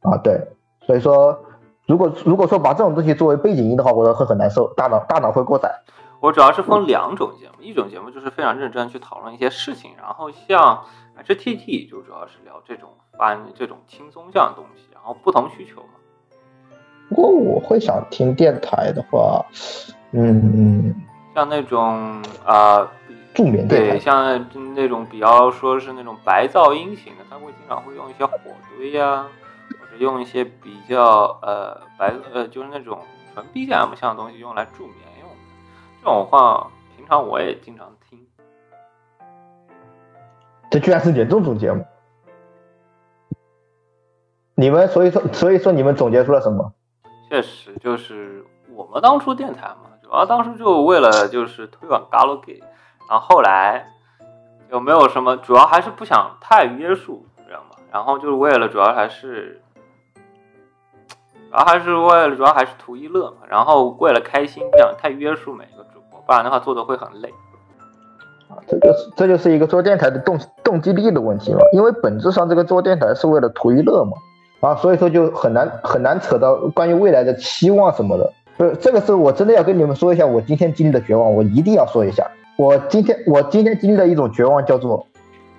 啊对，所以说。如果如果说把这种东西作为背景音的话，我觉得会很难受，大脑大脑会过载。
我主要是分两种节目，一种节目就是非常认真去讨论一些事情，然后像 HTT 就主要是聊这种翻这种轻松向的东西，然后不同需求嘛。
如果我会想听电台的话，嗯，
像那种啊、
助眠电
对，
台
像那种比较说是那种白噪音型的，它会经常会用一些火堆呀、或者用一些比较呃白呃就是那种纯 BGM 像的东西用来助眠用。这种话平常我也经常听。
这居然是严重总结吗？你们所以说所以说你们总结出了什么？
确实，就是我们当初电台嘛，主要当初就为了就是推广 g a l g a 然后后来有没有什么，主要还是不想太约束人嘛，然后就是为了主要还是，主要还是为了主要还是图一乐嘛，然后为了开心，不想太约束每一个主播，不然的话做的会很累。
这就是这就是一个做电台的动动机力的问题嘛，因为本质上这个做电台是为了图一乐嘛，啊，所以说就很难很难扯到关于未来的期望什么的。呃，这个是我真的要跟你们说一下，我今天经历的绝望，我一定要说一下。我今天我今天经历的一种绝望叫做，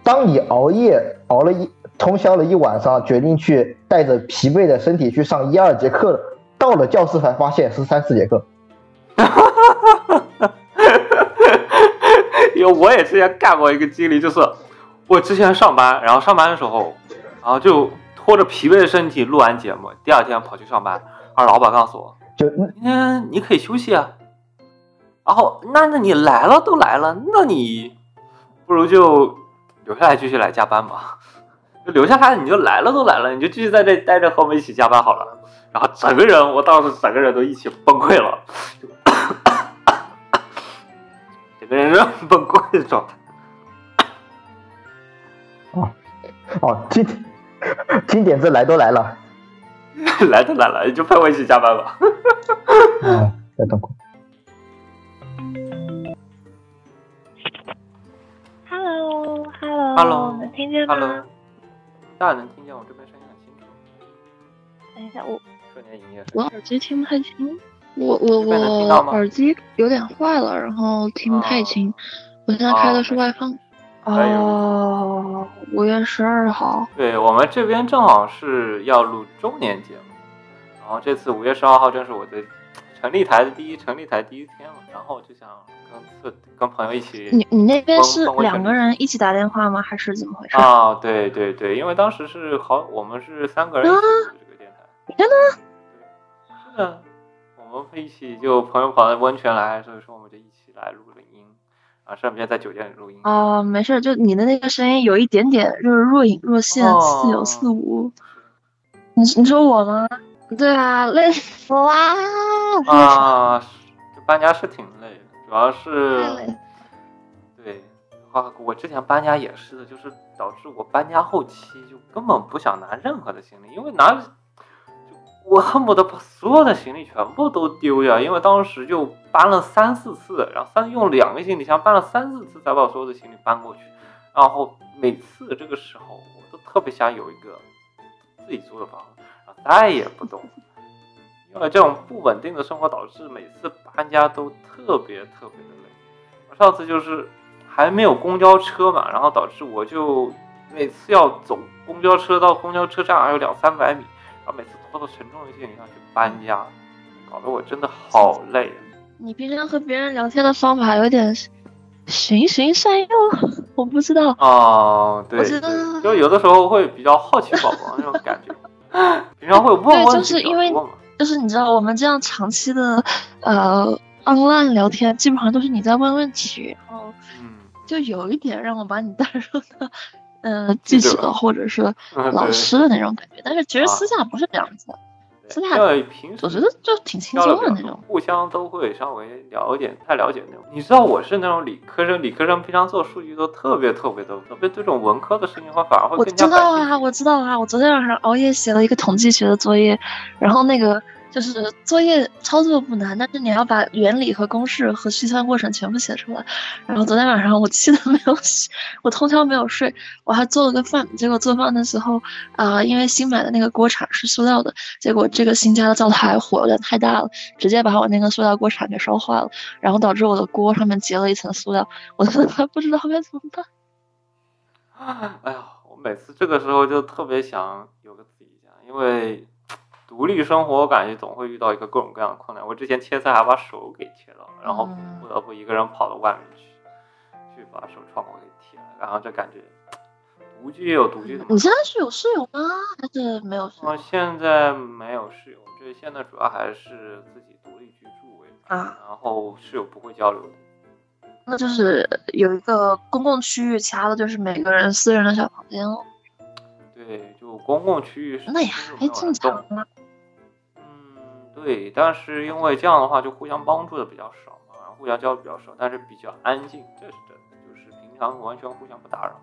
当你熬夜熬了一通宵了一晚上，决定去带着疲惫的身体去上一二节课，到了教室才发现是三四节课。
因为我也之前干过一个经历，就是我之前上班，然后上班的时候，然后就拖着疲惫的身体录完节目，第二天跑去上班，然后老板告诉我，
就嗯
今天你可以休息啊。然后，那那你来了都来了，那你不如就留下来继续来加班吧。就留下来，你就来了都来了，你就继续在这待着和我们一起加班好了。然后整个人，我当时整个人都一起崩溃了， 就整个人是崩溃的状态。
哦，经 经典这来都来了。
来都来了，你就陪我一起加班吧。
啊，要痛苦。
Hello，Hello，
Hello
能听见吗
Hello，大家能听见我这边声音很清楚，
等一下，我
瞬间营业。
我耳机听不太清，我我
这边能听
我
到吗
耳机有点坏了，然后听不太清。我现在
啊
开的是外放。
哦可以
哦，五月十二号，
对我们这边正好是要录周年节目，然后这次五月十二号正是我的成立台的第一成立台第一天嘛，然后就想跟跟朋友一起
你你那边
帮
是
帮我
两
整
个
理
人一起打电话吗？还是怎么 回事？
啊，对对对，因为当时是好，我们是三个人一起录这个电台。
啊真
的？是的，我们会一起就朋友跑到温泉来，所以说我们就一起来录了音，啊，顺便在酒店里录音。
哦，没事，就你的那个声音有一点点就是若隐若现，
哦
似有似无。你你说我吗？对啊，累死啦！
啊，就搬家是挺累的，主要是
太累了，
对，啊，我之前搬家也是的，就是导致我搬家后期就根本不想拿任何的行李，因为拿，就我恨不得把所有的行李全部都丢掉，因为当时就搬了三四次，然后三用两个行李箱搬了三四次才把所有的行李搬过去，然后每次这个时候我都特别想有一个自己租的房子，然后再也不动了。因为这种不稳定的生活导致每次搬家都特别特别的累。我上次就是还没有公交车嘛，然后导致我就每次要走公交车到公交车站还有两三百米，然后每次拖着沉重的行李箱去搬家，搞得我真的好累啊。
你平常和别人聊天的方法有点循循善诱，我不知道。
哦，对，
我知
对
道
就有的时候会比较好奇宝宝那种感 觉，平常会问
对
问
就是
题比
因为
较多嘛。
就是你知道，我们这样长期的呃 online 聊天，基本上都是你在问问题，然后
嗯，
就有一点让我把你带 入到呃记
对
者或者是
嗯
老
对
师的那种感觉，但是其实
啊
私下不是这样子的，私
对
下
因为平时
我觉得就挺轻
交流
松
比较多
的那种。
互相都会稍微了解，太了解那种。你知道我是那种理科生，理科生平常做数据都特别特别的，特别对这种文科的事情的话，反而会
我
更加
知道
感兴
啊，
趣。
我知道啊，我昨天晚上熬夜写了一个统计学的作业，然后那个就是作业操作不难，但是你要把原理和公式和计算过程全部写出来。然后昨天晚上我气得没有洗，我通宵没有睡，我还做了个饭，结果做饭的时候啊、因为新买的那个锅铲是塑料的，结果这个新家的灶台火有点太大了，直接把我那个塑料锅铲给烧坏了，然后导致我的锅上面结了一层塑料，我 真的不知道该怎么办。
哎呀，我每次这个时候就特别想有个自己家，因为独立生活，我感觉总会遇到一个各种各样的困难。我之前切菜还把手给切到了，然后
嗯
不得不一个人跑到外面去，去把手创口给贴了，然后就感觉独居也有独居的麻烦。
你现在是有室友吗？还是没有室友
我？现在没有室友，就是现在主要还是自己独立居住为主，
啊
然后室友不会交流的。
那就是有一个公共区域，其他的就是每个人私人的小房间哦了。
对，就公共区域是
那也
是没
还
有人
正常
动。
啊。
嗯，对，但是因为这样的话，就互相帮助的比较少嘛，然后互相交流比较少，但是比较安静，这是真的，就是平常完全互相不打扰。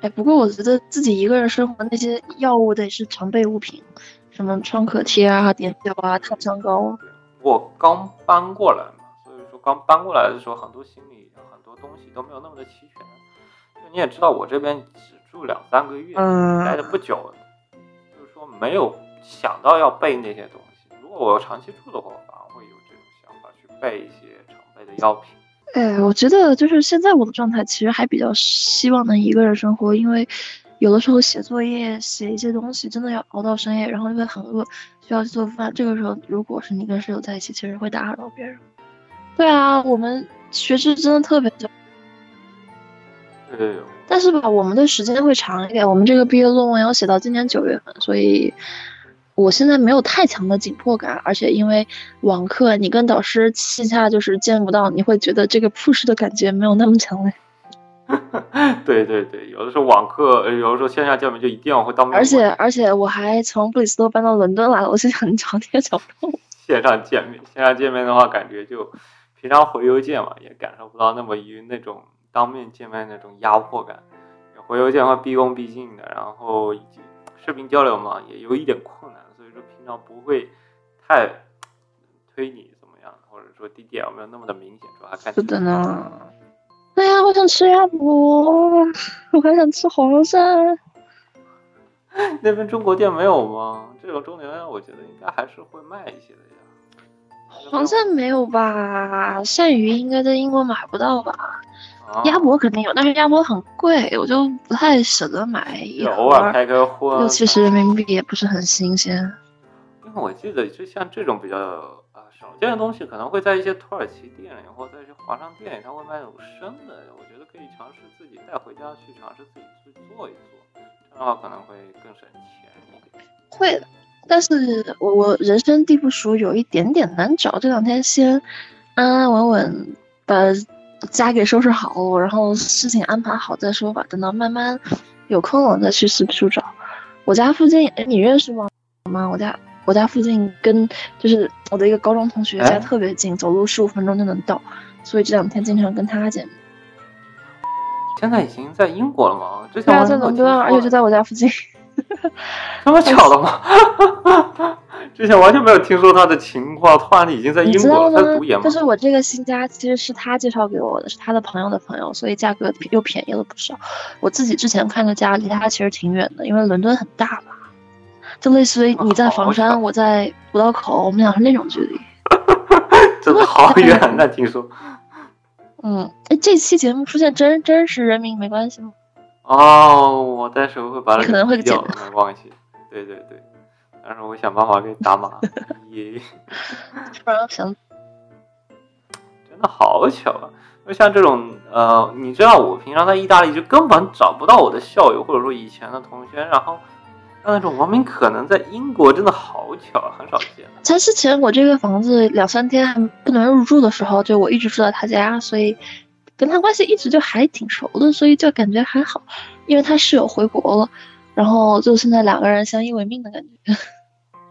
哎，不过我觉得自己一个人生活，那些药物得是常备物品，什么创可贴啊、碘酒啊、烫伤膏啊。
对，我刚搬过来嘛，所以说刚搬过来的时候，很多行李、很多东西都没有那么的齐全。就你也知道，我这边只住两三个月，
嗯
待的不久，就是说没有想到要备那些东西。如果我长期住的话，我反而会有这种想法去备一些常备的药品。
哎，我觉得就是现在我的状态，其实还比较希望能一个人生活，因为有的时候写作业、写一些东西，真的要熬到深夜，然后就会很饿，需要去做饭。这个时候，如果是你跟室友在一起，其实会打扰到别人。对啊，我们学制真的特别久，
对，
但是吧，我们的时间会长一点。我们这个毕业论文要写到今年九月份，所以我现在没有太强的紧迫感，而且因为网课，你跟导师线下就是见不到，你会觉得这个 push 的感觉没有那么强烈。
对对对，有的时候网课，呃有的时候线下见面就一定会当面问，
而且而且我还从布里斯托搬到伦敦来了，我心想找你也找不到我。
线上见面，线上见面的话，感觉就平常回邮件嘛，也感受不到那么于那种当面见面那种压迫感。回邮件的话毕恭毕敬的，然后视频交流嘛，也有一点困难，所以说平常不会太推你怎么样，或者说 DDL 没有那么的明显，主要还看
是的呢。哎呀，我想吃鸭脖，我还想吃黄鳝。
那边中国店没有吗？这种中年人我觉得应该还是会卖一些的呀。
黄鳝没有吧？鳝鱼应该在英国买不到吧？
啊
鸭脖肯定有，但是鸭脖很贵，我就不太舍得买一
就偶尔
盒，
啊开开荤，
六七十人民币也不是很新鲜。
因为我记得，就像这种比较呃少见的东西，可能会在一些土耳其店里或者在一些华商店里，他会卖那种生的。我觉得可以尝试自己带回家去尝试自己去做一做，这样的话可能会更省钱一点。
会的，但是我我人生地不熟，有一点点难找。这两天先安安稳稳把家给收拾好，然后事情安排好再说吧。等到慢慢有空了再去四处找。我家附近，哎你认识吗？吗？我家我家附近跟就是我的一个高中同学
哎
家特别近，走路十五分钟就能到，所以这两天经常跟他见面。
现在已经在英国了吗？之前
对啊，
我
在
怎么
伦敦啊，而且就在我家附近。
这么巧的吗？之前完全没有听说他的情况，突然已经在
你
英
知
国
道
了，
吗
他是读研？吗
就？是我这个新家其实是他介绍给我的，是他的朋友的朋友，所以价格又便宜了不少。我自己之前看的家离他其实挺远的，因为伦敦很大嘛，就类似于你在房山，
好巧
我在五道口，我们俩是那种距离。
真的好远呐！听说
嗯，哎，这期节目出现真真实人名没关系吗？
哦，我到时候会把它
可能会
给掉
剪
的，没关系。对对对，但是我想办法给打 码。耶，
不然想
真的好巧啊！就像这种呃，你知道我平常在意大利就根本找不到我的校友或者说以前的同学，然后但那种文明可能在英国真的好巧啊，很少见。
他之前我这个房子两三天还不能入住的时候，就我一直住在他家，所以跟他关系一直就还挺熟的，所以就感觉还好。因为他室友回国了，然后就现在两个人相依为命的感觉。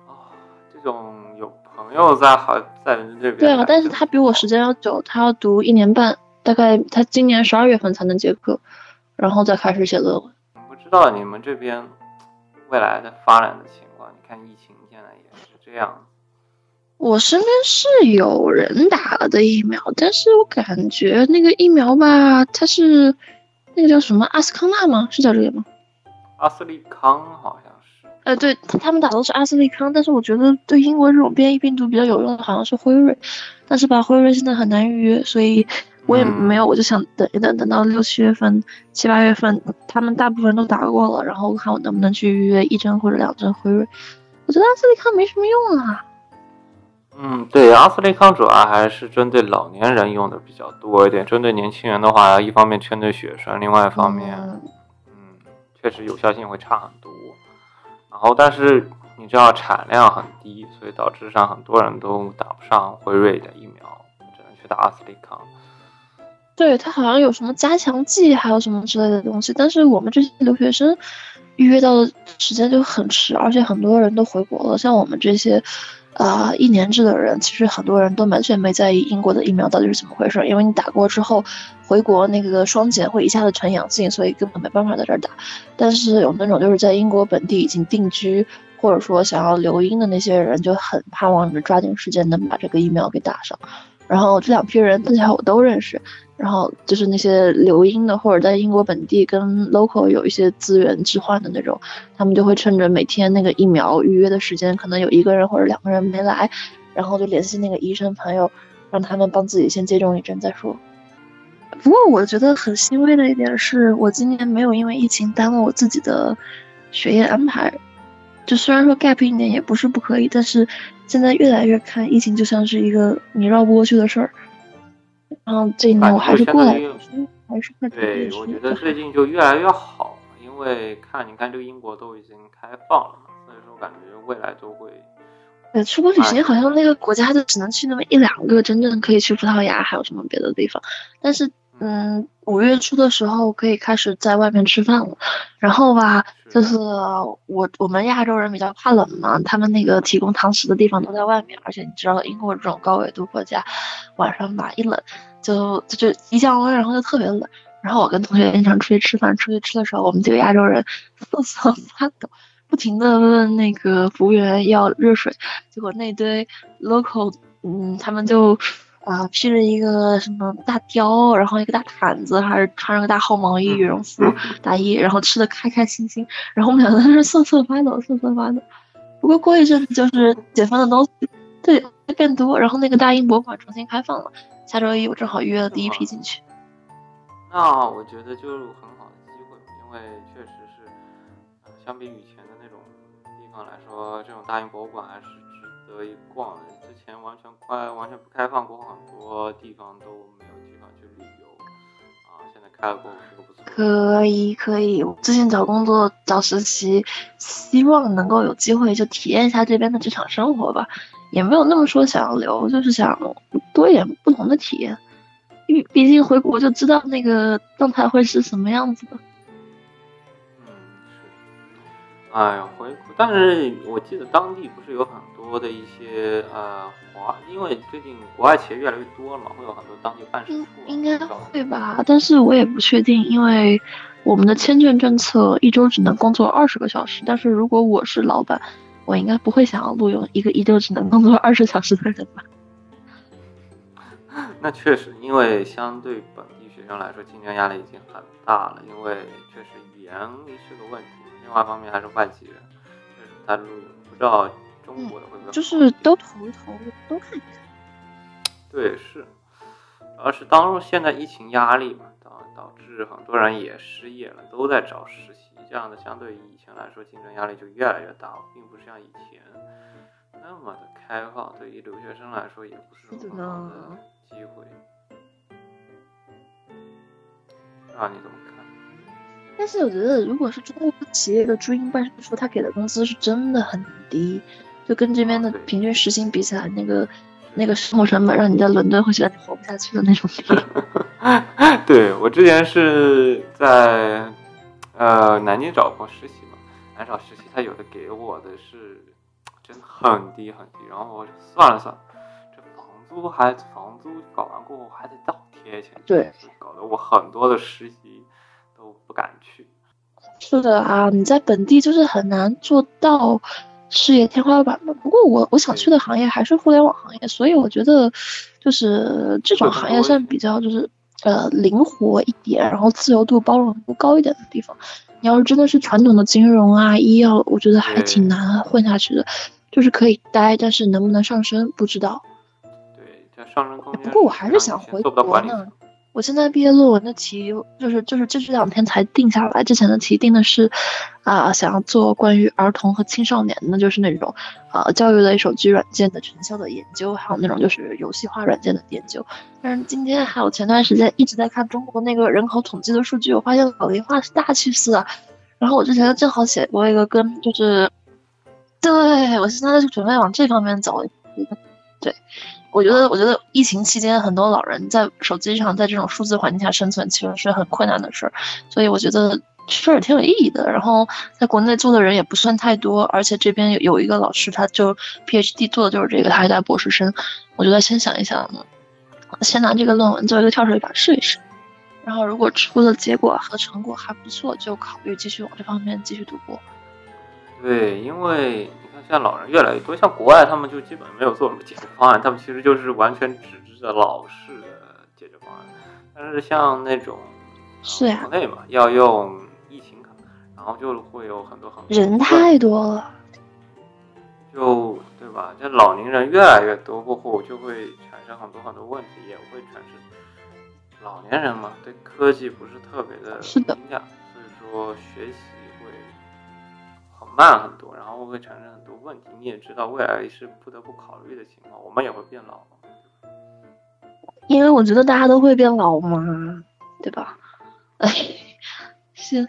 啊，这种有朋友在好在这边，
对啊，但是他比我时间要久，他要读一年半，大概他今年十二月份才能结课，然后再开始写论文。
不知道你们这边未来的发展的情况。你看疫情现在也是这样，
我身边是有人打了的疫苗，但是我感觉那个疫苗吧，它是那个叫什么阿斯康纳吗？是叫这个吗？
阿斯利康好像是，
呃，对，他他们打的都是阿斯利康，但是我觉得对英国这种变异病毒比较有用的好像是辉瑞，但是吧，辉瑞现在很难预约，所以我也
嗯
没有，我就想等一等，等到六七月份、七八月份，他们大部分都打过了，然后看我能不能去预约一针或者两针辉瑞。我觉得阿斯利康没什么用啊，
嗯，对，阿斯利康主要还是针对老年人用的比较多一点，针对年轻人的话，一方面针对学生，另外一方面，
嗯
嗯，确实有效性会差很多。然后，但是你知道产量很低，所以导致上很多人都打不上辉瑞的疫苗，只能去打阿斯利康。
对，它好像有什么加强剂，还有什么之类的东西，但是我们这些留学生预约到的时间就很迟，而且很多人都回国了。像我们这些，呃，一年制的人，其实很多人都完全没在意英国的疫苗到底是怎么回事，因为你打过之后回国那个双检会一下子呈阳性，所以根本没办法在这儿打。但是有那种就是在英国本地已经定居。或者说想要留英的那些人就很盼望着抓紧时间能把这个疫苗给打上，然后这两批人大家我都认识，然后就是那些留英的或者在英国本地跟 local 有一些资源置换的那种，他们就会趁着每天那个疫苗预约的时间，可能有一个人或者两个人没来，然后就联系那个医生朋友，让他们帮自己先接种一针再说。不过我觉得很欣慰的一点是，我今年没有因为疫情耽误我自己的学业安排。就虽然说 gap 一年也不是不可以，但是现在越来越看疫情就像是一个你绕不过去的事儿。然后这一
啊
年我还是过来读书，还嗯是快读
对，
书
我觉得
就好
最近就越来越好，因为看你看这个英国都已经开放了嘛，所以说感觉未来都会。
呃，出国旅
哎
行好像那个国家就只能去那么一两个，真正可以去葡萄牙，还有什么别的地方。但是，嗯，五月初的时候可以开始在外面吃饭了。然后吧，就是我我们亚洲人比较怕冷嘛，他们那个提供堂食的地方都在外面，而且你知道英国这种高纬度国家，晚上吧一冷就就就一降温，然后就特别冷。然后我跟同学经常出去吃饭，出去吃的时候，我们几个亚洲人 瑟瑟发抖，不停的问那个服务员要热水，结果那堆 local，嗯，他们就啊、披着一个什么大貂，然后一个大毯子，还是穿着个大厚毛衣、羽绒服、大衣，然后吃的开开心心，然后我们两个在那瑟瑟发抖，瑟瑟发抖。不过过一阵子就是解放的东西，对，会变多，然后那个大英博物馆重新开放了，下周一我正好预约了第一批进去。
那我觉得就是很好的机会，因为确实是，呃，相比以前的那种地方来说，这种大英博物馆还是值得一逛的。之前完全快完全不开放过，很多地方都没有地方去旅游，啊，现在开了过，我觉得不错。
可以可以，我最近找工作找实习，希望能够有机会就体验一下这边的职场生活吧，也没有那么说想要留，就是想多一点不同的体验，因为毕竟回国就知道那个状态会是什么样子的。
嗯，是。哎呀，回顾，但是我记得当地不是有很多的一些呃华，因为最近国外企业越来越多了嘛，会有很多当地办事处
应
啊、
嗯应该
这种
会吧，但是我也不确定，因为我们的签证政策一周只能工作二十个小时。但是如果我是老板，我应该不会想要录用一个一周只能工作二十小时的人吧？
那确实，因为相对本地学生来说，竞争压力已经很大了。因为确实语言是个问题，另外一方面还是外籍人，确实他录用不知道中国的会不会好一点、
嗯就是都投一投，都看一看。
对是，主要是当现在疫情压力嘛，导导致很多人也失业了，都在找实习，这样的相对于以前来说，竞争压力就越来越大，并不是像以前那么的开放，对于留学生来说也不是
是的
很好的
呢
机会。啊，你怎么看？
但是我觉得，如果是中国企业的驻英办事处，他给的工资是真的很低，就跟这边的
对
平均时薪比起来，那个那个生活成本，让你在伦敦会觉得你活不下去的那种地方。
对我之前是在呃南京找过实习嘛，南找实习他有的给我的是真的很低很低，然后我算了算，这房租还房租搞完过后还得倒贴钱，
对，
搞得我很多的实习都不敢去。
是的啊，你在本地就是很难做到事业天花板吧。不过我我想去的行业还是互联网行业，所以我觉得就是这种行业算比较就是呃灵活一点，然后自由度包容度高一点的地方。你要是真的是传统的金融啊、医药，我觉得还挺难混下去的。就是可以待，但是能不能上升不知道。
对，这上升空间。
不过我还是想回
做不到
国
管理
呢
层。。
我现在毕业论文的题就是就是这这两天才定下来，之前的题定的是，啊、想要做关于儿童和青少年的，就是那种，呃，教育类手机软件的成效的研究，还有那种就是游戏化软件的研究。但是今天还有前段时间一直在看中国那个人口统计的数据，我发现老龄化是大趋势啊。然后我之前正好写过一个跟就是，对我现在就准备往这方面走，我觉得，我觉得疫情期间很多老人在手机上，在这种数字环境下生存，其实是很困难的事儿。所以我觉得事儿挺有意义的。然后在国内做的人也不算太多，而且这边有有一个老师，他就 PhD 做的就是这个，他还带博士生。我觉得先想一想，先拿这个论文做一个跳水板试一试。然后如果出的结果和成果还不错，就考虑继续往这方面继续读博。
对，因为你看现在老人越来越多，像国外他们就基本没有做什么解决方案，他们其实就是完全纸质的老式的解决方案。但是像那种
是啊呀
国内嘛，要用疫情卡，然后就会有很多很多
人
的
太多了。
就对吧？这老年人越来越多过后，就会产生很多很多问题，也会产生老年人嘛，对科技不是特别的
是的
敏感，所以说学习会很慢很多，然后会产生很多问题。你也知道，未来是不得不考虑的情况，我们也会变老嘛。
因为我觉得大家都会变老嘛，对吧？ 哎，是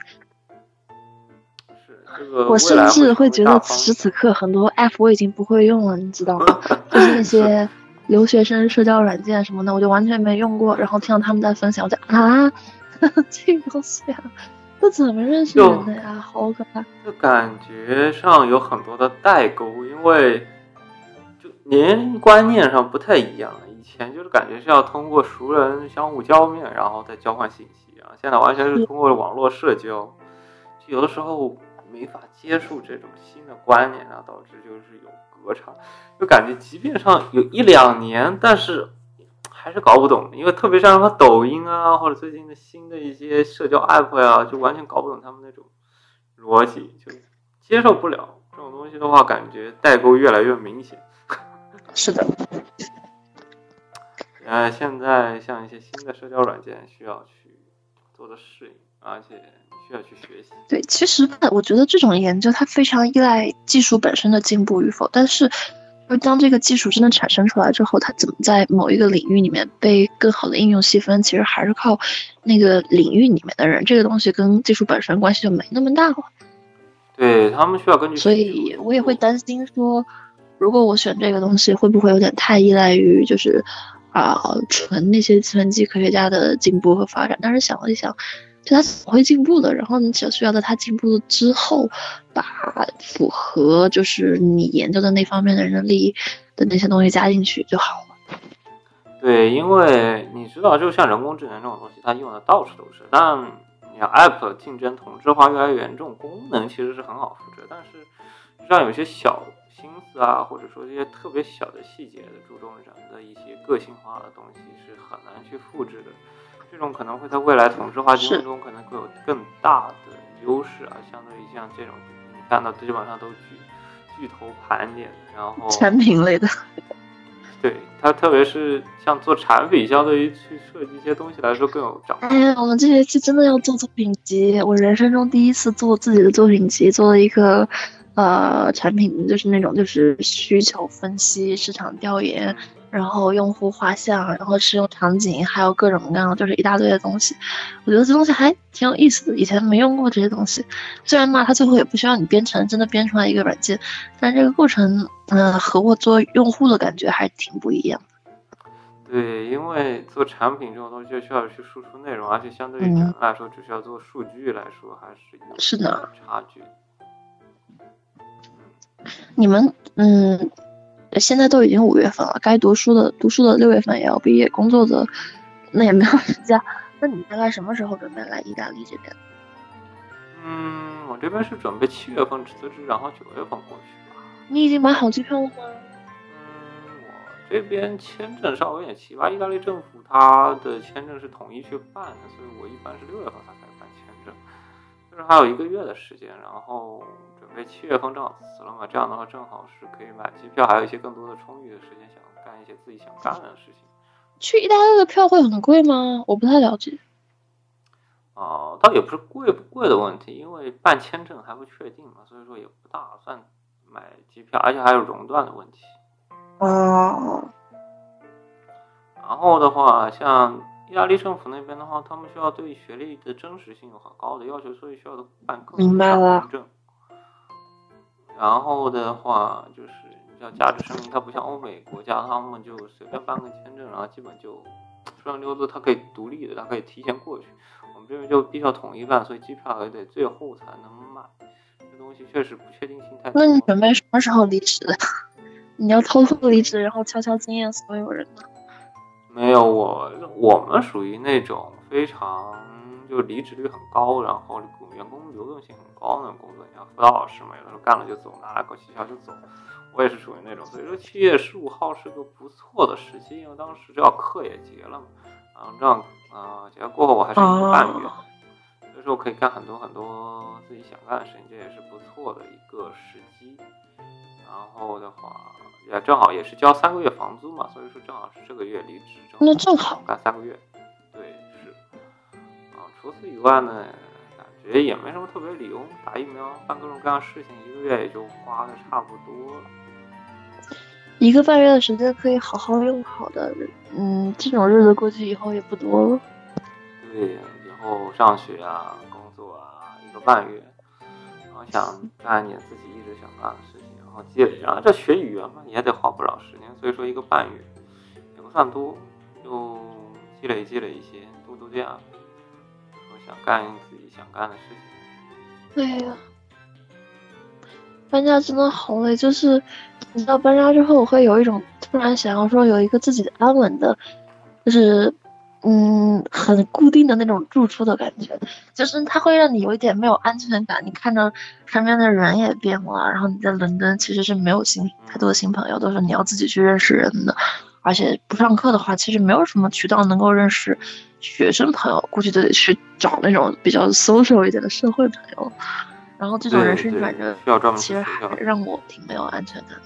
是这个，
我甚至
会
呃会觉得此时此刻很多 app 我已经不会用了，你知道吗？ 就是那些留学生社交软件什么的，我就完全没用过。然后听到他们在分享，我就啊， 这个东西啊，都怎么认识人的呀？好可怕！
就感觉上有很多的代沟，因为就年龄观念上不太一样了。以前就是感觉是要通过熟人相互交面，然后再交换信息啊，现在完全是通过网络社交，就有的时候没法接触这种新的观念啊，导致就是有隔阂，就感觉即便上有一两年，但是。还是搞不懂，因为特别像什么抖音啊，或者最近的新的一些社交 app 呀、就完全搞不懂他们那种逻辑，就接受不了这种东西的话，感觉代沟越来越明显。
是的，
呃，现在像一些新的社交软件需要去做的适应，而且需要去学习。
对，其实吧，我觉得这种研究它非常依赖技术本身的进步与否，但是，就当这个技术真的产生出来之后，它怎么在某一个领域里面被更好的应用细分，其实还是靠那个领域里面的人。这个东西跟技术本身关系就没那么大了。
对他们需要根据需求
所
去做，
以我也会担心说，如果我选这个东西，会不会有点太依赖于就是啊、纯那些计算机科学家的进步和发展？但是想了一想，就它总会进步的。然后你只需要在它进步之后，把符合就是你研究的那方面的人的利益的那些东西加进去就好了。
对，因为你知道，就像人工智能这种东西，它用的到处都是。但你像 App 竞争同质化越来越严重，功能其实是很好复制，但是让有些小心思啊，或者说这些特别小的细节的注重人的一些个性化的东西，是很难去复制的。这种可能会在未来同质化竞争中可能会有更大的优势啊，相对于像这种你看到基本上都巨巨头盘点，然后
产品类的，
对它，特别是像做产品，相对于去设计一些东西来说更有掌握。
哎呀，我们这学期真的要做作品集，我人生中第一次做自己的作品集，做了一个呃产品，就是那种就是需求分析、市场调研，然后用户画像，然后使用场景，还有各种各样就是一大堆的东西。我觉得这东西还挺有意思的，以前没用过这些东西。虽然嘛，它最后也不需要你编程，真的编出来一个软件，但这个过程，嗯、和我做用户的感觉还挺不一样。
对，因为做产品这种东西就需要去输出内容，而且相对于人来说，只需要做数据来说，还是有
嗯是的
差距。
你们嗯，现在都已经五月份了，该读书的读书的六月份也要毕业，工作的那也没有时间。那你大概什么时候准备来意大利这边？
嗯，我这边是准备七月份辞职，然后九月份过去吧。
你已经买好机票了吗？
嗯，我这边签证稍微有点奇葩，意大利政府它的签证是统一去办的，所以我一般是六月份才开始办签证，就是还有一个月的时间，然后准备七月份正好辞了嘛，这样的话正好是可以买机票，还有一些更多的充裕的时间，想干一些自己想干的事情。
去意大利的票会很贵吗？我不太了解。
哦、倒也不是贵不贵的问题，因为办签证还不确定嘛，所以说也不打算买机票，而且还有熔断的问题。
哦，
然后的话，像意大利政府那边的话，他们需要对学历的真实性有很高的要求，所以需要办各种
明白了
凭证。然后的话，就是要价值声明，它不像欧美国家，他们就随便办个签证，然后基本就顺溜子，它可以独立的，它可以提前过去。我们这边就必须要统一办，所以机票也得最后才能买。这东西确实不确定性太高。
那你准备什么时候离职？ 你要偷偷离职，然后悄悄惊艳所有人吗？
没有，我我们属于那种非常就离职率很高，然后员工流动性很高那种工作。你像辅导老师嘛，有的时候干了就走，拿了口气条就走。我也是属于那种，所以说七月十五号是个不错的时期，因为当时正好课也结了嘛，然后这样啊、呃结了过后我还是一个半
哦
月，所以说我可以干很多很多自己想干的事情，这也是不错的一个时机。然后的话，也正好也是交三个月房租嘛，所以说正好是这个月离职，正好
那正好
干三个月。对，是。啊，除此以外呢，感觉也没什么特别理由，打疫苗、办各种各样的事情，一个月也就花的差不多了。
一个半月的时间可以好好用好的，嗯，这种日子过去以后也不多了。
对，以后上学啊、工作啊，一个半月，然后想干一点自己一直想干的事情，然后积累。然后这学语言嘛，也得花不少时间，所以说一个半月也不算多，就积累积累一些，度度假，我想干自己想干的事情。
对呀、搬家真的好累，就是你知道搬家之后，我会有一种突然想要说有一个自己的安稳的，就是嗯很固定的那种住处的感觉，就是它会让你有一点没有安全感。你看着身边的人也变了，然后你在伦敦其实是没有新太多的新朋友，都是你要自己去认识人的。而且不上课的话，其实没有什么渠道能够认识学生朋友，估计都得去找那种比较 social 一点的社会朋友。然后这种
对
人生
对
转折
需要专门
其
去
实
学校
还让我挺没有安全感的。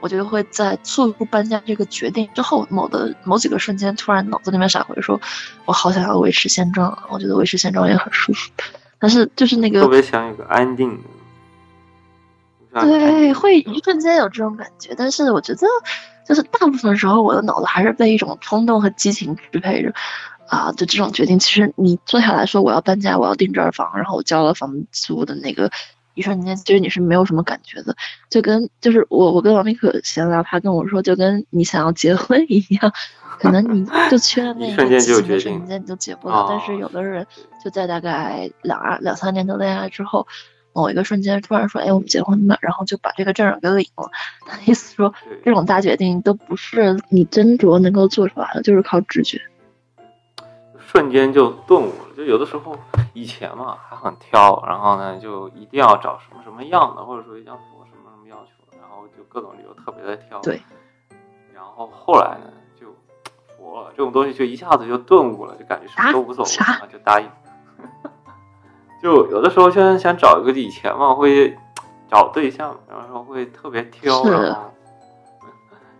我就会在做出搬家这个决定之后，某的某几个瞬间，突然脑子里面闪回说，我好想要维持现状啊，我觉得维持现状也很舒服。但是就是那
特
个
别想有个安定的，就像安定
对，
的
会
地方
一瞬间有这种感觉，但是我觉得，就是大部分时候我的脑子还是被一种冲动和激情支配着，啊，就这种决定，其实你坐下来说我要搬家，我要订这儿房，然后我交了房租的那个一瞬间其实你是没有什么感觉的，就跟就是我我跟王明可闲聊，他跟我说就跟你想要结婚 一样，可能你就缺了那
一
一
瞬
个
间
激
就有
情的
决
瞬
定
间你就结不了。但
哦
是有的人就在大概两二两三年的恋爱之后，某一个瞬间突然说，哎，我们结婚吧，然后就把这个证儿给领了。他意思说，这
对，
种大决定都不是你斟酌能够做出来的，就是靠直觉。
瞬间就顿悟了。就有的时候以前嘛还很挑，然后呢就一定要找什么什么样的，或者说要符合什么什么要求，然后就各种理由特别的挑。
对。
然后后来呢就佛了，这种东西就一下子就顿悟了，就感觉什么都无所谓，
啥
然后就答应。就有的时候现在想找一个以前嘛会找对象，然后会特别挑，
是
然后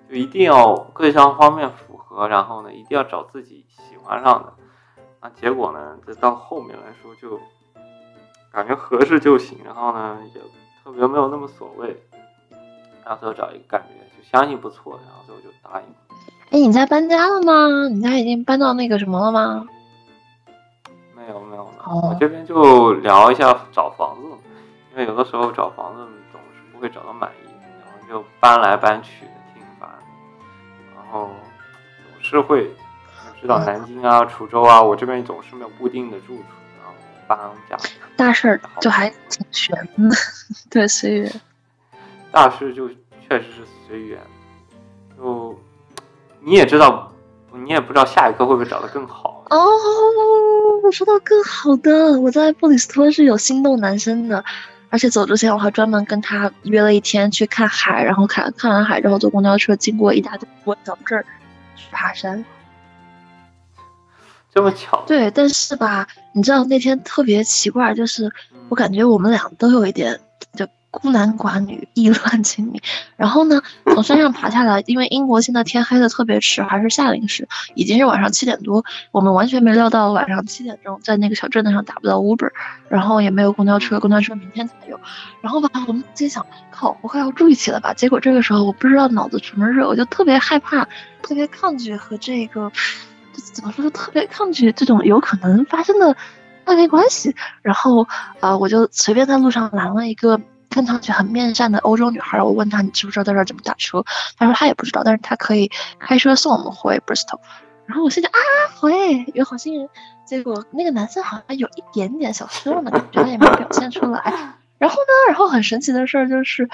就一定要各项方面符合，然后呢一定要找自己喜欢上的。啊，结果呢，这到后面来说就感觉合适就行，然后呢也特别没有那么所谓，然后最后找一个感觉就相信不错的，然后最后就答应了。
哎，你家搬家了吗？你家已经搬到那个什么了吗？
没有没有，没有
哦
我这边就聊一下找房子，因为有的时候找房子总是不会找到满意，然后就搬来搬去的挺烦，然后总是会，你知道南京啊、滁州啊，我这边总是没有固定的住处，然后搬家。
大事儿就还挺悬的， 对，随缘。
大事就确实是随缘，就你也知道，你也不知道下一刻会不会找得更好。
哦，我说到更好的，我在布里斯托是有心动男生的，而且走之前我还专门跟他约了一天去看海，然后看看完海之后坐公交车经过一大堆国小镇儿去爬山。
这么巧，
对，但是吧，你知道那天特别奇怪，就是我感觉我们俩都有一点就孤男寡女、意乱情迷。然后呢，从山上爬下来，因为英国现在天黑的特别迟，还是夏令时，已经是晚上七点多，我们完全没料到晚上七点钟在那个小镇子上打不到 Uber，然后也没有公交车，公交车明天才有。然后吧，我们心想，靠，我快要住一起了吧？结果这个时候我不知道脑子什么热，我就特别害怕，特别抗拒和这个，就怎么说，特别抗拒这种有可能发生的暧昧关系。然后，呃，我就随便在路上拦了一个看上去很面善的欧洲女孩，我问她你知不知道在这儿怎么打车？她说她也不知道，但是她可以开车送我们回 Bristol。然后我心想啊，好哎，有好心人。结果那个男生好像有一点点小失望的感觉，他也没表现出来。然后呢，然后很神奇的事儿就是，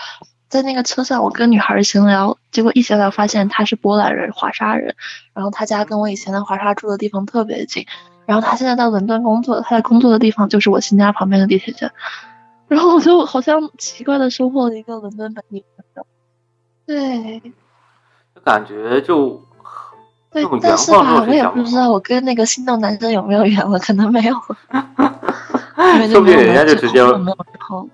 在那个车上，我跟女孩儿闲聊，结果一闲聊发现她是波兰人，华沙人，然后她家跟我以前在华沙住的地方特别近，然后她现在到伦敦工作，她在工作的地方就是我新家旁边的地铁站，然后我就好像奇怪的收获了一个伦敦本地朋友，对，
就感觉就
对
这种，缘
但是
分
吧，
落
我
谁
也
想
不
不
知
好，
道我跟那个心动男生有没有缘了，可能没 有，因为
说不定
没有
人家
完
就
成
直接
没有之后。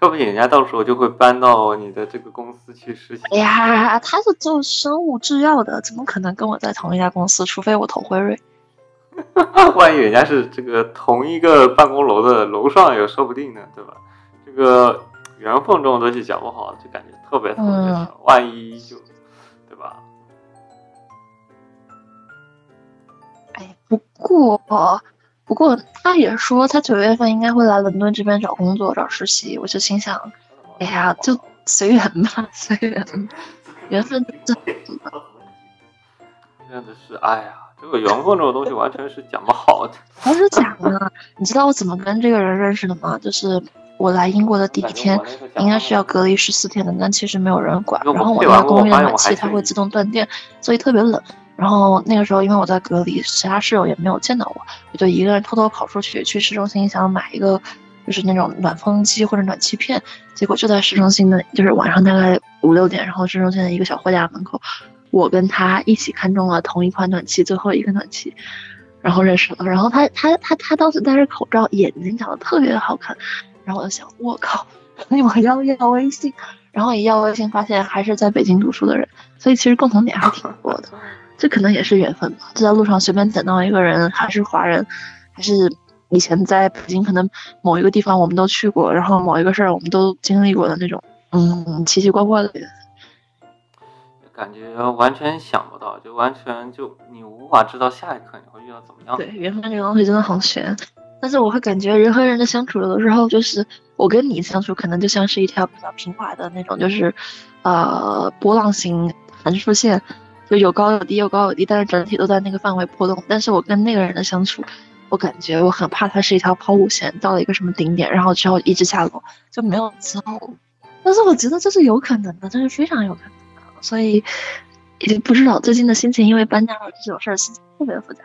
说不定人家到时候就会搬到你的这个公司去实习。
哎呀，他是做生物制药的，怎么可能跟我在同一家公司？除非我投辉瑞。
万一人家是这个同一个办公楼的楼上也说不定呢，对吧？这个缘分这种东西讲不好，就感觉特别特别
嗯
巧，万一就对吧？
哎，不过，不过他也说他九月份应该会来伦敦这边找工作、找实习。我就心想，哎呀， 就随缘吧， 随缘吧，缘分这
真的是，哎呀，这个缘分这种东西完全是讲不好的。
不是假的。你知道我怎么跟这个人认识的吗？就是我来英国的第一天，应该是要隔离十四天的，但其实没有人管。
因为我
然后我
退
那
完
个
工
公寓
我发现
的暖
我还
气它
是
会自动断电，所以特别冷。然后那个时候因为我在隔离，其他室友也没有见到我，我就一个人偷偷跑出去去市中心想买一个就是那种暖风机或者暖气片，结果就在市中心的，就是晚上大概五六点，然后市中心的一个小货架门口，我跟他一起看中了同一款暖气，最后一个暖气。然后认识了，然后他他他他当时戴着口罩，眼睛长得特别好看，然后我就想，我靠，我要要微信，然后一要微信发现还是在北京读书的人，所以其实共同点还挺多的，这可能也是缘分吧。就在路上随便捡到一个人，还是华人，还是以前在北京可能某一个地方我们都去过，然后某一个事儿我们都经历过的那种，嗯，奇奇怪怪的缘分。
感觉完全想不到，就完全就你无法知道下一刻你会遇到怎么样的
对，。缘分这个东西真的好悬。但是我会感觉人和人的相处，有的时候就是我跟你相处，可能就像是一条比较平滑的那种，就是呃波浪形函数线，就有高有低，有高有低，但是整体都在那个范围波动。但是我跟那个人的相处，我感觉我很怕它是一条抛物线，到了一个什么顶点，然后之后一直下落，就没有之后了。但是我觉得这是有可能的，这是非常有可能的，所以也不知道最近的心情，因为搬家了这种事儿，心情特别复杂。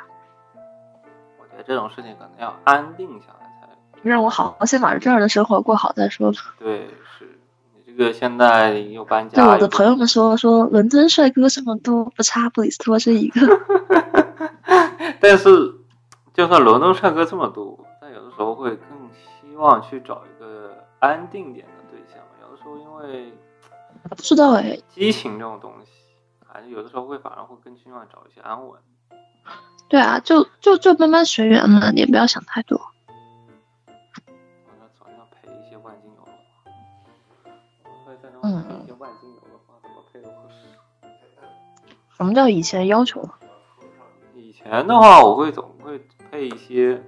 我觉得这种事情可能要安定下来才
让我好好先把这儿的生活过好再说吧。
对，是你这个现在又搬家，
对我
又
的朋友们说，说伦敦帅哥这么多，不差布里斯托这一个。
但是，就算伦敦帅哥这么多，但有的时候会更希望去找一个安定点的对象。有的时候因为
不知道哎，
激情这种东西，还是有的时候会反而会更希望找一些安稳。
对啊，就就就慢慢随缘嘛，也不要想太多。
我在早上配一些万金油的话，我会在那
嗯
配一些万金油的话，怎么配都合适。
什么叫以前要求？啊
以前的话，我会总会配一些，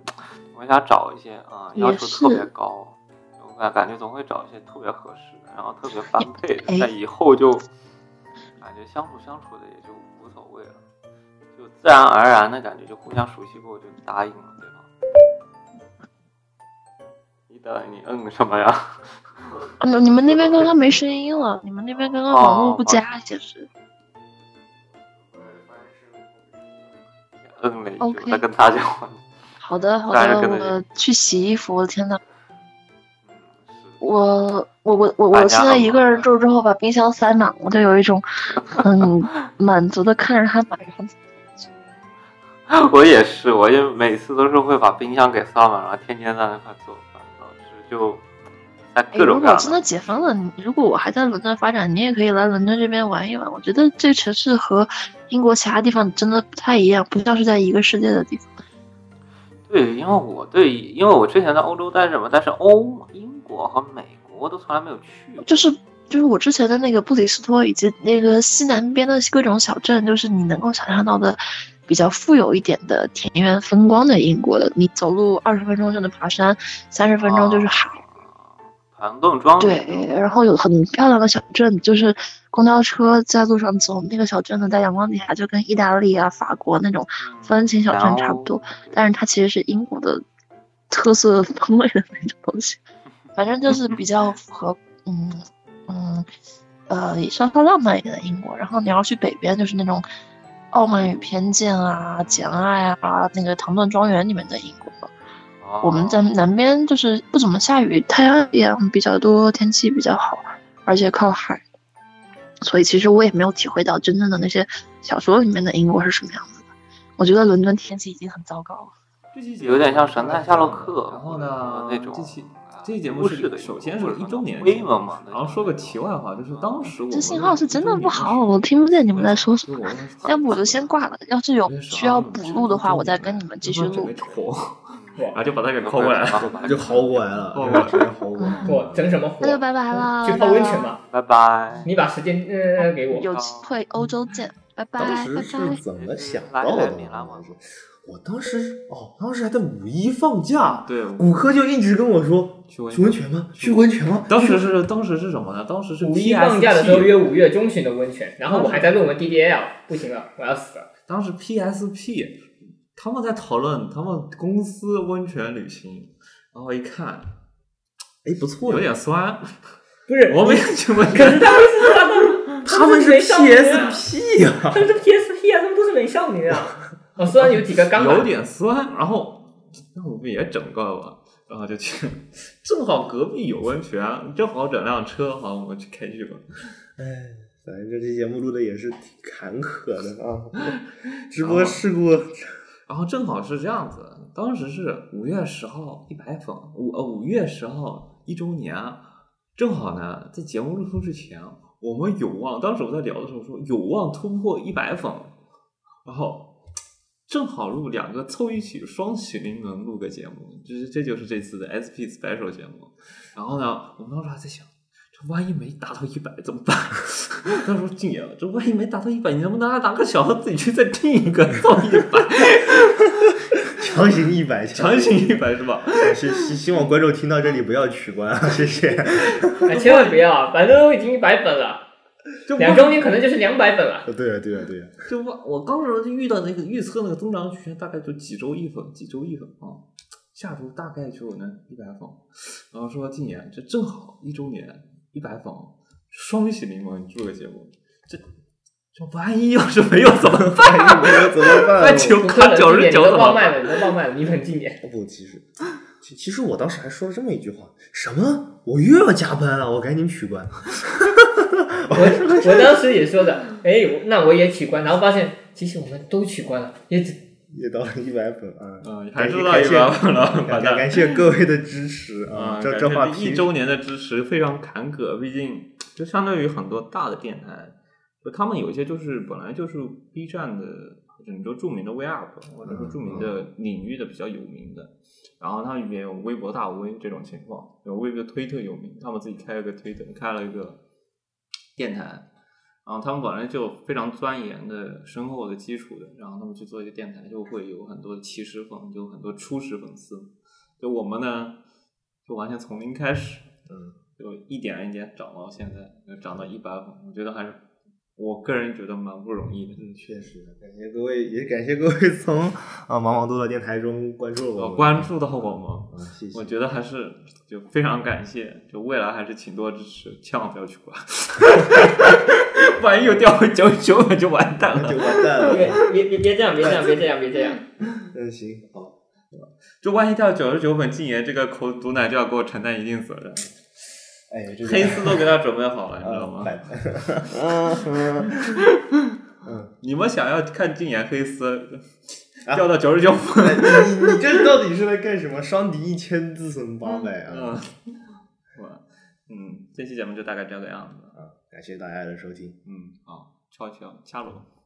我想找一些啊，
也
要求特别
是
高，我感感觉总会找一些特别合适的，然后特别般配的
哎。
但以后就感觉相处相处的也就无所谓了，就自然而然的感觉就互相熟悉过就答应了对方。你等你嗯什么呀？
啊，你们那边刚刚没声音了，你们那边刚刚网
哦
络不佳，也是。
嗯了一句，
OK
我在跟他讲话。
好的，好
当然
的，
可能也
我去洗衣服。我的天呐，
嗯，是
我我我我
大
我
家
现在
好
一个人住之后，把冰箱塞满，我就有一种很 满足的看着它满然后
我也是，我也每次都是会把冰箱给塞满，然后天天在那块做饭，导致就在
哎，
各
如
种各
果
样
真的解封了，你如果我还在伦敦发展，你也可以来伦敦这边玩一玩。我觉得这城市和英国其他地方真的不太一样，不像是在一个世界的地方。
对，因为我对，因为我之前在欧洲待着嘛，但是欧、英国和美国都从来没有去过。啊
就是就是我之前的那个布里斯托以及那个西南边的各种小镇，就是你能够想象到的比较富有一点的田园风光的英国的，你走路二十分钟就能爬山，三十分钟就是海。
啊，盘洞庄
对，然后有很漂亮的小镇，就是公交车在路上走，那个小镇呢，在阳光底下就跟意大利啊、法国那种风情
嗯
小镇差不多，但是它其实是英国的特色风味的那种东西，反正就是比较符合，嗯嗯呃，稍稍浪漫一点的英国。然后你要去北边，就是那种《傲慢与偏见》啊、《简爱》啊、那个《唐顿庄园》里面的英国。
啊
我们在南边就是不怎么下雨，太阳也比较多，天气比较好，而且靠海，所以其实我也没有体会到真正的那些小说里面的英国是什么样子的。我觉得伦敦天气已经很糟糕了。
这期节目
有点像《神探夏洛克》，
然后呢，
那种
这期
啊
这期节目
故
是
事的
首先是一周年
威猛嘛，嗯
然后说个题外话，就是当时我
这
们
信号是真的不好，
一周年的时
我
候
听不见你们在说什么。
对。
要不我就先挂了。要是有
我也是
需要
啊
补录的话，我再跟你们继续
我
录
准备。抽
我
嗯
然后就把他给
抠
抠过来了。
他就薅过来了，对吧直接薅过来。
我整什么火？
那哎就拜拜啦，
去
拜
泡
拜
温泉
啦！
吧。
拜拜。
你把时间呃给我。
有机会欧洲见，拜拜
当
拜
时是
拜。
怎么想到
来
的
来米兰
呢
吗？
我当时哦，当时还在五一放假，
对，
骨科就一直跟我说
去温
去温泉吗？去温泉吗？
当时是当时是什么呢？当时是
五一放假的时候
PSP
约五月中旬的温泉，然后我还在论文 DDL，不行了，我要死了。
当时 PSP 他们在讨论他们公司温泉旅行，然后一看
哎，不错，
有点酸，
不是，
我们也去温
可 是
泉。
他们是他们
他们是
没少女啊
PSP 呀、
他们是 PSP 啊，他们不是美少女啊。我虽然有几个刚
有
好
点酸，然后那我们也整个吧，然后就去， 正好隔壁有温泉，正好整辆车，好，我们去开去吧。
哎，反正这期节目录的也是挺坎坷的啊， 直播事故，
然后正好是这样子，当时是五月十号一百粉，五呃五月十号一周年，正好呢在节目录出之前，我们有望，当时我在聊的时候说有望突破一百粉，然后。正好录两个凑一起，双喜临门录个节目，就是这就是这次的 SP Special 节目。然后呢，我们当时还在想，这万一没达到一百怎么办？ 他说：“静爷，这万一没达到一百，你能不能拿个小号自己去再定一个到一百？”
强行一百，
强行一百是吧？
是希希望观众听到这里不要取关啊，谢谢。
啊，千万不要，反正都已经一百本了，
就
两周年可能就是两百本 了。
对啊，对啊，对啊，
就我我刚时候就遇到那个预测那个增长曲线，大概就几周一粉，几周一粉啊，下周大概就能一百粉，然后说今年这正好一周年一百粉，双喜临门祝个结果，这这万一要是没有怎么办？
哎你们怎么办？
那
我
九
不可
看
能
九
今
十
年你
九
都
怎么
忘
办？
卖了，你都忘卖了，你很经 典。
不，其实，其其实我当时还说了这么一句话：什么？我又要加班了，我赶紧取 关。
我我当时也说的，哎，我那我也取关，然后发现其实我们都取关了，也只
也到了一百粉啊！
嗯，还
感
知
谢
道一百粉了，
感
完
感
蛋
感谢各位的支 持啊！
啊，
这
感
这
觉
话
这一
平
周年的支持非常坎坷，毕竟就相对于很多大的电台，就他们有一些就是本来就是 B 站的，就是你说著名的 V Up 或者
嗯
说著名的领域的比较有名的，然后他们也有微博大 V 这种情况，有微博推特有名，他们自己开了个推特，开了一个电台。然后他们本来就非常钻研的、深厚的基础的，然后他们去做一个电台，就会有很多起始粉，就很多初始粉丝。就我们呢，就完全从零开始，
嗯，
就一点一点涨到现在，就涨到一百粉，我觉得还是我个人觉得蛮不容易的。
嗯，确实，感谢各位，也感谢各位从啊茫茫多的电台中关注我
我
们，
哦关注到我们，
啊，谢谢。
我觉得还是就非常感谢，就未来还是请多支持，千万不要去关， 万一又掉回九九粉就完蛋
那就
了。
完蛋
别
了。
别别别这样，别这样，别这样，别这样。
嗯，行，好，
就万一掉九十九粉，禁言这个口毒奶就要给我承担一定责任，
哎，这个
黑丝都给他准备好了，你知道
啊，
吗？
拜拜。嗯
你们想要看禁言黑丝
啊
掉到九十九 粉，
你 你你这到底是来干什么？伤敌一千，自损八百啊！
嗯， 我嗯，这期节目就大概这个样子。
啊，感谢大家的收听。
嗯，好，悄悄，掐罗。